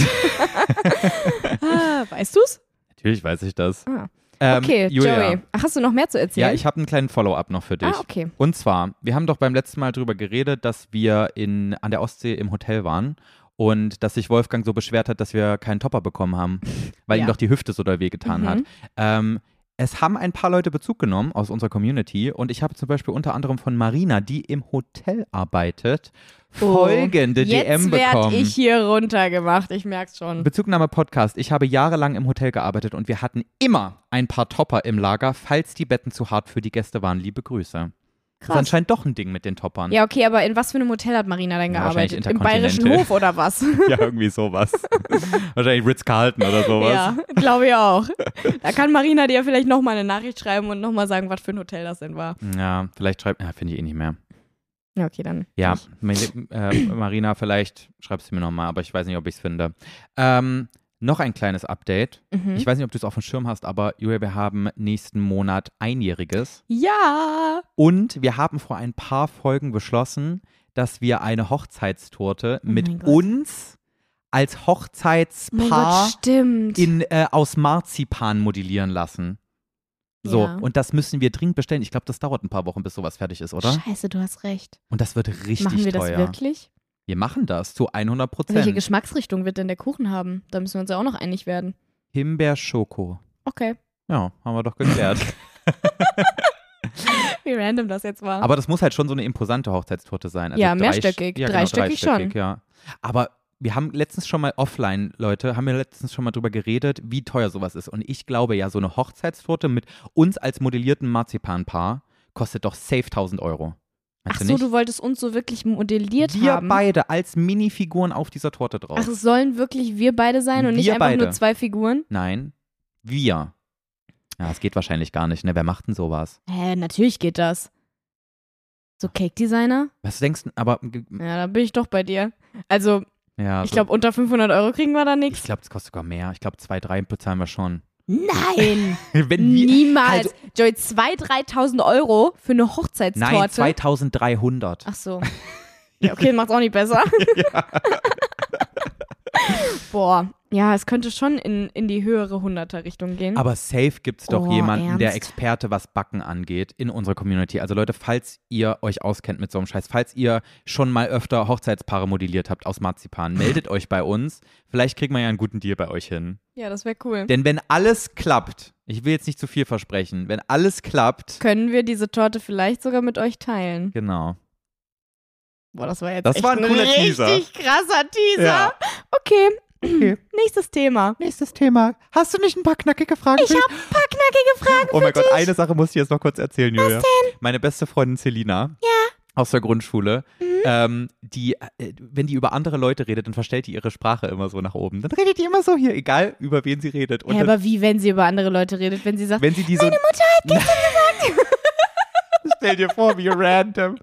Speaker 1: ah, weißt du's?
Speaker 2: Natürlich weiß ich das.
Speaker 1: Ah.
Speaker 2: Ähm,
Speaker 1: Okay,
Speaker 2: Julia.
Speaker 1: Joey. Ach, hast du noch mehr zu erzählen?
Speaker 2: Ja, ich habe einen kleinen Follow-up noch für dich.
Speaker 1: Ah, okay.
Speaker 2: Und zwar, wir haben doch beim letzten Mal drüber geredet, dass wir in, an der Ostsee im Hotel waren und dass sich Wolfgang so beschwert hat, dass wir keinen Topper
Speaker 1: *laughs*
Speaker 2: bekommen haben, weil ihm
Speaker 1: Ja.
Speaker 2: doch die Hüfte so doll wehgetan
Speaker 1: Mhm.
Speaker 2: hat. Ähm, es haben ein paar Leute Bezug genommen aus unserer Community und ich habe zum Beispiel unter anderem von Marina, die im Hotel arbeitet, folgende
Speaker 1: oh,
Speaker 2: DM
Speaker 1: Jetzt werd
Speaker 2: bekommen.
Speaker 1: ich hier runtergemacht, ich merk's schon.
Speaker 2: Bezugnahme Podcast. Ich habe jahrelang im Hotel gearbeitet und wir hatten immer ein paar Topper im Lager, falls die Betten zu hart für die Gäste waren. Liebe Grüße. Das ist
Speaker 1: Krass.
Speaker 2: anscheinend doch ein Ding mit den Toppern.
Speaker 1: Ja, okay, aber in was für einem Hotel hat Marina denn
Speaker 2: Ja, wahrscheinlich
Speaker 1: gearbeitet? Im Bayerischen
Speaker 2: Intercontinental.
Speaker 1: Hof oder *laughs* was?
Speaker 2: *laughs* Ja,
Speaker 1: *laughs*
Speaker 2: irgendwie sowas. Wahrscheinlich Ritz-Carlton oder sowas.
Speaker 1: ja, glaube ich *laughs* auch. Da kann Marina dir ja vielleicht nochmal eine Nachricht schreiben und nochmal sagen, was für ein Hotel das denn war.
Speaker 2: Ja, vielleicht schreibt. Ja, finde ich eh nicht mehr.
Speaker 1: Ja, okay, dann.
Speaker 2: Ja,
Speaker 1: Ich-
Speaker 2: mein- äh, Marina, vielleicht schreibst du mir nochmal, aber ich weiß nicht, ob ich es finde. Ähm, noch ein kleines Update.
Speaker 1: Mhm.
Speaker 2: Ich weiß nicht, ob du es auf dem Schirm hast, aber Julia, wir haben nächsten Monat Einjähriges.
Speaker 1: Ja!
Speaker 2: Und wir haben vor ein paar Folgen beschlossen, dass wir eine Hochzeitstorte
Speaker 1: Oh mein
Speaker 2: mit
Speaker 1: Gott.
Speaker 2: uns als
Speaker 1: Mein
Speaker 2: Hochzeitspaar
Speaker 1: Gott, stimmt.
Speaker 2: in, äh, aus Marzipan modellieren lassen. So,
Speaker 1: Ja.
Speaker 2: und das müssen wir dringend bestellen. Ich glaube, das dauert ein paar Wochen, bis sowas fertig ist, oder?
Speaker 1: Scheiße, du hast recht.
Speaker 2: Und das wird richtig
Speaker 1: Machen wir
Speaker 2: teuer.
Speaker 1: das wirklich?
Speaker 2: Wir machen das zu 100
Speaker 1: Welche
Speaker 2: Prozent.
Speaker 1: Geschmacksrichtung wird denn der Kuchen haben? Da müssen wir uns ja auch noch einig werden.
Speaker 2: Himbeerschoko.
Speaker 1: Okay,
Speaker 2: Ja, haben wir
Speaker 1: *laughs*
Speaker 2: doch geklärt.
Speaker 1: wie random das jetzt war.
Speaker 2: Aber das muss halt schon so eine imposante Hochzeitstorte sein. Also
Speaker 1: Ja,
Speaker 2: drei-
Speaker 1: mehrstöckig.
Speaker 2: Ja,
Speaker 1: Dreistöckig schon.
Speaker 2: Ja. Aber wir haben letztens schon mal offline, Leute, haben wir letztens schon mal drüber geredet, wie teuer sowas ist. Und ich glaube ja, so eine Hochzeitstorte mit uns als modellierten Marzipanpaar kostet doch safe 1000 Euro.
Speaker 1: Ach
Speaker 2: Meinst
Speaker 1: so,
Speaker 2: du
Speaker 1: du
Speaker 2: nicht?
Speaker 1: wolltest uns so wirklich modelliert
Speaker 2: wir
Speaker 1: haben.
Speaker 2: beide als Minifiguren auf dieser Torte drauf.
Speaker 1: Ach, es sollen wirklich wir beide sein und nicht
Speaker 2: Wir
Speaker 1: einfach
Speaker 2: beide.
Speaker 1: nur zwei Figuren?
Speaker 2: Nein, wir. Ja, es geht wahrscheinlich gar nicht, ne? Wer macht denn sowas?
Speaker 1: Hä, natürlich geht das. So Cake-Designer?
Speaker 2: Was denkst du, aber
Speaker 1: Ja, da bin ich doch bei dir. Also,
Speaker 2: ja,
Speaker 1: ich
Speaker 2: so-
Speaker 1: glaube, unter 500 Euro kriegen wir da
Speaker 2: ich
Speaker 1: nichts.
Speaker 2: glaube, das kostet sogar mehr. Ich glaube, zwei, drei bezahlen wir schon. *laughs*
Speaker 1: Nein!
Speaker 2: Wenn wir,
Speaker 1: Niemals.
Speaker 2: also-
Speaker 1: Joy, 2.000, 3.000 Euro für eine Hochzeitstorte.
Speaker 2: nein, 2300.
Speaker 1: Ach so. Ja, okay, macht's auch nicht besser. *laughs* Boah, ja, es könnte schon in, in die höhere Hunderter-Richtung gehen.
Speaker 2: Aber safe gibt es doch
Speaker 1: Oh,
Speaker 2: jemanden, der
Speaker 1: ernst?
Speaker 2: Experte, was Backen angeht, in unserer Community. Also Leute, falls ihr euch auskennt mit so einem Scheiß, falls ihr schon mal öfter Hochzeitspaare modelliert habt
Speaker 1: *laughs*
Speaker 2: aus Marzipan, meldet euch bei uns. Vielleicht kriegt man ja einen guten Deal bei euch hin.
Speaker 1: ja, das wäre cool.
Speaker 2: Denn wenn alles klappt, ich will jetzt nicht zu viel versprechen, wenn alles klappt,
Speaker 1: Können wir diese Torte vielleicht sogar mit euch teilen?
Speaker 2: genau.
Speaker 1: Boah, das war jetzt
Speaker 2: Das
Speaker 1: echt
Speaker 2: war ein cooler
Speaker 1: richtig
Speaker 2: Teaser.
Speaker 1: krasser Teaser.
Speaker 2: Ja.
Speaker 1: Okay.
Speaker 2: Okay.
Speaker 1: *clears throat* nächstes Thema.
Speaker 2: Nächstes Thema. Hast du nicht ein paar knackige Fragen?
Speaker 1: Ich habe ein paar knackige Fragen
Speaker 2: Oh mein
Speaker 1: für
Speaker 2: Gott,
Speaker 1: dich.
Speaker 2: eine Sache muss ich jetzt noch kurz erzählen, Julia. Meine beste Freundin Selina. Aus der Grundschule,
Speaker 1: Mhm.
Speaker 2: ähm, die, äh, wenn die über andere Leute redet, dann verstellt die ihre Sprache immer so nach oben. Dann redet die immer so hier, egal über wen sie redet. Und
Speaker 1: Ja,
Speaker 2: dann,
Speaker 1: aber wie, wenn sie über andere Leute redet, wenn sie sagt,
Speaker 2: wenn sie diese. Meine Mutter hat gestern gesagt. *laughs* Stell dir vor, wie random.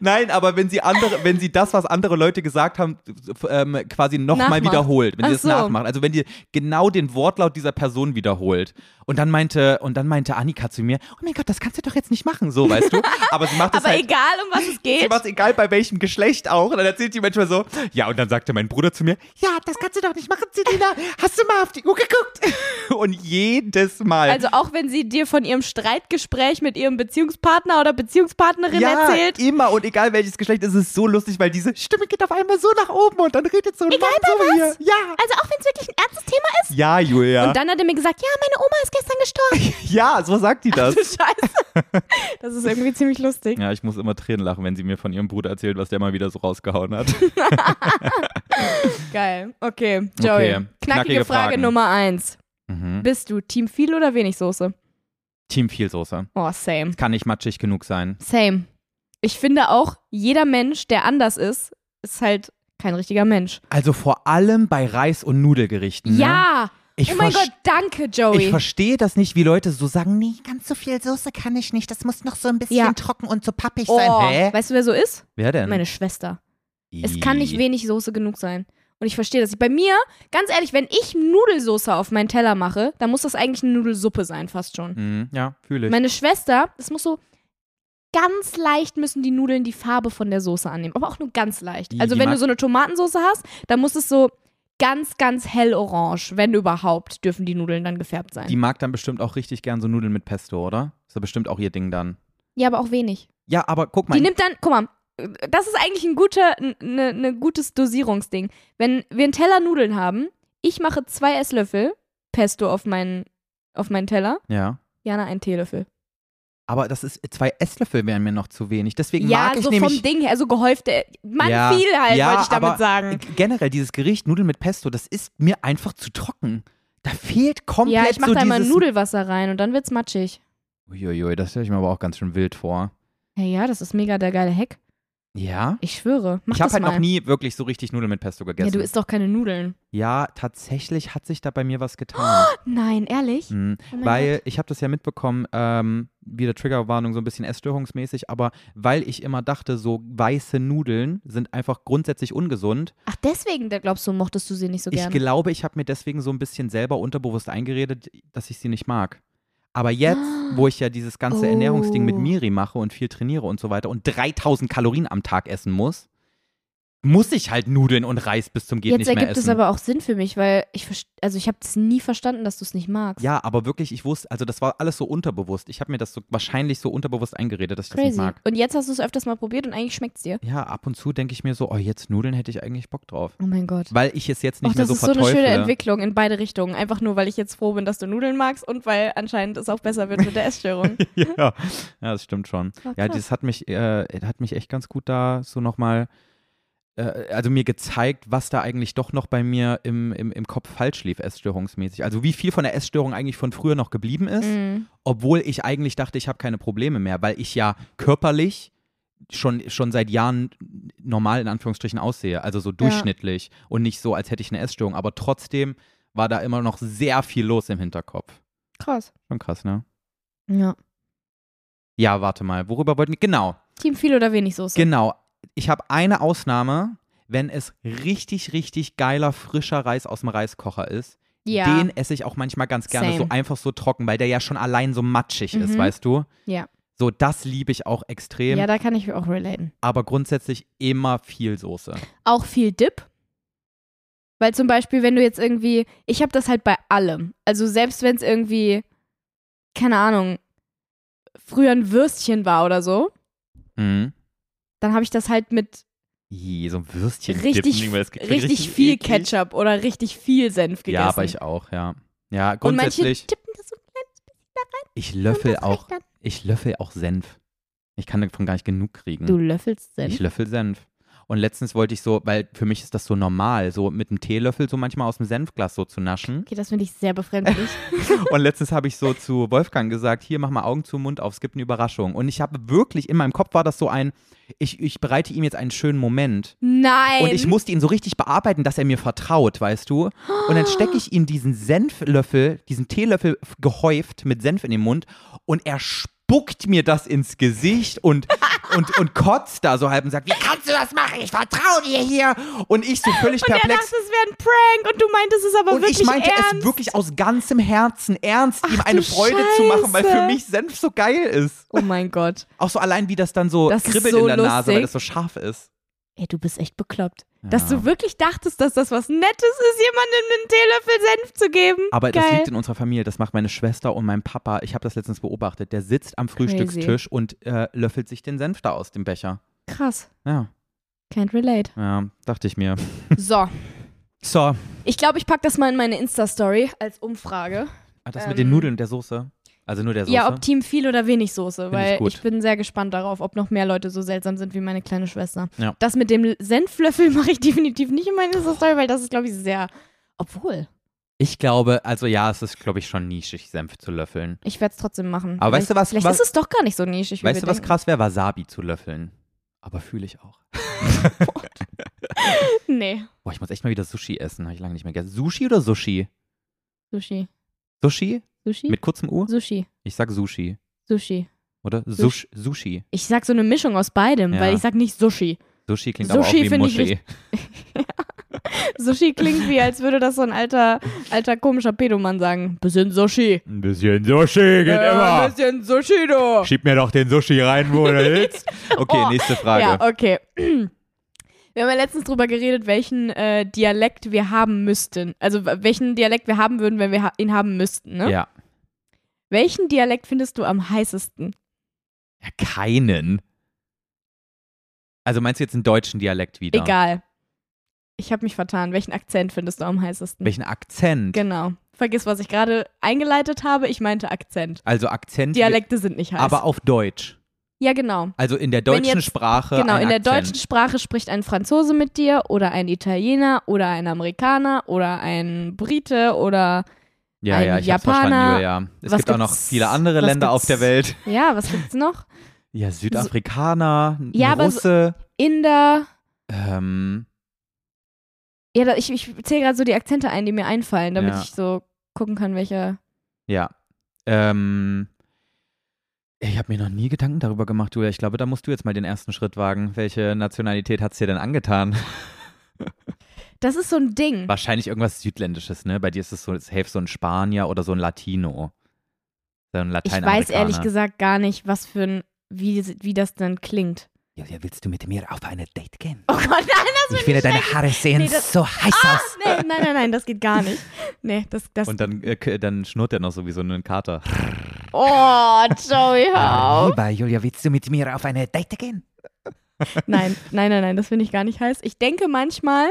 Speaker 2: Nein, aber wenn sie andere, wenn sie das, was andere Leute gesagt haben, f- ähm, quasi nochmal
Speaker 1: Nachmacht.
Speaker 2: wiederholt, wenn sie
Speaker 1: Ach
Speaker 2: das
Speaker 1: so.
Speaker 2: nachmacht, also wenn die genau den Wortlaut dieser Person wiederholt. Und dann meinte, und dann meinte Annika zu mir, oh mein Gott, das kannst du doch jetzt nicht machen, so
Speaker 1: *laughs*
Speaker 2: weißt du. Aber sie macht das
Speaker 1: aber
Speaker 2: halt.
Speaker 1: egal, um was es
Speaker 2: *laughs* Sie
Speaker 1: geht.
Speaker 2: macht's egal bei welchem Geschlecht auch. Und dann erzählt die manchmal so, ja, und dann sagte mein Bruder zu mir, ja, das kannst du doch nicht machen, Selina. Hast du mal auf die Uhr geguckt? *laughs* Und jedes Mal.
Speaker 1: Also auch wenn sie dir von ihrem Streitgespräch mit ihrem Beziehungspartner oder Beziehungspartnerin
Speaker 2: ja,
Speaker 1: erzählt.
Speaker 2: immer und egal welches Geschlecht, es ist so lustig, weil diese Stimme geht auf einmal so nach oben und dann redet so ein
Speaker 1: Egal
Speaker 2: Mann
Speaker 1: bei
Speaker 2: so
Speaker 1: was?
Speaker 2: hier. Ja,
Speaker 1: Also auch wenn es wirklich ein ernstes Thema ist.
Speaker 2: ja, Julia.
Speaker 1: Und dann hat er mir gesagt, ja, meine Oma ist gestern gestorben.
Speaker 2: ja, so sagt die das.
Speaker 1: Du *laughs* Scheiße. Das ist irgendwie ziemlich lustig.
Speaker 2: *laughs* Ja, ich muss immer Tränen lachen, wenn sie mir von ihrem Bruder erzählt, was der mal wieder so rausgehauen
Speaker 1: *laughs*
Speaker 2: hat.
Speaker 1: Geil. Okay, Joey.
Speaker 2: Okay,
Speaker 1: Knackige,
Speaker 2: knackige
Speaker 1: Frage
Speaker 2: Fragen.
Speaker 1: Nummer eins.
Speaker 2: mhm.
Speaker 1: Bist du Team viel oder wenig Soße?
Speaker 2: Team Vielsoße.
Speaker 1: Oh, same.
Speaker 2: Kann nicht matschig genug sein.
Speaker 1: Same. Ich finde auch, jeder Mensch, der anders ist, ist halt kein richtiger Mensch.
Speaker 2: Also vor allem bei Reis- und Nudelgerichten. Ne?
Speaker 1: Ja!
Speaker 2: Ich
Speaker 1: oh mein
Speaker 2: verste-
Speaker 1: Gott, danke, Joey.
Speaker 2: Ich verstehe das nicht, wie Leute so sagen, nee, ganz so viel Soße kann ich nicht. Das muss noch so ein bisschen
Speaker 1: Ja.
Speaker 2: trocken und so pappig sein.
Speaker 1: oh,
Speaker 2: Hä?
Speaker 1: weißt du, wer so ist?
Speaker 2: Wer denn?
Speaker 1: Meine Schwester. Es kann nicht wenig Soße genug sein. Und ich verstehe das. Bei mir, ganz ehrlich, wenn ich Nudelsoße auf meinen Teller mache, dann muss das eigentlich eine Nudelsuppe sein, fast schon.
Speaker 2: Mhm, ja, fühle ich.
Speaker 1: Meine Schwester, das muss so ganz leicht müssen die Nudeln die Farbe von der Soße annehmen, aber auch nur ganz leicht.
Speaker 2: Die-
Speaker 1: Also
Speaker 2: die
Speaker 1: wenn
Speaker 2: mag-
Speaker 1: du so eine Tomatensauce hast, dann muss es so ganz, ganz hellorange, wenn überhaupt, dürfen die Nudeln dann gefärbt sein.
Speaker 2: Die mag dann bestimmt auch richtig gern so Nudeln mit Pesto, oder? Ist ja bestimmt auch ihr Ding dann.
Speaker 1: ja, aber auch wenig.
Speaker 2: Ja, aber guck mal.
Speaker 1: Die nimmt dann, guck mal, das ist eigentlich ein guter, ne, ne gutes Dosierungsding. Wenn wir einen Teller Nudeln haben, ich mache zwei Esslöffel Pesto auf meinen, auf meinen Teller,
Speaker 2: ja.
Speaker 1: Jana einen Teelöffel.
Speaker 2: Aber das ist, zwei Esslöffel wären mir noch zu wenig. Deswegen
Speaker 1: Ja,
Speaker 2: mag ich
Speaker 1: so vom
Speaker 2: nämlich
Speaker 1: Ding her, so gehäufte, man
Speaker 2: Ja,
Speaker 1: viel halt,
Speaker 2: ja,
Speaker 1: wollte ich damit
Speaker 2: aber
Speaker 1: sagen.
Speaker 2: g- generell dieses Gericht Nudeln mit Pesto, das ist mir einfach zu trocken. Da fehlt komplett
Speaker 1: Ja, ich mache
Speaker 2: so
Speaker 1: da immer
Speaker 2: dieses...
Speaker 1: Nudelwasser rein und dann wird's matschig.
Speaker 2: Uiuiui, das stelle ich mir aber auch ganz schön wild vor.
Speaker 1: Hey, ja, das ist mega der geile Hack.
Speaker 2: Ja?
Speaker 1: Ich schwöre, mach
Speaker 2: ich habe
Speaker 1: das
Speaker 2: halt
Speaker 1: mal.
Speaker 2: noch nie wirklich so richtig Nudeln mit Pesto gegessen.
Speaker 1: ja, du isst doch keine Nudeln.
Speaker 2: Ja, tatsächlich hat sich da bei mir was getan.
Speaker 1: Nein, ehrlich?
Speaker 2: Mhm.
Speaker 1: Oh mein
Speaker 2: weil ich habe das ja mitbekommen, ähm, wieder Triggerwarnung, so ein bisschen essstörungsmäßig, aber weil ich immer dachte, so weiße Nudeln sind einfach grundsätzlich ungesund.
Speaker 1: Ach, deswegen da glaubst du, mochtest du sie nicht so
Speaker 2: Ich
Speaker 1: gerne.
Speaker 2: glaube, ich habe mir deswegen so ein bisschen selber unterbewusst eingeredet, dass ich sie nicht mag.
Speaker 1: *gasps*
Speaker 2: Aber jetzt, wo ich ja dieses ganze
Speaker 1: Oh.
Speaker 2: Ernährungsding mit Miri mache und viel trainiere und so weiter und 3000 Kalorien am Tag essen muss, muss ich halt Nudeln und Reis bis zum geht
Speaker 1: Jetzt
Speaker 2: nicht mehr
Speaker 1: ergibt es
Speaker 2: essen.
Speaker 1: aber auch Sinn für mich, weil ich verst- also ich habe es nie verstanden, dass du es nicht magst.
Speaker 2: Ja, aber wirklich, ich wusste, also das war alles so unterbewusst. Ich habe mir das so wahrscheinlich so unterbewusst eingeredet, dass ich das nicht
Speaker 1: Crazy.
Speaker 2: mag.
Speaker 1: Und jetzt hast du es öfters mal probiert und eigentlich schmeckt's dir.
Speaker 2: Ja, ab und zu denke ich mir so, oh, jetzt Nudeln hätte ich eigentlich Bock drauf.
Speaker 1: Oh mein Gott.
Speaker 2: Weil ich es jetzt nicht
Speaker 1: Och,
Speaker 2: mehr
Speaker 1: das
Speaker 2: so
Speaker 1: ist so eine
Speaker 2: verteufle.
Speaker 1: schöne Entwicklung in beide Richtungen. Einfach nur, weil ich jetzt froh bin, dass du Nudeln magst und weil anscheinend es auch besser wird mit der Essstörung.
Speaker 2: ja. ja, das stimmt schon.
Speaker 1: Ah,
Speaker 2: *laughs* ja,
Speaker 1: krass.
Speaker 2: das hat mich, äh, hat mich echt ganz gut da so nochmal, äh, also mir gezeigt, was da eigentlich doch noch bei mir im, im, im Kopf falsch lief, essstörungsmäßig. Also wie viel von der Essstörung eigentlich von früher noch geblieben ist.
Speaker 1: Mm.
Speaker 2: obwohl ich eigentlich dachte, ich habe keine Probleme mehr, weil ich ja körperlich schon, schon seit Jahren normal in Anführungsstrichen aussehe, also so durchschnittlich und nicht so, als hätte ich eine Essstörung, aber trotzdem war da immer noch sehr viel los im Hinterkopf.
Speaker 1: Krass.
Speaker 2: Schon krass, ne?
Speaker 1: Ja.
Speaker 2: Ja, warte mal. Worüber wollten wir? Genau.
Speaker 1: Team viel oder wenig Soße.
Speaker 2: Genau. Ich habe eine Ausnahme, wenn es richtig, richtig geiler, frischer Reis aus dem Reiskocher ist.
Speaker 1: ja.
Speaker 2: Den esse ich auch manchmal ganz gerne,
Speaker 1: Same.
Speaker 2: so einfach so trocken, weil der ja schon allein so matschig ist,
Speaker 1: Mhm.
Speaker 2: weißt du?
Speaker 1: Ja.
Speaker 2: So, das liebe ich auch extrem,
Speaker 1: ja, da kann ich auch relaten.
Speaker 2: aber grundsätzlich immer viel Soße.
Speaker 1: Auch viel Dip. Weil zum Beispiel, wenn du jetzt irgendwie, ich habe das halt bei allem. Also selbst wenn es irgendwie, keine Ahnung, früher ein Würstchen war oder so,
Speaker 2: Mhm.
Speaker 1: dann habe ich das halt mit
Speaker 2: Je, so ein Würstchen.
Speaker 1: richtig, richtig, viel Ketchup oder richtig viel Senf gegessen.
Speaker 2: Ja, aber ich auch, ja. Ja,
Speaker 1: Und manche
Speaker 2: grundsätzlich,
Speaker 1: tippen das so ein kleines bisschen
Speaker 2: ich löffel
Speaker 1: das
Speaker 2: auch,
Speaker 1: recht an.
Speaker 2: ich löffel auch Senf. Ich kann davon gar nicht genug kriegen.
Speaker 1: Du löffelst
Speaker 2: hm. Ich
Speaker 1: Senf.
Speaker 2: löffel Senf. Und letztens wollte ich so, weil für mich ist das so normal, so mit einem Teelöffel so manchmal aus dem Senfglas so zu naschen.
Speaker 1: Okay, das finde ich sehr befremdlich. *laughs*
Speaker 2: *laughs* Und letztens habe ich so zu Wolfgang gesagt, hier mach mal Augen zu, Mund auf, es gibt eine Überraschung. Und ich habe wirklich, in meinem Kopf war das so ein, ich, ich bereite ihm jetzt einen schönen Moment.
Speaker 1: Nein.
Speaker 2: Und ich musste ihn so richtig bearbeiten, dass er mir vertraut, weißt du? Und dann stecke ich ihm diesen Senflöffel, diesen Teelöffel f- gehäuft mit Senf in den Mund und er spuckt mir das ins Gesicht und, und, und kotzt da so halb und sagt, wie kannst du das machen? Ich vertraue dir hier. Und ich so völlig
Speaker 1: Der dachte,
Speaker 2: perplex.
Speaker 1: es wäre ein Prank und du meintest es aber
Speaker 2: Und
Speaker 1: wirklich
Speaker 2: ich meinte
Speaker 1: ernst.
Speaker 2: es wirklich aus ganzem Herzen ernst, ihm
Speaker 1: Ach,
Speaker 2: eine
Speaker 1: du
Speaker 2: Freude zu machen, weil für
Speaker 1: Scheiße.
Speaker 2: mich Senf so geil ist.
Speaker 1: Oh mein Gott.
Speaker 2: Auch so allein, wie das dann so
Speaker 1: Das ist
Speaker 2: kribbelt
Speaker 1: so
Speaker 2: in der Nase, weil
Speaker 1: lustig.
Speaker 2: das so scharf ist.
Speaker 1: Ey, du bist echt bekloppt. Dass
Speaker 2: Ja.
Speaker 1: du wirklich dachtest, dass das was Nettes ist, jemandem einen Teelöffel Senf zu geben.
Speaker 2: Aber
Speaker 1: Geil.
Speaker 2: das liegt in unserer Familie. Das macht meine Schwester und mein Papa. Ich habe das letztens beobachtet. Der sitzt am
Speaker 1: Crazy.
Speaker 2: Frühstückstisch und äh, löffelt sich den Senf da aus dem Becher.
Speaker 1: Krass.
Speaker 2: Ja,
Speaker 1: Can't
Speaker 2: *laughs*
Speaker 1: relate.
Speaker 2: ja, dachte ich mir.
Speaker 1: So,
Speaker 2: So, ah,
Speaker 1: ich glaube, ich packe das mal in meine Insta-Story als Umfrage.
Speaker 2: Ah, das
Speaker 1: Ähm.
Speaker 2: mit den Nudeln und der Soße. Also nur der Soße.
Speaker 1: Ja, ob Team viel oder wenig Soße,
Speaker 2: ich
Speaker 1: weil
Speaker 2: gut.
Speaker 1: ich, bin sehr gespannt darauf, ob noch mehr Leute so seltsam sind wie meine kleine Schwester.
Speaker 2: Ja.
Speaker 1: Das mit dem Senflöffel *laughs* mache ich definitiv nicht in meine Insta-Story, weil das ist, glaube ich, sehr. Obwohl,
Speaker 2: ich glaube, also ja, es ist, glaube ich, schon nischig, Senf zu löffeln.
Speaker 1: ich werde es trotzdem machen.
Speaker 2: Aber weißt du was-
Speaker 1: Vielleicht
Speaker 2: was-
Speaker 1: ist es doch gar nicht so nischig, wie wir
Speaker 2: weißt du, was
Speaker 1: denken.
Speaker 2: krass wäre? Wasabi zu löffeln. Aber fühle ich auch.
Speaker 1: Nee,
Speaker 2: Boah, ich muss echt mal wieder Sushi essen. Habe ich lange nicht mehr gegessen. Sushi oder Sushi?
Speaker 1: Sushi.
Speaker 2: Sushi?
Speaker 1: Sushi?
Speaker 2: Mit kurzem U?
Speaker 1: Sushi.
Speaker 2: Ich sag Sushi,
Speaker 1: Sushi.
Speaker 2: oder?
Speaker 1: Sush-
Speaker 2: Sush, Sushi.
Speaker 1: Ich sag so eine Mischung aus beidem,
Speaker 2: Ja.
Speaker 1: weil ich sag nicht Sushi. *laughs*
Speaker 2: Sushi klingt aber auch
Speaker 1: Sushi
Speaker 2: wie
Speaker 1: finde ich
Speaker 2: Moschee.
Speaker 1: richtig- Sushi klingt wie, als würde das so ein alter, alter komischer Pedomann sagen. Bisschen Sushi.
Speaker 2: *laughs* Ein bisschen Sushi geht
Speaker 1: Ja, ein bisschen Sushi, du.
Speaker 2: Schieb mir doch den Sushi rein, wo du willst. Okay,
Speaker 1: *laughs* Oh.
Speaker 2: nächste
Speaker 1: Ja,
Speaker 2: Frage.
Speaker 1: okay. *clears throat* Wir haben ja letztens drüber geredet, welchen äh, Dialekt wir haben müssten. Also w- welchen Dialekt wir haben würden, wenn wir ha ihn haben müssten. Ne?
Speaker 2: Ja.
Speaker 1: Welchen Dialekt findest du am heißesten?
Speaker 2: ja. Keinen. Also meinst du jetzt einen deutschen Dialekt wieder?
Speaker 1: Egal. Ich habe mich vertan. Welchen Akzent findest du am heißesten?
Speaker 2: Welchen Akzent?
Speaker 1: Genau. Vergiss, was ich gerade eingeleitet habe. Ich meinte Akzent.
Speaker 2: also Akzent,
Speaker 1: Dialekte sind nicht heiß.
Speaker 2: aber auf Deutsch.
Speaker 1: ja, genau.
Speaker 2: Also in der deutschen
Speaker 1: jetzt-
Speaker 2: Sprache.
Speaker 1: Genau,
Speaker 2: ein
Speaker 1: in der
Speaker 2: Akzent.
Speaker 1: deutschen Sprache spricht ein Franzose mit dir oder ein Italiener oder ein Amerikaner oder ein Brite oder
Speaker 2: Ja,
Speaker 1: ein
Speaker 2: ja, ich hab's
Speaker 1: Japaner.
Speaker 2: verstanden, ja. Es
Speaker 1: Was
Speaker 2: gibt auch noch
Speaker 1: gibt's-
Speaker 2: viele andere
Speaker 1: was
Speaker 2: Länder auf
Speaker 1: gibt's-
Speaker 2: der Welt.
Speaker 1: ja, was gibt's noch?
Speaker 2: Ja, Südafrikaner, ein
Speaker 1: Ja, aber so-
Speaker 2: Russe.
Speaker 1: Inder.
Speaker 2: ähm,
Speaker 1: Ja, da, ich, ich zähle gerade so die Akzente ein, die mir einfallen, damit
Speaker 2: Ja.
Speaker 1: ich so gucken kann, welche.
Speaker 2: Ja. Ähm, ich habe mir noch nie Gedanken darüber gemacht, Julia. Ich glaube, da musst du jetzt mal den ersten Schritt wagen. Welche Nationalität hat's dir
Speaker 1: *laughs*
Speaker 2: denn angetan?
Speaker 1: Das ist so ein Ding.
Speaker 2: Wahrscheinlich irgendwas Südländisches, ne? Bei dir ist es so, es hilft so ein Spanier oder so ein Latino. So ein
Speaker 1: Ich
Speaker 2: Lateinamerikaner.
Speaker 1: weiß ehrlich gesagt gar nicht, was für ein, wie, wie das dann klingt.
Speaker 2: Ja, ja, willst du mit mir auf eine Date gehen?
Speaker 1: Oh Gott, *laughs* nein, das
Speaker 2: ich finde, deine
Speaker 1: schrecklich.
Speaker 2: Haare sehen
Speaker 1: Nee, das- Ah!
Speaker 2: so heiß aus.
Speaker 1: Nee, nein, nein, nein, das geht gar nicht. Nee, das, das.
Speaker 2: Und dann, äh, k- dann schnurrt er noch so wie so einen Kater.
Speaker 1: Oh, Joey, hör auf.
Speaker 2: Lieber Julia, willst du mit mir auf eine Date gehen?
Speaker 1: Nein, nein, nein, nein, das finde ich gar nicht heiß. Ich denke manchmal,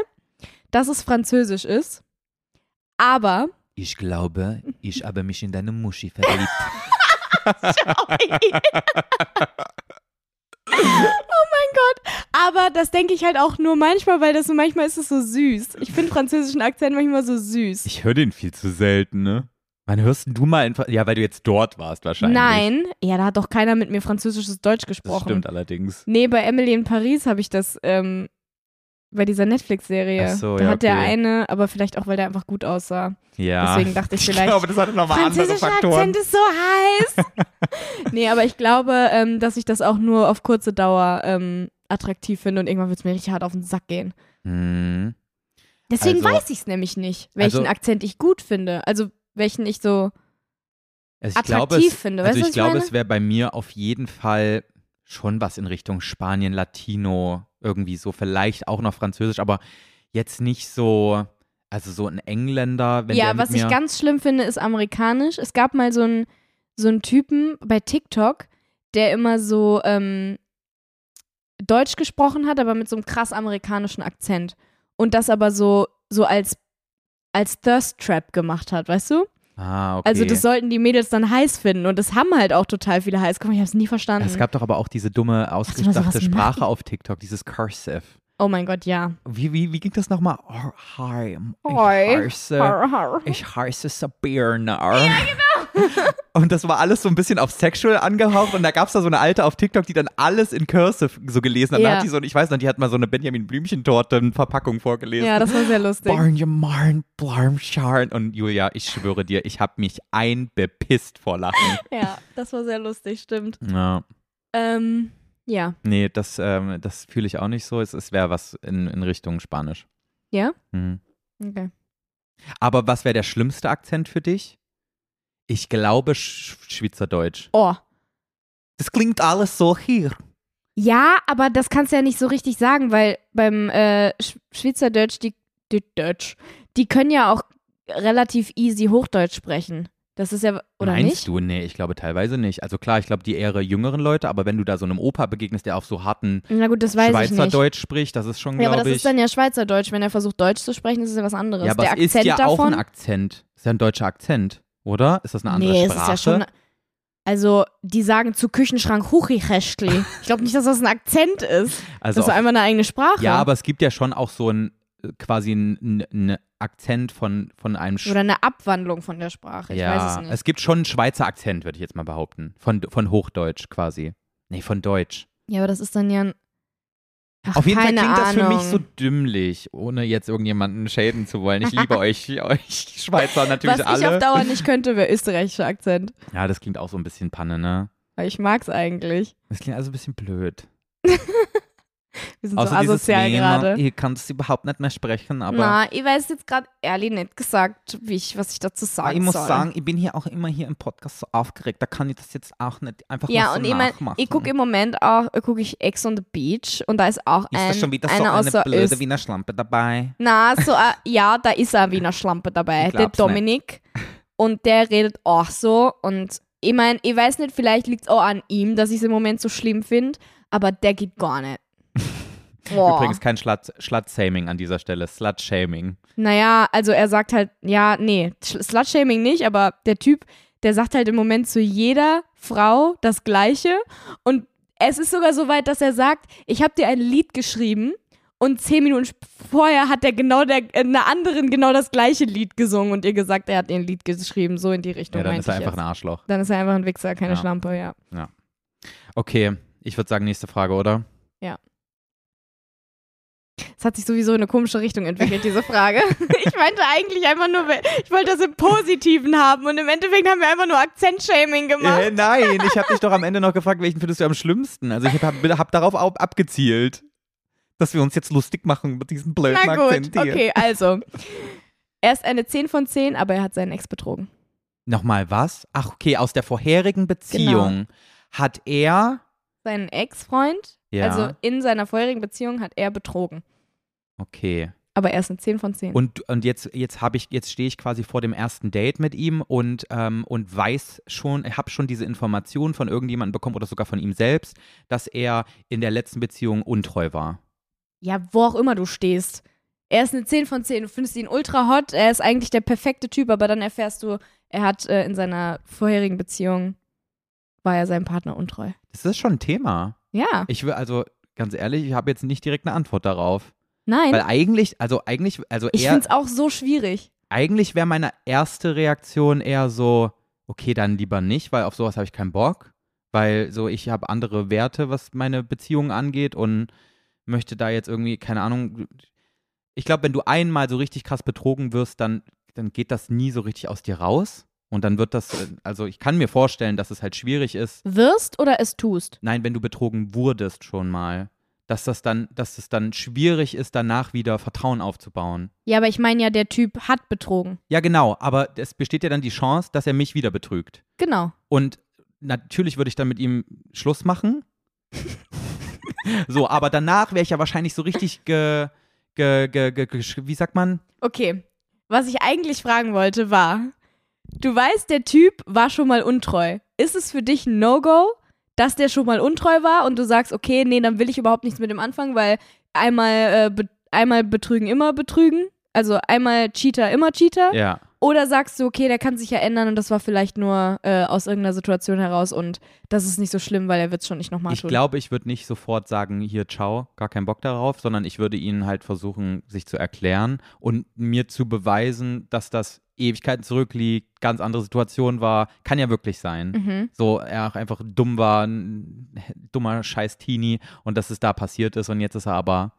Speaker 1: dass es Französisch ist,
Speaker 2: *laughs*
Speaker 1: aber.
Speaker 2: Ich glaube, ich habe mich in deine Muschi verliebt.
Speaker 1: Oh Aber das denke ich halt auch nur manchmal, weil das so manchmal ist es so süß. Ich finde französischen Akzent manchmal so süß.
Speaker 2: *laughs* Ich höre den viel zu selten, ne? Wann hörst denn du mal in. Fra- Ja, weil du jetzt dort warst wahrscheinlich.
Speaker 1: Nein, ja, da hat doch keiner mit mir französisches Deutsch
Speaker 2: Das
Speaker 1: gesprochen.
Speaker 2: stimmt allerdings.
Speaker 1: Nee, bei Emily in Paris habe ich das ähm, bei dieser Netflix-Serie.
Speaker 2: Ach so,
Speaker 1: da
Speaker 2: ja,
Speaker 1: hat der
Speaker 2: okay.
Speaker 1: eine, aber vielleicht auch, weil der einfach gut aussah.
Speaker 2: Ja.
Speaker 1: Deswegen dachte ich vielleicht-
Speaker 2: Ich glaube, das hatte nochmal andere
Speaker 1: Französischer
Speaker 2: also Faktoren.
Speaker 1: Akzent ist so heiß.
Speaker 2: *laughs*
Speaker 1: nee, aber ich glaube, ähm, dass ich das auch nur auf kurze Dauer ähm, attraktiv finde und irgendwann wird es mir richtig hart auf den Sack gehen.
Speaker 2: Hm.
Speaker 1: Deswegen
Speaker 2: Also-
Speaker 1: weiß ich es nämlich nicht, welchen
Speaker 2: also-
Speaker 1: Akzent ich gut finde. Also welchen ich so.
Speaker 2: Also ich glaube,
Speaker 1: attraktiv
Speaker 2: es,
Speaker 1: finde. Weißt
Speaker 2: Also
Speaker 1: du, was ich
Speaker 2: ich glaube,
Speaker 1: meine?
Speaker 2: es wäre bei mir auf jeden Fall schon was in Richtung Spanien, Latino, irgendwie so, vielleicht auch noch Französisch, aber jetzt nicht so, also so ein Engländer, wenn
Speaker 1: ja,
Speaker 2: der mit
Speaker 1: was
Speaker 2: mir,
Speaker 1: ich ganz schlimm finde, ist amerikanisch. Es gab mal so einen so einen Typen bei TikTok, der immer so ähm, Deutsch gesprochen hat, aber mit so einem krass amerikanischen Akzent. Und das aber so, so als, als Thirst Trap gemacht hat, weißt du?
Speaker 2: Ah, okay.
Speaker 1: Also das sollten die Mädels dann heiß finden. Und das haben halt auch total viele heiß. Guck mal, ich hab's nie verstanden.
Speaker 2: es gab doch aber auch diese dumme,
Speaker 1: mal so
Speaker 2: ausgedachte
Speaker 1: was
Speaker 2: Sprache
Speaker 1: machen?
Speaker 2: auf TikTok, dieses Cursive.
Speaker 1: oh mein Gott, ja.
Speaker 2: Wie, wie, wie ging das nochmal? Oh, hi, ich
Speaker 1: Hi.
Speaker 2: heiße,
Speaker 1: Har, har.
Speaker 2: ich heiße Sabirna. Ja, genau. *laughs* Und das war alles so ein bisschen auf Sexual angehaucht und da gab es da so eine Alte auf TikTok, die dann alles in Cursive so gelesen hat. Da
Speaker 1: Ja.
Speaker 2: hat die so, ich weiß noch, die hat mal so eine Benjamin Blümchen-Torten-Verpackung vorgelesen.
Speaker 1: Ja, das war sehr lustig.
Speaker 2: Barnjamarn, Blarmscharn. Und Julia, ich schwöre dir, ich habe mich einbepisst vor Lachen.
Speaker 1: Ja, das war sehr lustig, stimmt.
Speaker 2: ja.
Speaker 1: Ähm, ja.
Speaker 2: Nee, das, ähm, das fühle ich auch nicht so. Es, es wäre was in, in Richtung Spanisch.
Speaker 1: Ja?
Speaker 2: Mhm.
Speaker 1: Okay.
Speaker 2: Aber was wäre der schlimmste Akzent für dich? Ich glaube Sch Schweizerdeutsch.
Speaker 1: Oh.
Speaker 2: Das klingt alles so hier.
Speaker 1: Ja, aber das kannst du ja nicht so richtig sagen, weil beim äh, Sch Schweizerdeutsch, die, die Deutsch, die können ja auch relativ easy Hochdeutsch sprechen. Das ist ja, oder
Speaker 2: Meinst
Speaker 1: nicht?
Speaker 2: du? Nee, ich glaube teilweise nicht. Also klar, ich glaube, die eher jüngeren Leute, aber wenn du da so einem Opa begegnest, der auf so harten
Speaker 1: Na gut, das weiß ich nicht.
Speaker 2: Schweizerdeutsch spricht, das ist schon,
Speaker 1: Ja, aber das
Speaker 2: glaube
Speaker 1: ist
Speaker 2: ich.
Speaker 1: dann ja Schweizerdeutsch. Wenn er versucht, Deutsch zu sprechen, ist es ja was anderes.
Speaker 2: ja, aber
Speaker 1: Der
Speaker 2: es ist
Speaker 1: Akzent
Speaker 2: ja auch
Speaker 1: davon.
Speaker 2: ein Akzent. Ist ja ein deutscher Akzent, oder? Ist das eine andere
Speaker 1: nee, es
Speaker 2: Sprache?
Speaker 1: ist ja schon. Also, die sagen zu Küchenschrank Huchichäschtli. Ich glaube nicht, dass das ein Akzent ist.
Speaker 2: also
Speaker 1: das ist
Speaker 2: auf,
Speaker 1: einfach eine eigene Sprache.
Speaker 2: ja, aber es gibt ja schon auch so ein äh, quasi ein, ein, ein Akzent von, von einem Sch
Speaker 1: Oder eine Abwandlung von der Sprache. Ich
Speaker 2: ja,
Speaker 1: weiß es nicht.
Speaker 2: gibt schon einen Schweizer Akzent, würde ich jetzt mal behaupten. Von, von Hochdeutsch quasi. Nee, von Deutsch.
Speaker 1: ja, aber das ist dann ja ein. Ach,
Speaker 2: Auf jeden Fall
Speaker 1: keine
Speaker 2: klingt das für mich
Speaker 1: Ahnung.
Speaker 2: so dümmlich, ohne jetzt irgendjemanden schäden zu wollen. Ich liebe euch,
Speaker 1: *laughs*
Speaker 2: euch Schweizer natürlich
Speaker 1: Was ich
Speaker 2: alle.
Speaker 1: auf Dauer nicht könnte, wäre österreichischer Akzent.
Speaker 2: ja, das klingt auch so ein bisschen Panne, ne?
Speaker 1: Weil ich mag's eigentlich.
Speaker 2: Das klingt also ein bisschen blöd.
Speaker 1: Wir sind
Speaker 2: Außer
Speaker 1: so
Speaker 2: dieses
Speaker 1: asozial
Speaker 2: Nena,
Speaker 1: gerade.
Speaker 2: Ihr kann es überhaupt nicht mehr sprechen, aber
Speaker 1: Na, ich weiß jetzt gerade ehrlich nicht gesagt, wie ich, was ich dazu
Speaker 2: aber
Speaker 1: sagen
Speaker 2: Ah, ich muss
Speaker 1: soll.
Speaker 2: sagen, ich bin hier auch immer hier im Podcast so aufgeregt. Da kann ich das jetzt auch nicht einfach
Speaker 1: Ja,
Speaker 2: mal so
Speaker 1: und ich meine,
Speaker 2: nachmachen.
Speaker 1: ich gucke im Moment auch, gucke ich Ex on the Beach und da ist auch
Speaker 2: ist da
Speaker 1: ein,
Speaker 2: schon wieder
Speaker 1: einer
Speaker 2: so eine
Speaker 1: aus der
Speaker 2: blöde
Speaker 1: Öst-
Speaker 2: Wiener Schlampe dabei?
Speaker 1: Na, so ein, ja, da ist auch eine Wiener Schlampe dabei,
Speaker 2: Ich
Speaker 1: der
Speaker 2: glaub's nicht. *laughs*
Speaker 1: Dominik. Und der redet auch so und ich meine, ich weiß nicht, vielleicht liegt es auch an ihm, dass ich es im Moment so schlimm finde, aber der geht gar
Speaker 2: *laughs*
Speaker 1: nicht. Boah.
Speaker 2: Übrigens kein Schlat- Slut-Shaming an dieser Stelle, Slut-Shaming.
Speaker 1: Naja, also er sagt halt, ja, nee, Sch- Slutshaming nicht, aber der Typ, der sagt halt im Moment zu jeder Frau das Gleiche. Und es ist sogar so weit, dass er sagt, ich habe dir ein Lied geschrieben und zehn Minuten sp- vorher hat er genau der, äh, einer anderen genau das gleiche Lied gesungen und ihr gesagt, er hat ihr ein Lied geschrieben, so in die Richtung.
Speaker 2: Ja, dann
Speaker 1: meinte
Speaker 2: ist er
Speaker 1: ich
Speaker 2: einfach
Speaker 1: jetzt.
Speaker 2: ein Arschloch.
Speaker 1: dann ist er einfach ein Wichser, keine
Speaker 2: Ja.
Speaker 1: Schlampe, ja.
Speaker 2: Okay, ich würde sagen, nächste Frage, oder?
Speaker 1: Es hat sich sowieso in eine komische Richtung entwickelt, diese Frage. *laughs* ich meinte eigentlich einfach nur, ich wollte das im Positiven haben und im Endeffekt haben wir einfach nur Akzentshaming gemacht.
Speaker 2: Äh, nein, ich habe dich doch am Ende noch gefragt, welchen findest du am schlimmsten? Also ich habe hab darauf ab abgezielt, dass wir uns jetzt lustig machen über diesen blöden
Speaker 1: Na
Speaker 2: Akzent
Speaker 1: gut,
Speaker 2: hier.
Speaker 1: okay, also. Er ist eine 10 von 10, aber er hat seinen Ex betrogen.
Speaker 2: Nochmal was? Ach, okay, aus der vorherigen Beziehung
Speaker 1: Genau.
Speaker 2: hat er.
Speaker 1: Seinen Ex-Freund,
Speaker 2: Ja.
Speaker 1: also in seiner vorherigen Beziehung, hat er betrogen.
Speaker 2: Okay.
Speaker 1: Aber er ist eine 10 von 10.
Speaker 2: Und, und jetzt, jetzt habe ich, jetzt stehe ich quasi vor dem ersten Date mit ihm und, ähm, und weiß schon, habe schon diese Information von irgendjemandem bekommen oder sogar von ihm selbst, dass er in der letzten Beziehung untreu war.
Speaker 1: ja, wo auch immer du stehst. Er ist eine 10 von 10, du findest ihn ultra hot, er ist eigentlich der perfekte Typ, aber dann erfährst du, er hat äh, in seiner vorherigen Beziehung, war er seinem Partner untreu.
Speaker 2: Das ist schon ein Thema.
Speaker 1: Ja,
Speaker 2: Ich will also ganz ehrlich, ich habe jetzt nicht direkt eine Antwort darauf, weil
Speaker 1: nein.
Speaker 2: eigentlich, also eigentlich, also
Speaker 1: Ich
Speaker 2: eher,
Speaker 1: find's auch so schwierig.
Speaker 2: eigentlich wäre meine erste Reaktion eher so, okay, dann lieber nicht, weil auf sowas habe ich keinen Bock, weil so ich habe andere Werte, was meine Beziehungen angeht und möchte da jetzt irgendwie, keine Ahnung. Ich glaube, wenn du einmal so richtig krass betrogen wirst, dann, dann geht das nie so richtig aus dir raus. Und dann wird das, äh, also ich kann mir vorstellen, dass es halt schwierig ist.
Speaker 1: Wirst oder es tust?
Speaker 2: Nein, wenn du betrogen wurdest schon mal, dass das dann, dass es dann schwierig ist, danach wieder Vertrauen aufzubauen.
Speaker 1: Ja, aber ich meine ja, der Typ hat betrogen.
Speaker 2: Ja, genau, aber es besteht ja dann die Chance, dass er mich wieder betrügt.
Speaker 1: Genau.
Speaker 2: Und natürlich würde ich dann mit ihm Schluss machen. *laughs* so, aber danach wäre ich ja wahrscheinlich so richtig ge, ge, ge, ge, ge, wie sagt man?
Speaker 1: Okay. Was ich eigentlich fragen wollte war, du weißt, der Typ war schon mal untreu. Ist es für dich ein No-Go, dass der schon mal untreu war und du sagst, okay, nee, dann will ich überhaupt nichts mit dem anfangen, weil einmal, äh, be einmal betrügen, immer betrügen. Also einmal Cheater, immer Cheater.
Speaker 2: Ja.
Speaker 1: Oder sagst du, okay, der kann sich ja ändern und das war vielleicht nur äh, aus irgendeiner Situation heraus und das ist nicht so schlimm, weil er wird es schon nicht nochmal
Speaker 2: Ich
Speaker 1: tun.
Speaker 2: glaube, ich würde nicht sofort sagen, hier, ciao, gar keinen Bock darauf, sondern ich würde ihnen halt versuchen, sich zu erklären und mir zu beweisen, dass das Ewigkeiten zurückliegt, ganz andere Situation war. Kann ja wirklich sein.
Speaker 1: Mhm.
Speaker 2: So, er auch einfach dumm war, ein dummer scheiß Teenie und dass es da passiert ist und jetzt ist er aber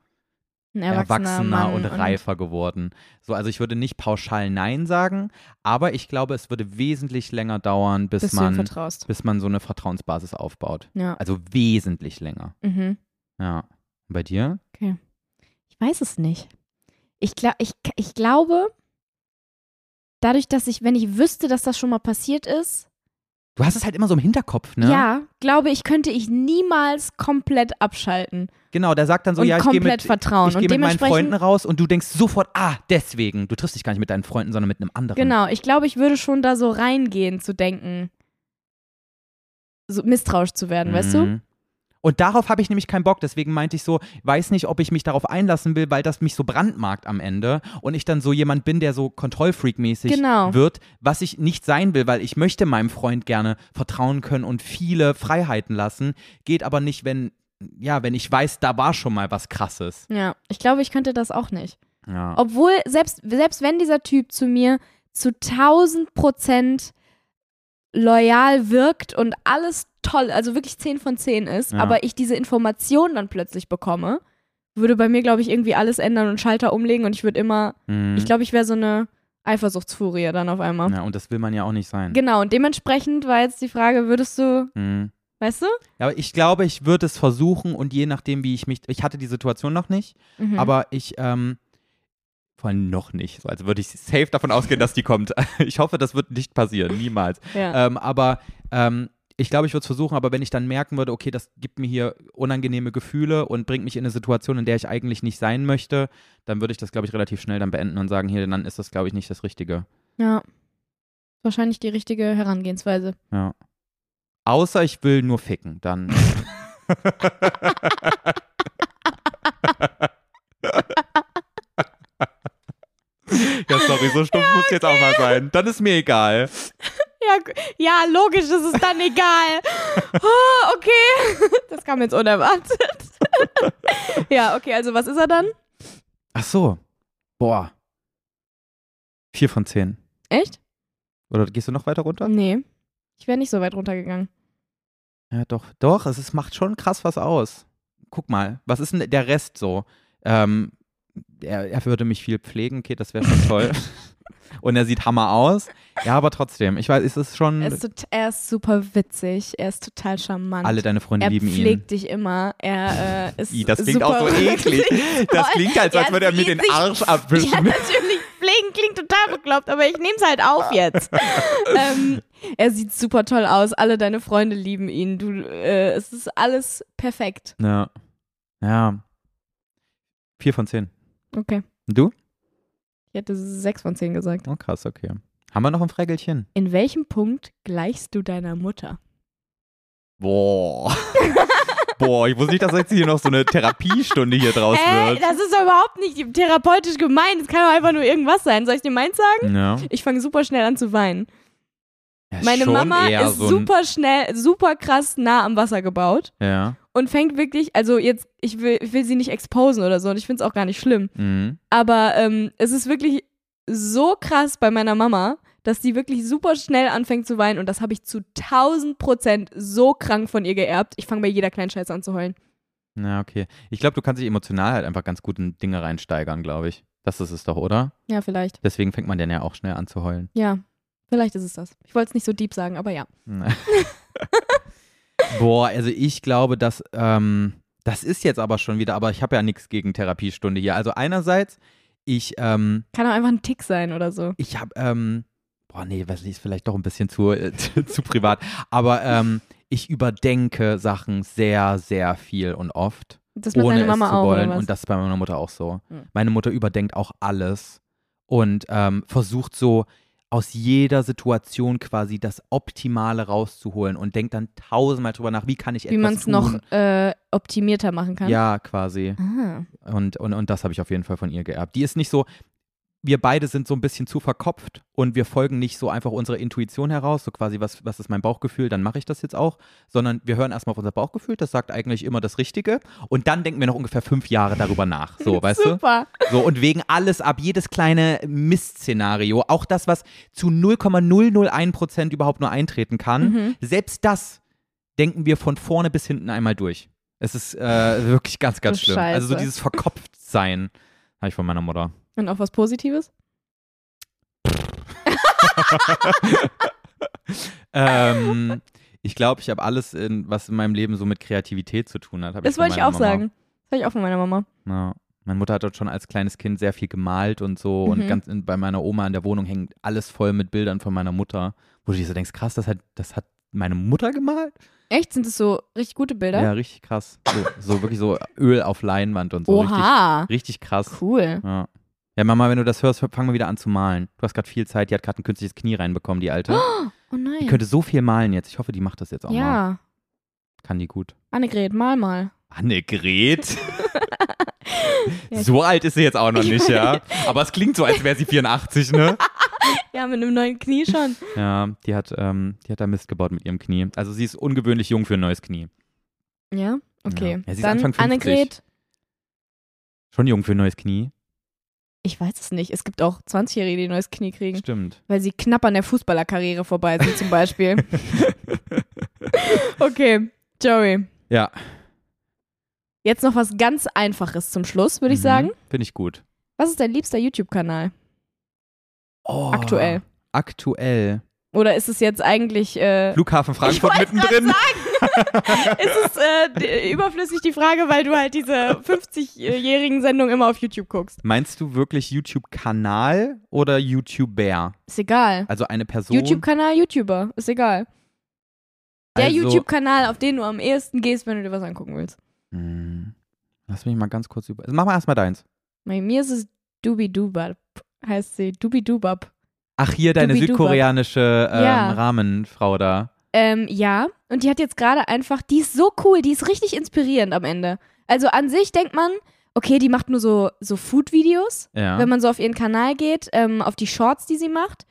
Speaker 1: Ein
Speaker 2: erwachsener,
Speaker 1: Mann
Speaker 2: und reifer geworden. So, also ich würde nicht pauschal Nein sagen, aber ich glaube, es würde wesentlich länger dauern, bis,
Speaker 1: Bis du ihm
Speaker 2: man,
Speaker 1: vertraust.
Speaker 2: bis man so eine Vertrauensbasis aufbaut.
Speaker 1: Ja.
Speaker 2: Also wesentlich länger.
Speaker 1: Mhm.
Speaker 2: Ja. Und bei dir?
Speaker 1: Ich weiß es nicht. Ich, gla ich, ich glaube, dadurch, dass ich, wenn ich wüsste, dass das schon mal passiert ist,
Speaker 2: Du hast es halt immer so im Hinterkopf, ne?
Speaker 1: ja, glaube ich, könnte ich niemals komplett abschalten
Speaker 2: Genau, der sagt dann so,
Speaker 1: und
Speaker 2: ja, ich gehe
Speaker 1: komplett
Speaker 2: mit,
Speaker 1: vertrauen.
Speaker 2: ich
Speaker 1: und
Speaker 2: geh mit meinen Freunden
Speaker 1: dementsprechend,
Speaker 2: raus und du denkst sofort, ah, deswegen. Du triffst dich gar nicht mit deinen Freunden, sondern mit einem anderen.
Speaker 1: genau, ich glaube, ich würde schon da so reingehen, zu denken, so misstrauisch zu werden, weißt du?
Speaker 2: Mhm. Und darauf habe ich nämlich keinen Bock, deswegen meinte ich so, weiß nicht, ob ich mich darauf einlassen will, weil das mich so brandmarkt am Ende und ich dann so jemand bin, der so Kontrollfreak-mäßig
Speaker 1: Genau.
Speaker 2: wird, was ich nicht sein will, weil ich möchte meinem Freund gerne vertrauen können und viele Freiheiten lassen, geht aber nicht, wenn, ja, wenn ich weiß, da war schon mal was Krasses.
Speaker 1: Ja, ich glaube, ich könnte das auch nicht.
Speaker 2: Ja.
Speaker 1: Obwohl, selbst, selbst wenn dieser Typ zu mir zu 1000 Prozent loyal wirkt und alles toll, also wirklich 10 von 10 ist,
Speaker 2: Ja.
Speaker 1: aber ich diese Information dann plötzlich bekomme, würde bei mir, glaube ich, irgendwie alles ändern und Schalter umlegen und ich würde immer,
Speaker 2: Mhm.
Speaker 1: ich glaube, ich wäre so eine Eifersuchtsfurie dann auf einmal.
Speaker 2: ja, und das will man ja auch nicht sein.
Speaker 1: Genau, und dementsprechend war jetzt die Frage, würdest du,
Speaker 2: Mhm.
Speaker 1: weißt du?
Speaker 2: Ja, Aber ich glaube, ich würde es versuchen und je nachdem, wie ich mich. Ich hatte die Situation noch nicht,
Speaker 1: Mhm.
Speaker 2: aber ich. Ähm, vor allem noch nicht. So, Also würde ich safe davon ausgehen, dass die kommt. *laughs* Ich hoffe, das wird nicht passieren, niemals.
Speaker 1: ja.
Speaker 2: Ähm, aber ähm, ich glaube, ich würde es versuchen, aber wenn ich dann merken würde, okay, das gibt mir hier unangenehme Gefühle und bringt mich in eine Situation, in der ich eigentlich nicht sein möchte, dann würde ich das, glaube ich, relativ schnell dann beenden und sagen, hier, dann ist das, glaube ich, nicht das Richtige.
Speaker 1: ja. Wahrscheinlich die richtige Herangehensweise.
Speaker 2: Ja. Außer ich will nur ficken, dann. äh. *laughs* ja, sorry, so stumpf muss jetzt auch mal sein. Dann ist mir egal.
Speaker 1: Ja, gu- ja, logisch, das ist dann
Speaker 2: *laughs*
Speaker 1: egal. Oh, okay, *laughs* das kam jetzt unerwartet. *laughs* ja, okay, also was ist er dann?
Speaker 2: Ach so. Boah. Vier von zehn.
Speaker 1: Echt?
Speaker 2: Oder gehst du noch weiter runter?
Speaker 1: Nee, ich wäre nicht so weit runtergegangen.
Speaker 2: Ja, doch. Doch, es ist, macht schon krass was aus. Guck mal, was ist denn der Rest so? Ähm, er, er würde mich viel pflegen, okay, das wäre schon *laughs* toll. Und er sieht Hammer aus. Ja, aber trotzdem, ich weiß, es ist schon.
Speaker 1: Er ist, tot- er ist super witzig, er ist total charmant.
Speaker 2: alle deine Freunde
Speaker 1: er
Speaker 2: lieben ihn.
Speaker 1: pflegt dich immer, er äh, ist
Speaker 2: *laughs* I, das klingt
Speaker 1: super
Speaker 2: auch so
Speaker 1: *laughs*
Speaker 2: eklig. Das klingt, als, als
Speaker 1: Ja,
Speaker 2: würde er mir
Speaker 1: es
Speaker 2: den
Speaker 1: eklig.
Speaker 2: Arsch
Speaker 1: Ja,
Speaker 2: abwischen.
Speaker 1: natürlich. Pflegen klingt total bekloppt, aber ich nehme es halt auf
Speaker 2: *laughs*
Speaker 1: jetzt. ähm, er sieht super toll aus. Alle deine Freunde lieben ihn. Du, äh, es ist alles perfekt.
Speaker 2: Ja. ja. Vier von zehn.
Speaker 1: Okay.
Speaker 2: Und du?
Speaker 1: Ich hätte sechs von zehn gesagt.
Speaker 2: Oh, krass, okay. Haben wir noch ein Frägelchen?
Speaker 1: In welchem Punkt gleichst du deiner Mutter? *laughs*
Speaker 2: Boah. Boah, ich wusste nicht, dass jetzt hier noch so eine Therapiestunde hier draus
Speaker 1: Hä?
Speaker 2: wird.
Speaker 1: Das ist doch überhaupt nicht therapeutisch gemeint. Es kann doch einfach nur irgendwas sein. Soll ich dir meins sagen?
Speaker 2: Ja.
Speaker 1: Ich fange super schnell an zu weinen.
Speaker 2: Ja,
Speaker 1: Meine
Speaker 2: schon
Speaker 1: Mama
Speaker 2: eher
Speaker 1: ist
Speaker 2: so ein-
Speaker 1: super schnell, super krass nah am Wasser gebaut.
Speaker 2: Ja.
Speaker 1: und fängt wirklich, also jetzt, ich will, ich will sie nicht exposen oder so und ich finde es auch gar nicht schlimm,
Speaker 2: Mhm.
Speaker 1: aber ähm, es ist wirklich so krass bei meiner Mama, dass die wirklich super schnell anfängt zu weinen und das habe ich zu 1000 Prozent so krank von ihr geerbt. Ich fange bei jeder kleinen Scheiße an zu heulen.
Speaker 2: Ja, okay. Ich glaube, du kannst dich emotional halt einfach ganz gut in Dinge reinsteigern, glaube ich. Das ist es doch, oder?
Speaker 1: Ja, vielleicht.
Speaker 2: Deswegen fängt man dann ja auch schnell an zu heulen.
Speaker 1: Ja, vielleicht ist es das. Ich wollte es nicht so deep sagen, aber ja.
Speaker 2: Ne. *laughs* Boah, also ich glaube, dass ähm, das ist jetzt aber schon wieder, aber ich habe ja nichts gegen Therapiestunde hier. Also einerseits, ich, ähm,
Speaker 1: Kann auch einfach ein Tick sein oder so.
Speaker 2: ich habe, ähm, boah, nee, Wesley ist vielleicht doch ein bisschen zu, äh, *laughs* zu, zu privat, aber ähm, ich überdenke Sachen sehr, sehr viel und oft.
Speaker 1: Das macht deine Mama
Speaker 2: es zu
Speaker 1: auch,
Speaker 2: wollen.
Speaker 1: oder was?
Speaker 2: Und das ist bei meiner Mutter auch so.
Speaker 1: Hm.
Speaker 2: Meine Mutter überdenkt auch alles und ähm, versucht so aus jeder Situation quasi das Optimale rauszuholen und denkt dann tausendmal drüber nach, wie kann ich
Speaker 1: Wie man
Speaker 2: etwas
Speaker 1: es noch
Speaker 2: tun.
Speaker 1: äh, optimierter machen kann.
Speaker 2: Ja, quasi.
Speaker 1: Ah.
Speaker 2: Und, und, und das habe ich auf jeden Fall von ihr geerbt. Die ist nicht so, wir beide sind so ein bisschen zu verkopft und wir folgen nicht so einfach unserer Intuition heraus, so quasi, was, was ist mein Bauchgefühl, dann mache ich das jetzt auch, sondern wir hören erstmal auf unser Bauchgefühl, das sagt eigentlich immer das Richtige und dann denken wir noch ungefähr fünf Jahre darüber nach. So, weißt du?
Speaker 1: Super.
Speaker 2: So, und wegen alles ab, jedes kleine Missszenario, auch das, was zu 0,001% überhaupt nur eintreten kann,
Speaker 1: Mhm.
Speaker 2: selbst das denken wir von vorne bis hinten einmal durch. Es ist äh, wirklich ganz, ganz
Speaker 1: Oh,
Speaker 2: schlimm.
Speaker 1: Scheiße.
Speaker 2: Also so dieses Verkopftsein *laughs* habe ich von meiner
Speaker 1: *laughs*
Speaker 2: Mutter.
Speaker 1: Und auch was Positives?
Speaker 2: Ähm, ich glaube, ich habe alles, in, was in meinem Leben so mit Kreativität zu tun hat. hab
Speaker 1: Das
Speaker 2: von
Speaker 1: wollte ich
Speaker 2: meiner
Speaker 1: auch
Speaker 2: Mama.
Speaker 1: sagen. Das habe ich auch von meiner Mama.
Speaker 2: Ja. Meine Mutter hat dort schon als kleines Kind sehr viel gemalt und so.
Speaker 1: Mhm.
Speaker 2: Und ganz in, bei meiner Oma in der Wohnung hängt alles voll mit Bildern von meiner Mutter, wo du dir so denkst, krass, das hat, das hat meine Mutter gemalt?
Speaker 1: Echt? Sind das so richtig gute Bilder?
Speaker 2: Ja, richtig krass. So, so wirklich so Öl auf Leinwand und so. Richtig,
Speaker 1: Oha.
Speaker 2: richtig krass.
Speaker 1: Cool.
Speaker 2: Ja. ja, Mama, wenn du das hörst, fang mal wieder an zu malen. Du hast gerade viel Zeit, die hat gerade ein künstliches Knie reinbekommen, die Alte.
Speaker 1: Oh nein.
Speaker 2: Die könnte so viel malen jetzt. Ich hoffe, die macht das jetzt auch mal.
Speaker 1: ja.
Speaker 2: Kann die gut.
Speaker 1: Annegret, mal mal.
Speaker 2: Annegret?
Speaker 1: *laughs*
Speaker 2: *laughs*
Speaker 1: Ja, ich-
Speaker 2: so alt ist sie jetzt auch noch nicht, ja. Aber es klingt so, als wäre sie 84, ne?
Speaker 1: *laughs* Ja, mit einem neuen Knie schon.
Speaker 2: Ja, die hat, ähm, die hat da Mist gebaut mit ihrem Knie. Also sie ist ungewöhnlich jung für ein neues Knie.
Speaker 1: Ja, okay.
Speaker 2: Ja. Ja, sie ist
Speaker 1: Dann
Speaker 2: Anfang 50.
Speaker 1: Annegret,
Speaker 2: Schon jung für ein neues Knie?
Speaker 1: ich weiß es nicht. Es gibt auch 20-Jährige, die ein neues Knie kriegen, *laughs*
Speaker 2: Stimmt.
Speaker 1: weil sie knapp an der Fußballerkarriere vorbei sind zum Beispiel. *laughs* okay, Joey.
Speaker 2: Ja.
Speaker 1: Jetzt noch was ganz Einfaches zum Schluss, würde ich
Speaker 2: Mhm.
Speaker 1: sagen.
Speaker 2: Finde ich gut.
Speaker 1: Was ist dein liebster YouTube-Kanal
Speaker 2: Oh.
Speaker 1: aktuell?
Speaker 2: Aktuell.
Speaker 1: Oder ist es jetzt eigentlich,
Speaker 2: *laughs*
Speaker 1: äh,
Speaker 2: Flughafen Frankfurt
Speaker 1: Ich wollte
Speaker 2: mittendrin.
Speaker 1: ist es äh, d- überflüssig die Frage, weil du halt diese 50-jährigen Sendungen immer auf YouTube guckst?
Speaker 2: Meinst du wirklich YouTube-Kanal oder YouTuber?
Speaker 1: Ist egal.
Speaker 2: Also eine Person.
Speaker 1: YouTube-Kanal, YouTuber, ist egal. Der
Speaker 2: Also-
Speaker 1: YouTube-Kanal, auf den du am ehesten gehst, wenn du dir was angucken willst.
Speaker 2: Hm. Lass mich mal ganz kurz über. also Mach mal erstmal deins.
Speaker 1: Bei mir ist es Dubidubab, heißt sie, Dubidubab.
Speaker 2: Ach, hier deine
Speaker 1: Dubi-Dubab.
Speaker 2: südkoreanische ähm,
Speaker 1: Ja.
Speaker 2: Rahmenfrau da.
Speaker 1: Ähm, ja, und die hat jetzt gerade einfach, die ist so cool, die ist richtig inspirierend am Ende. Also an sich denkt man, okay, die macht nur so, so Food-Videos,
Speaker 2: Ja.
Speaker 1: wenn man so auf ihren Kanal geht, ähm, auf die Shorts, die sie macht.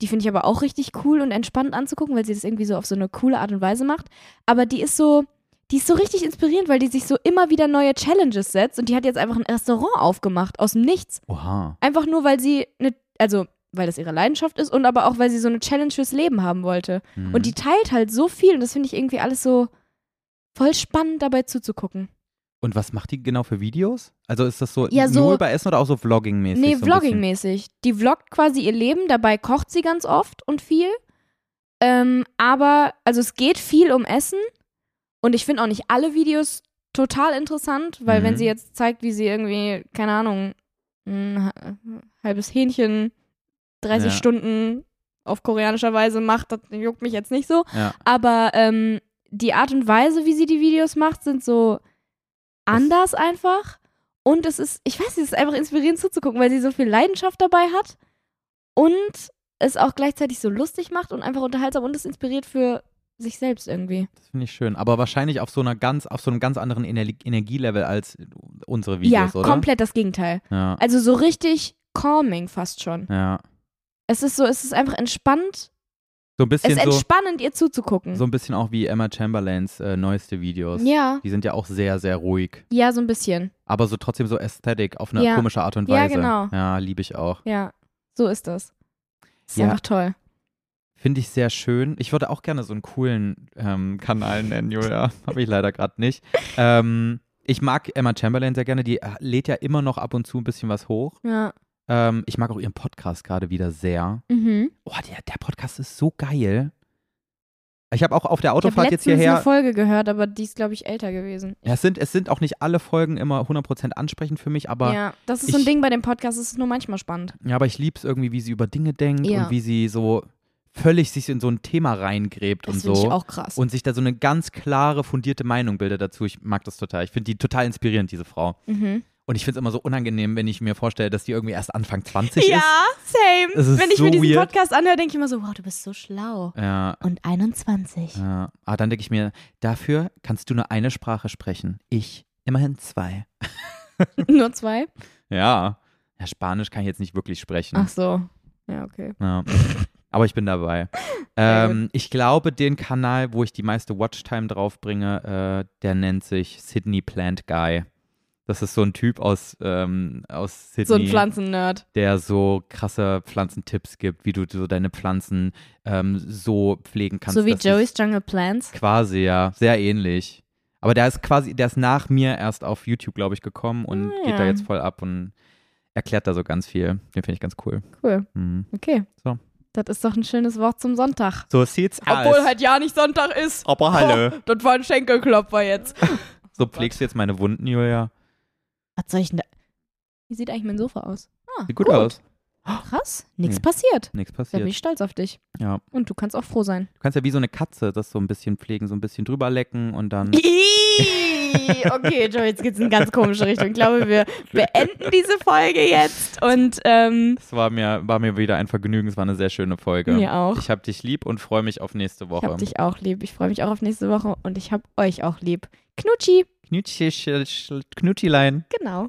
Speaker 1: Die finde ich aber auch richtig cool und entspannt anzugucken, weil sie das irgendwie so auf so eine coole Art und Weise macht. Aber die ist so, die ist so richtig inspirierend, weil die sich so immer wieder neue Challenges setzt und die hat jetzt einfach ein Restaurant aufgemacht aus dem Nichts.
Speaker 2: Oha.
Speaker 1: Einfach nur, weil sie eine, also weil das ihre Leidenschaft ist und aber auch, weil sie so eine Challenge fürs Leben haben wollte.
Speaker 2: Hm.
Speaker 1: Und die teilt halt so viel und das finde ich irgendwie alles so voll spannend dabei zuzugucken.
Speaker 2: Und was macht die genau für Videos? Also ist das so,
Speaker 1: Ja, so-
Speaker 2: nur über Essen oder auch so Vlogging-mäßig?
Speaker 1: Nee,
Speaker 2: so ein bisschen?
Speaker 1: vlogging-mäßig. Die vloggt quasi ihr Leben, dabei kocht sie ganz oft und viel. Ähm, aber, also es geht viel um Essen und ich finde auch nicht alle Videos total interessant, weil
Speaker 2: Mhm.
Speaker 1: wenn sie jetzt zeigt, wie sie irgendwie, keine Ahnung, ein ha- halbes Hähnchen 30
Speaker 2: Ja.
Speaker 1: Stunden auf koreanischer Weise macht, das juckt mich jetzt nicht so.
Speaker 2: Ja.
Speaker 1: Aber ähm, die Art und Weise, wie sie die Videos macht, sind so anders einfach. Und es ist, ich weiß, nicht, es ist einfach inspirierend zuzugucken, weil sie so viel Leidenschaft dabei hat und es auch gleichzeitig so lustig macht und einfach unterhaltsam und es inspiriert für sich selbst irgendwie.
Speaker 2: Das finde ich schön. Aber wahrscheinlich auf so einer ganz, auf so einem ganz anderen Ener Energielevel als unsere Videos,
Speaker 1: ja,
Speaker 2: oder?
Speaker 1: komplett das Gegenteil.
Speaker 2: Ja.
Speaker 1: Also so richtig calming fast schon.
Speaker 2: ja.
Speaker 1: Es ist so, es ist einfach entspannt.
Speaker 2: So ein
Speaker 1: Es
Speaker 2: bisschen
Speaker 1: ist
Speaker 2: so,
Speaker 1: entspannend, ihr zuzugucken.
Speaker 2: so ein bisschen auch wie Emma Chamberlains äh, neueste Videos.
Speaker 1: ja,
Speaker 2: Die sind ja auch sehr, sehr ruhig.
Speaker 1: ja, so ein bisschen.
Speaker 2: Aber so trotzdem so Ästhetik auf eine
Speaker 1: Ja.
Speaker 2: komische Art und
Speaker 1: Ja,
Speaker 2: Weise.
Speaker 1: genau.
Speaker 2: Ja, liebe ich auch.
Speaker 1: Ja, so ist das. Ist
Speaker 2: Ja.
Speaker 1: einfach toll.
Speaker 2: Finde ich sehr schön. Ich *laughs* würde auch gerne so einen coolen ähm, Kanal nennen, Julia. Habe ich leider gerade nicht. Ähm, Ich mag Emma Chamberlain sehr gerne. Die lädt ja immer noch ab und zu ein bisschen was hoch.
Speaker 1: Ja.
Speaker 2: Ähm, ich mag auch ihren Podcast gerade wieder sehr.
Speaker 1: Mhm.
Speaker 2: Oh, der, der Podcast ist so geil. Ich habe auch auf der
Speaker 1: Ich habe
Speaker 2: Autofahrt jetzt
Speaker 1: letztens eine
Speaker 2: hierher.
Speaker 1: Folge gehört, aber die ist, glaube ich, älter gewesen.
Speaker 2: Ja, es, sind, es sind auch nicht alle Folgen immer 100% ansprechend für mich, aber
Speaker 1: ja, das ist so ein
Speaker 2: ich-
Speaker 1: Ding bei dem Podcast, es ist nur manchmal spannend.
Speaker 2: Ja, aber ich liebe es irgendwie, wie sie über Dinge denkt
Speaker 1: Ja.
Speaker 2: und wie sie so völlig sich in so ein Thema reingräbt
Speaker 1: Das
Speaker 2: und
Speaker 1: finde ich
Speaker 2: so.
Speaker 1: auch krass.
Speaker 2: Und sich da so eine ganz klare, fundierte Meinung bildet dazu. Ich mag das total. Ich finde die total inspirierend, diese Frau.
Speaker 1: mhm.
Speaker 2: Und ich finde es immer so unangenehm, wenn ich mir vorstelle, dass die irgendwie erst
Speaker 1: *laughs*
Speaker 2: Anfang 20
Speaker 1: Ja, same.
Speaker 2: Es ist
Speaker 1: Wenn ich
Speaker 2: so
Speaker 1: mir diesen
Speaker 2: weird.
Speaker 1: Podcast anhöre, denke ich immer so, wow, du bist so schlau.
Speaker 2: ist. Ja.
Speaker 1: Und 21.
Speaker 2: ja. Ah, dann denke ich mir, dafür kannst du nur eine Sprache sprechen. Ich immerhin zwei.
Speaker 1: *laughs* Nur zwei?
Speaker 2: Ja. Ja, Spanisch kann ich jetzt nicht wirklich sprechen.
Speaker 1: Ach so. Ja, okay.
Speaker 2: Ja. *laughs* Aber ich bin dabei.
Speaker 1: Sehr gut.
Speaker 2: Ähm, ich glaube, den Kanal, wo ich die meiste Watchtime draufbringe, äh, der nennt sich Sydney Plant Guy. Das ist so ein Typ aus, ähm, aus Sydney,
Speaker 1: So ein Pflanzennerd.
Speaker 2: der so krasse Pflanzentipps gibt, wie du so deine Pflanzen ähm, so pflegen kannst.
Speaker 1: So wie
Speaker 2: dass sie-
Speaker 1: Joey's Jungle Plants.
Speaker 2: Quasi, ja. Sehr ähnlich. Aber der ist quasi, der ist nach mir erst auf YouTube, glaube ich, gekommen und
Speaker 1: Ah,
Speaker 2: geht da
Speaker 1: ja.
Speaker 2: jetzt voll ab und erklärt da so ganz viel. Den finde ich ganz cool.
Speaker 1: Cool.
Speaker 2: Mhm.
Speaker 1: Okay.
Speaker 2: So.
Speaker 1: Das ist doch ein schönes Wort zum Sonntag.
Speaker 2: So sieht's
Speaker 1: Obwohl halt ja nicht Sonntag ist. *laughs*
Speaker 2: Aber
Speaker 1: Oh, das war ein Schenkelklopfer jetzt.
Speaker 2: So pflegst du jetzt meine Wunden, Julia.
Speaker 1: Was soll ich denn da? Wie sieht eigentlich mein Sofa aus? Ah,
Speaker 2: Sieht gut, aus.
Speaker 1: Krass, nichts
Speaker 2: Nee.
Speaker 1: passiert.
Speaker 2: Nichts
Speaker 1: Da bin
Speaker 2: Hm. passiert.
Speaker 1: ich stolz auf dich.
Speaker 2: Ja.
Speaker 1: Und du kannst auch froh sein.
Speaker 2: Du kannst ja wie so eine Katze das so ein bisschen pflegen, so ein bisschen drüber lecken und dann.
Speaker 1: Ih, okay, Joe, jetzt geht's in ganz komische Richtung. Ich glaube,
Speaker 2: *laughs*
Speaker 1: wir beenden diese Folge jetzt und ähm,
Speaker 2: Es war mir, war mir wieder ein Vergnügen. Es war eine sehr schöne Folge.
Speaker 1: Mir auch.
Speaker 2: Ich hab dich lieb und freue mich auf nächste
Speaker 1: ich hab
Speaker 2: Woche.
Speaker 1: dich auch lieb. Ich freue mich auch auf nächste Woche und ich hab euch auch lieb. Knutschi,
Speaker 2: Knutschel- Knutilein.
Speaker 1: genau.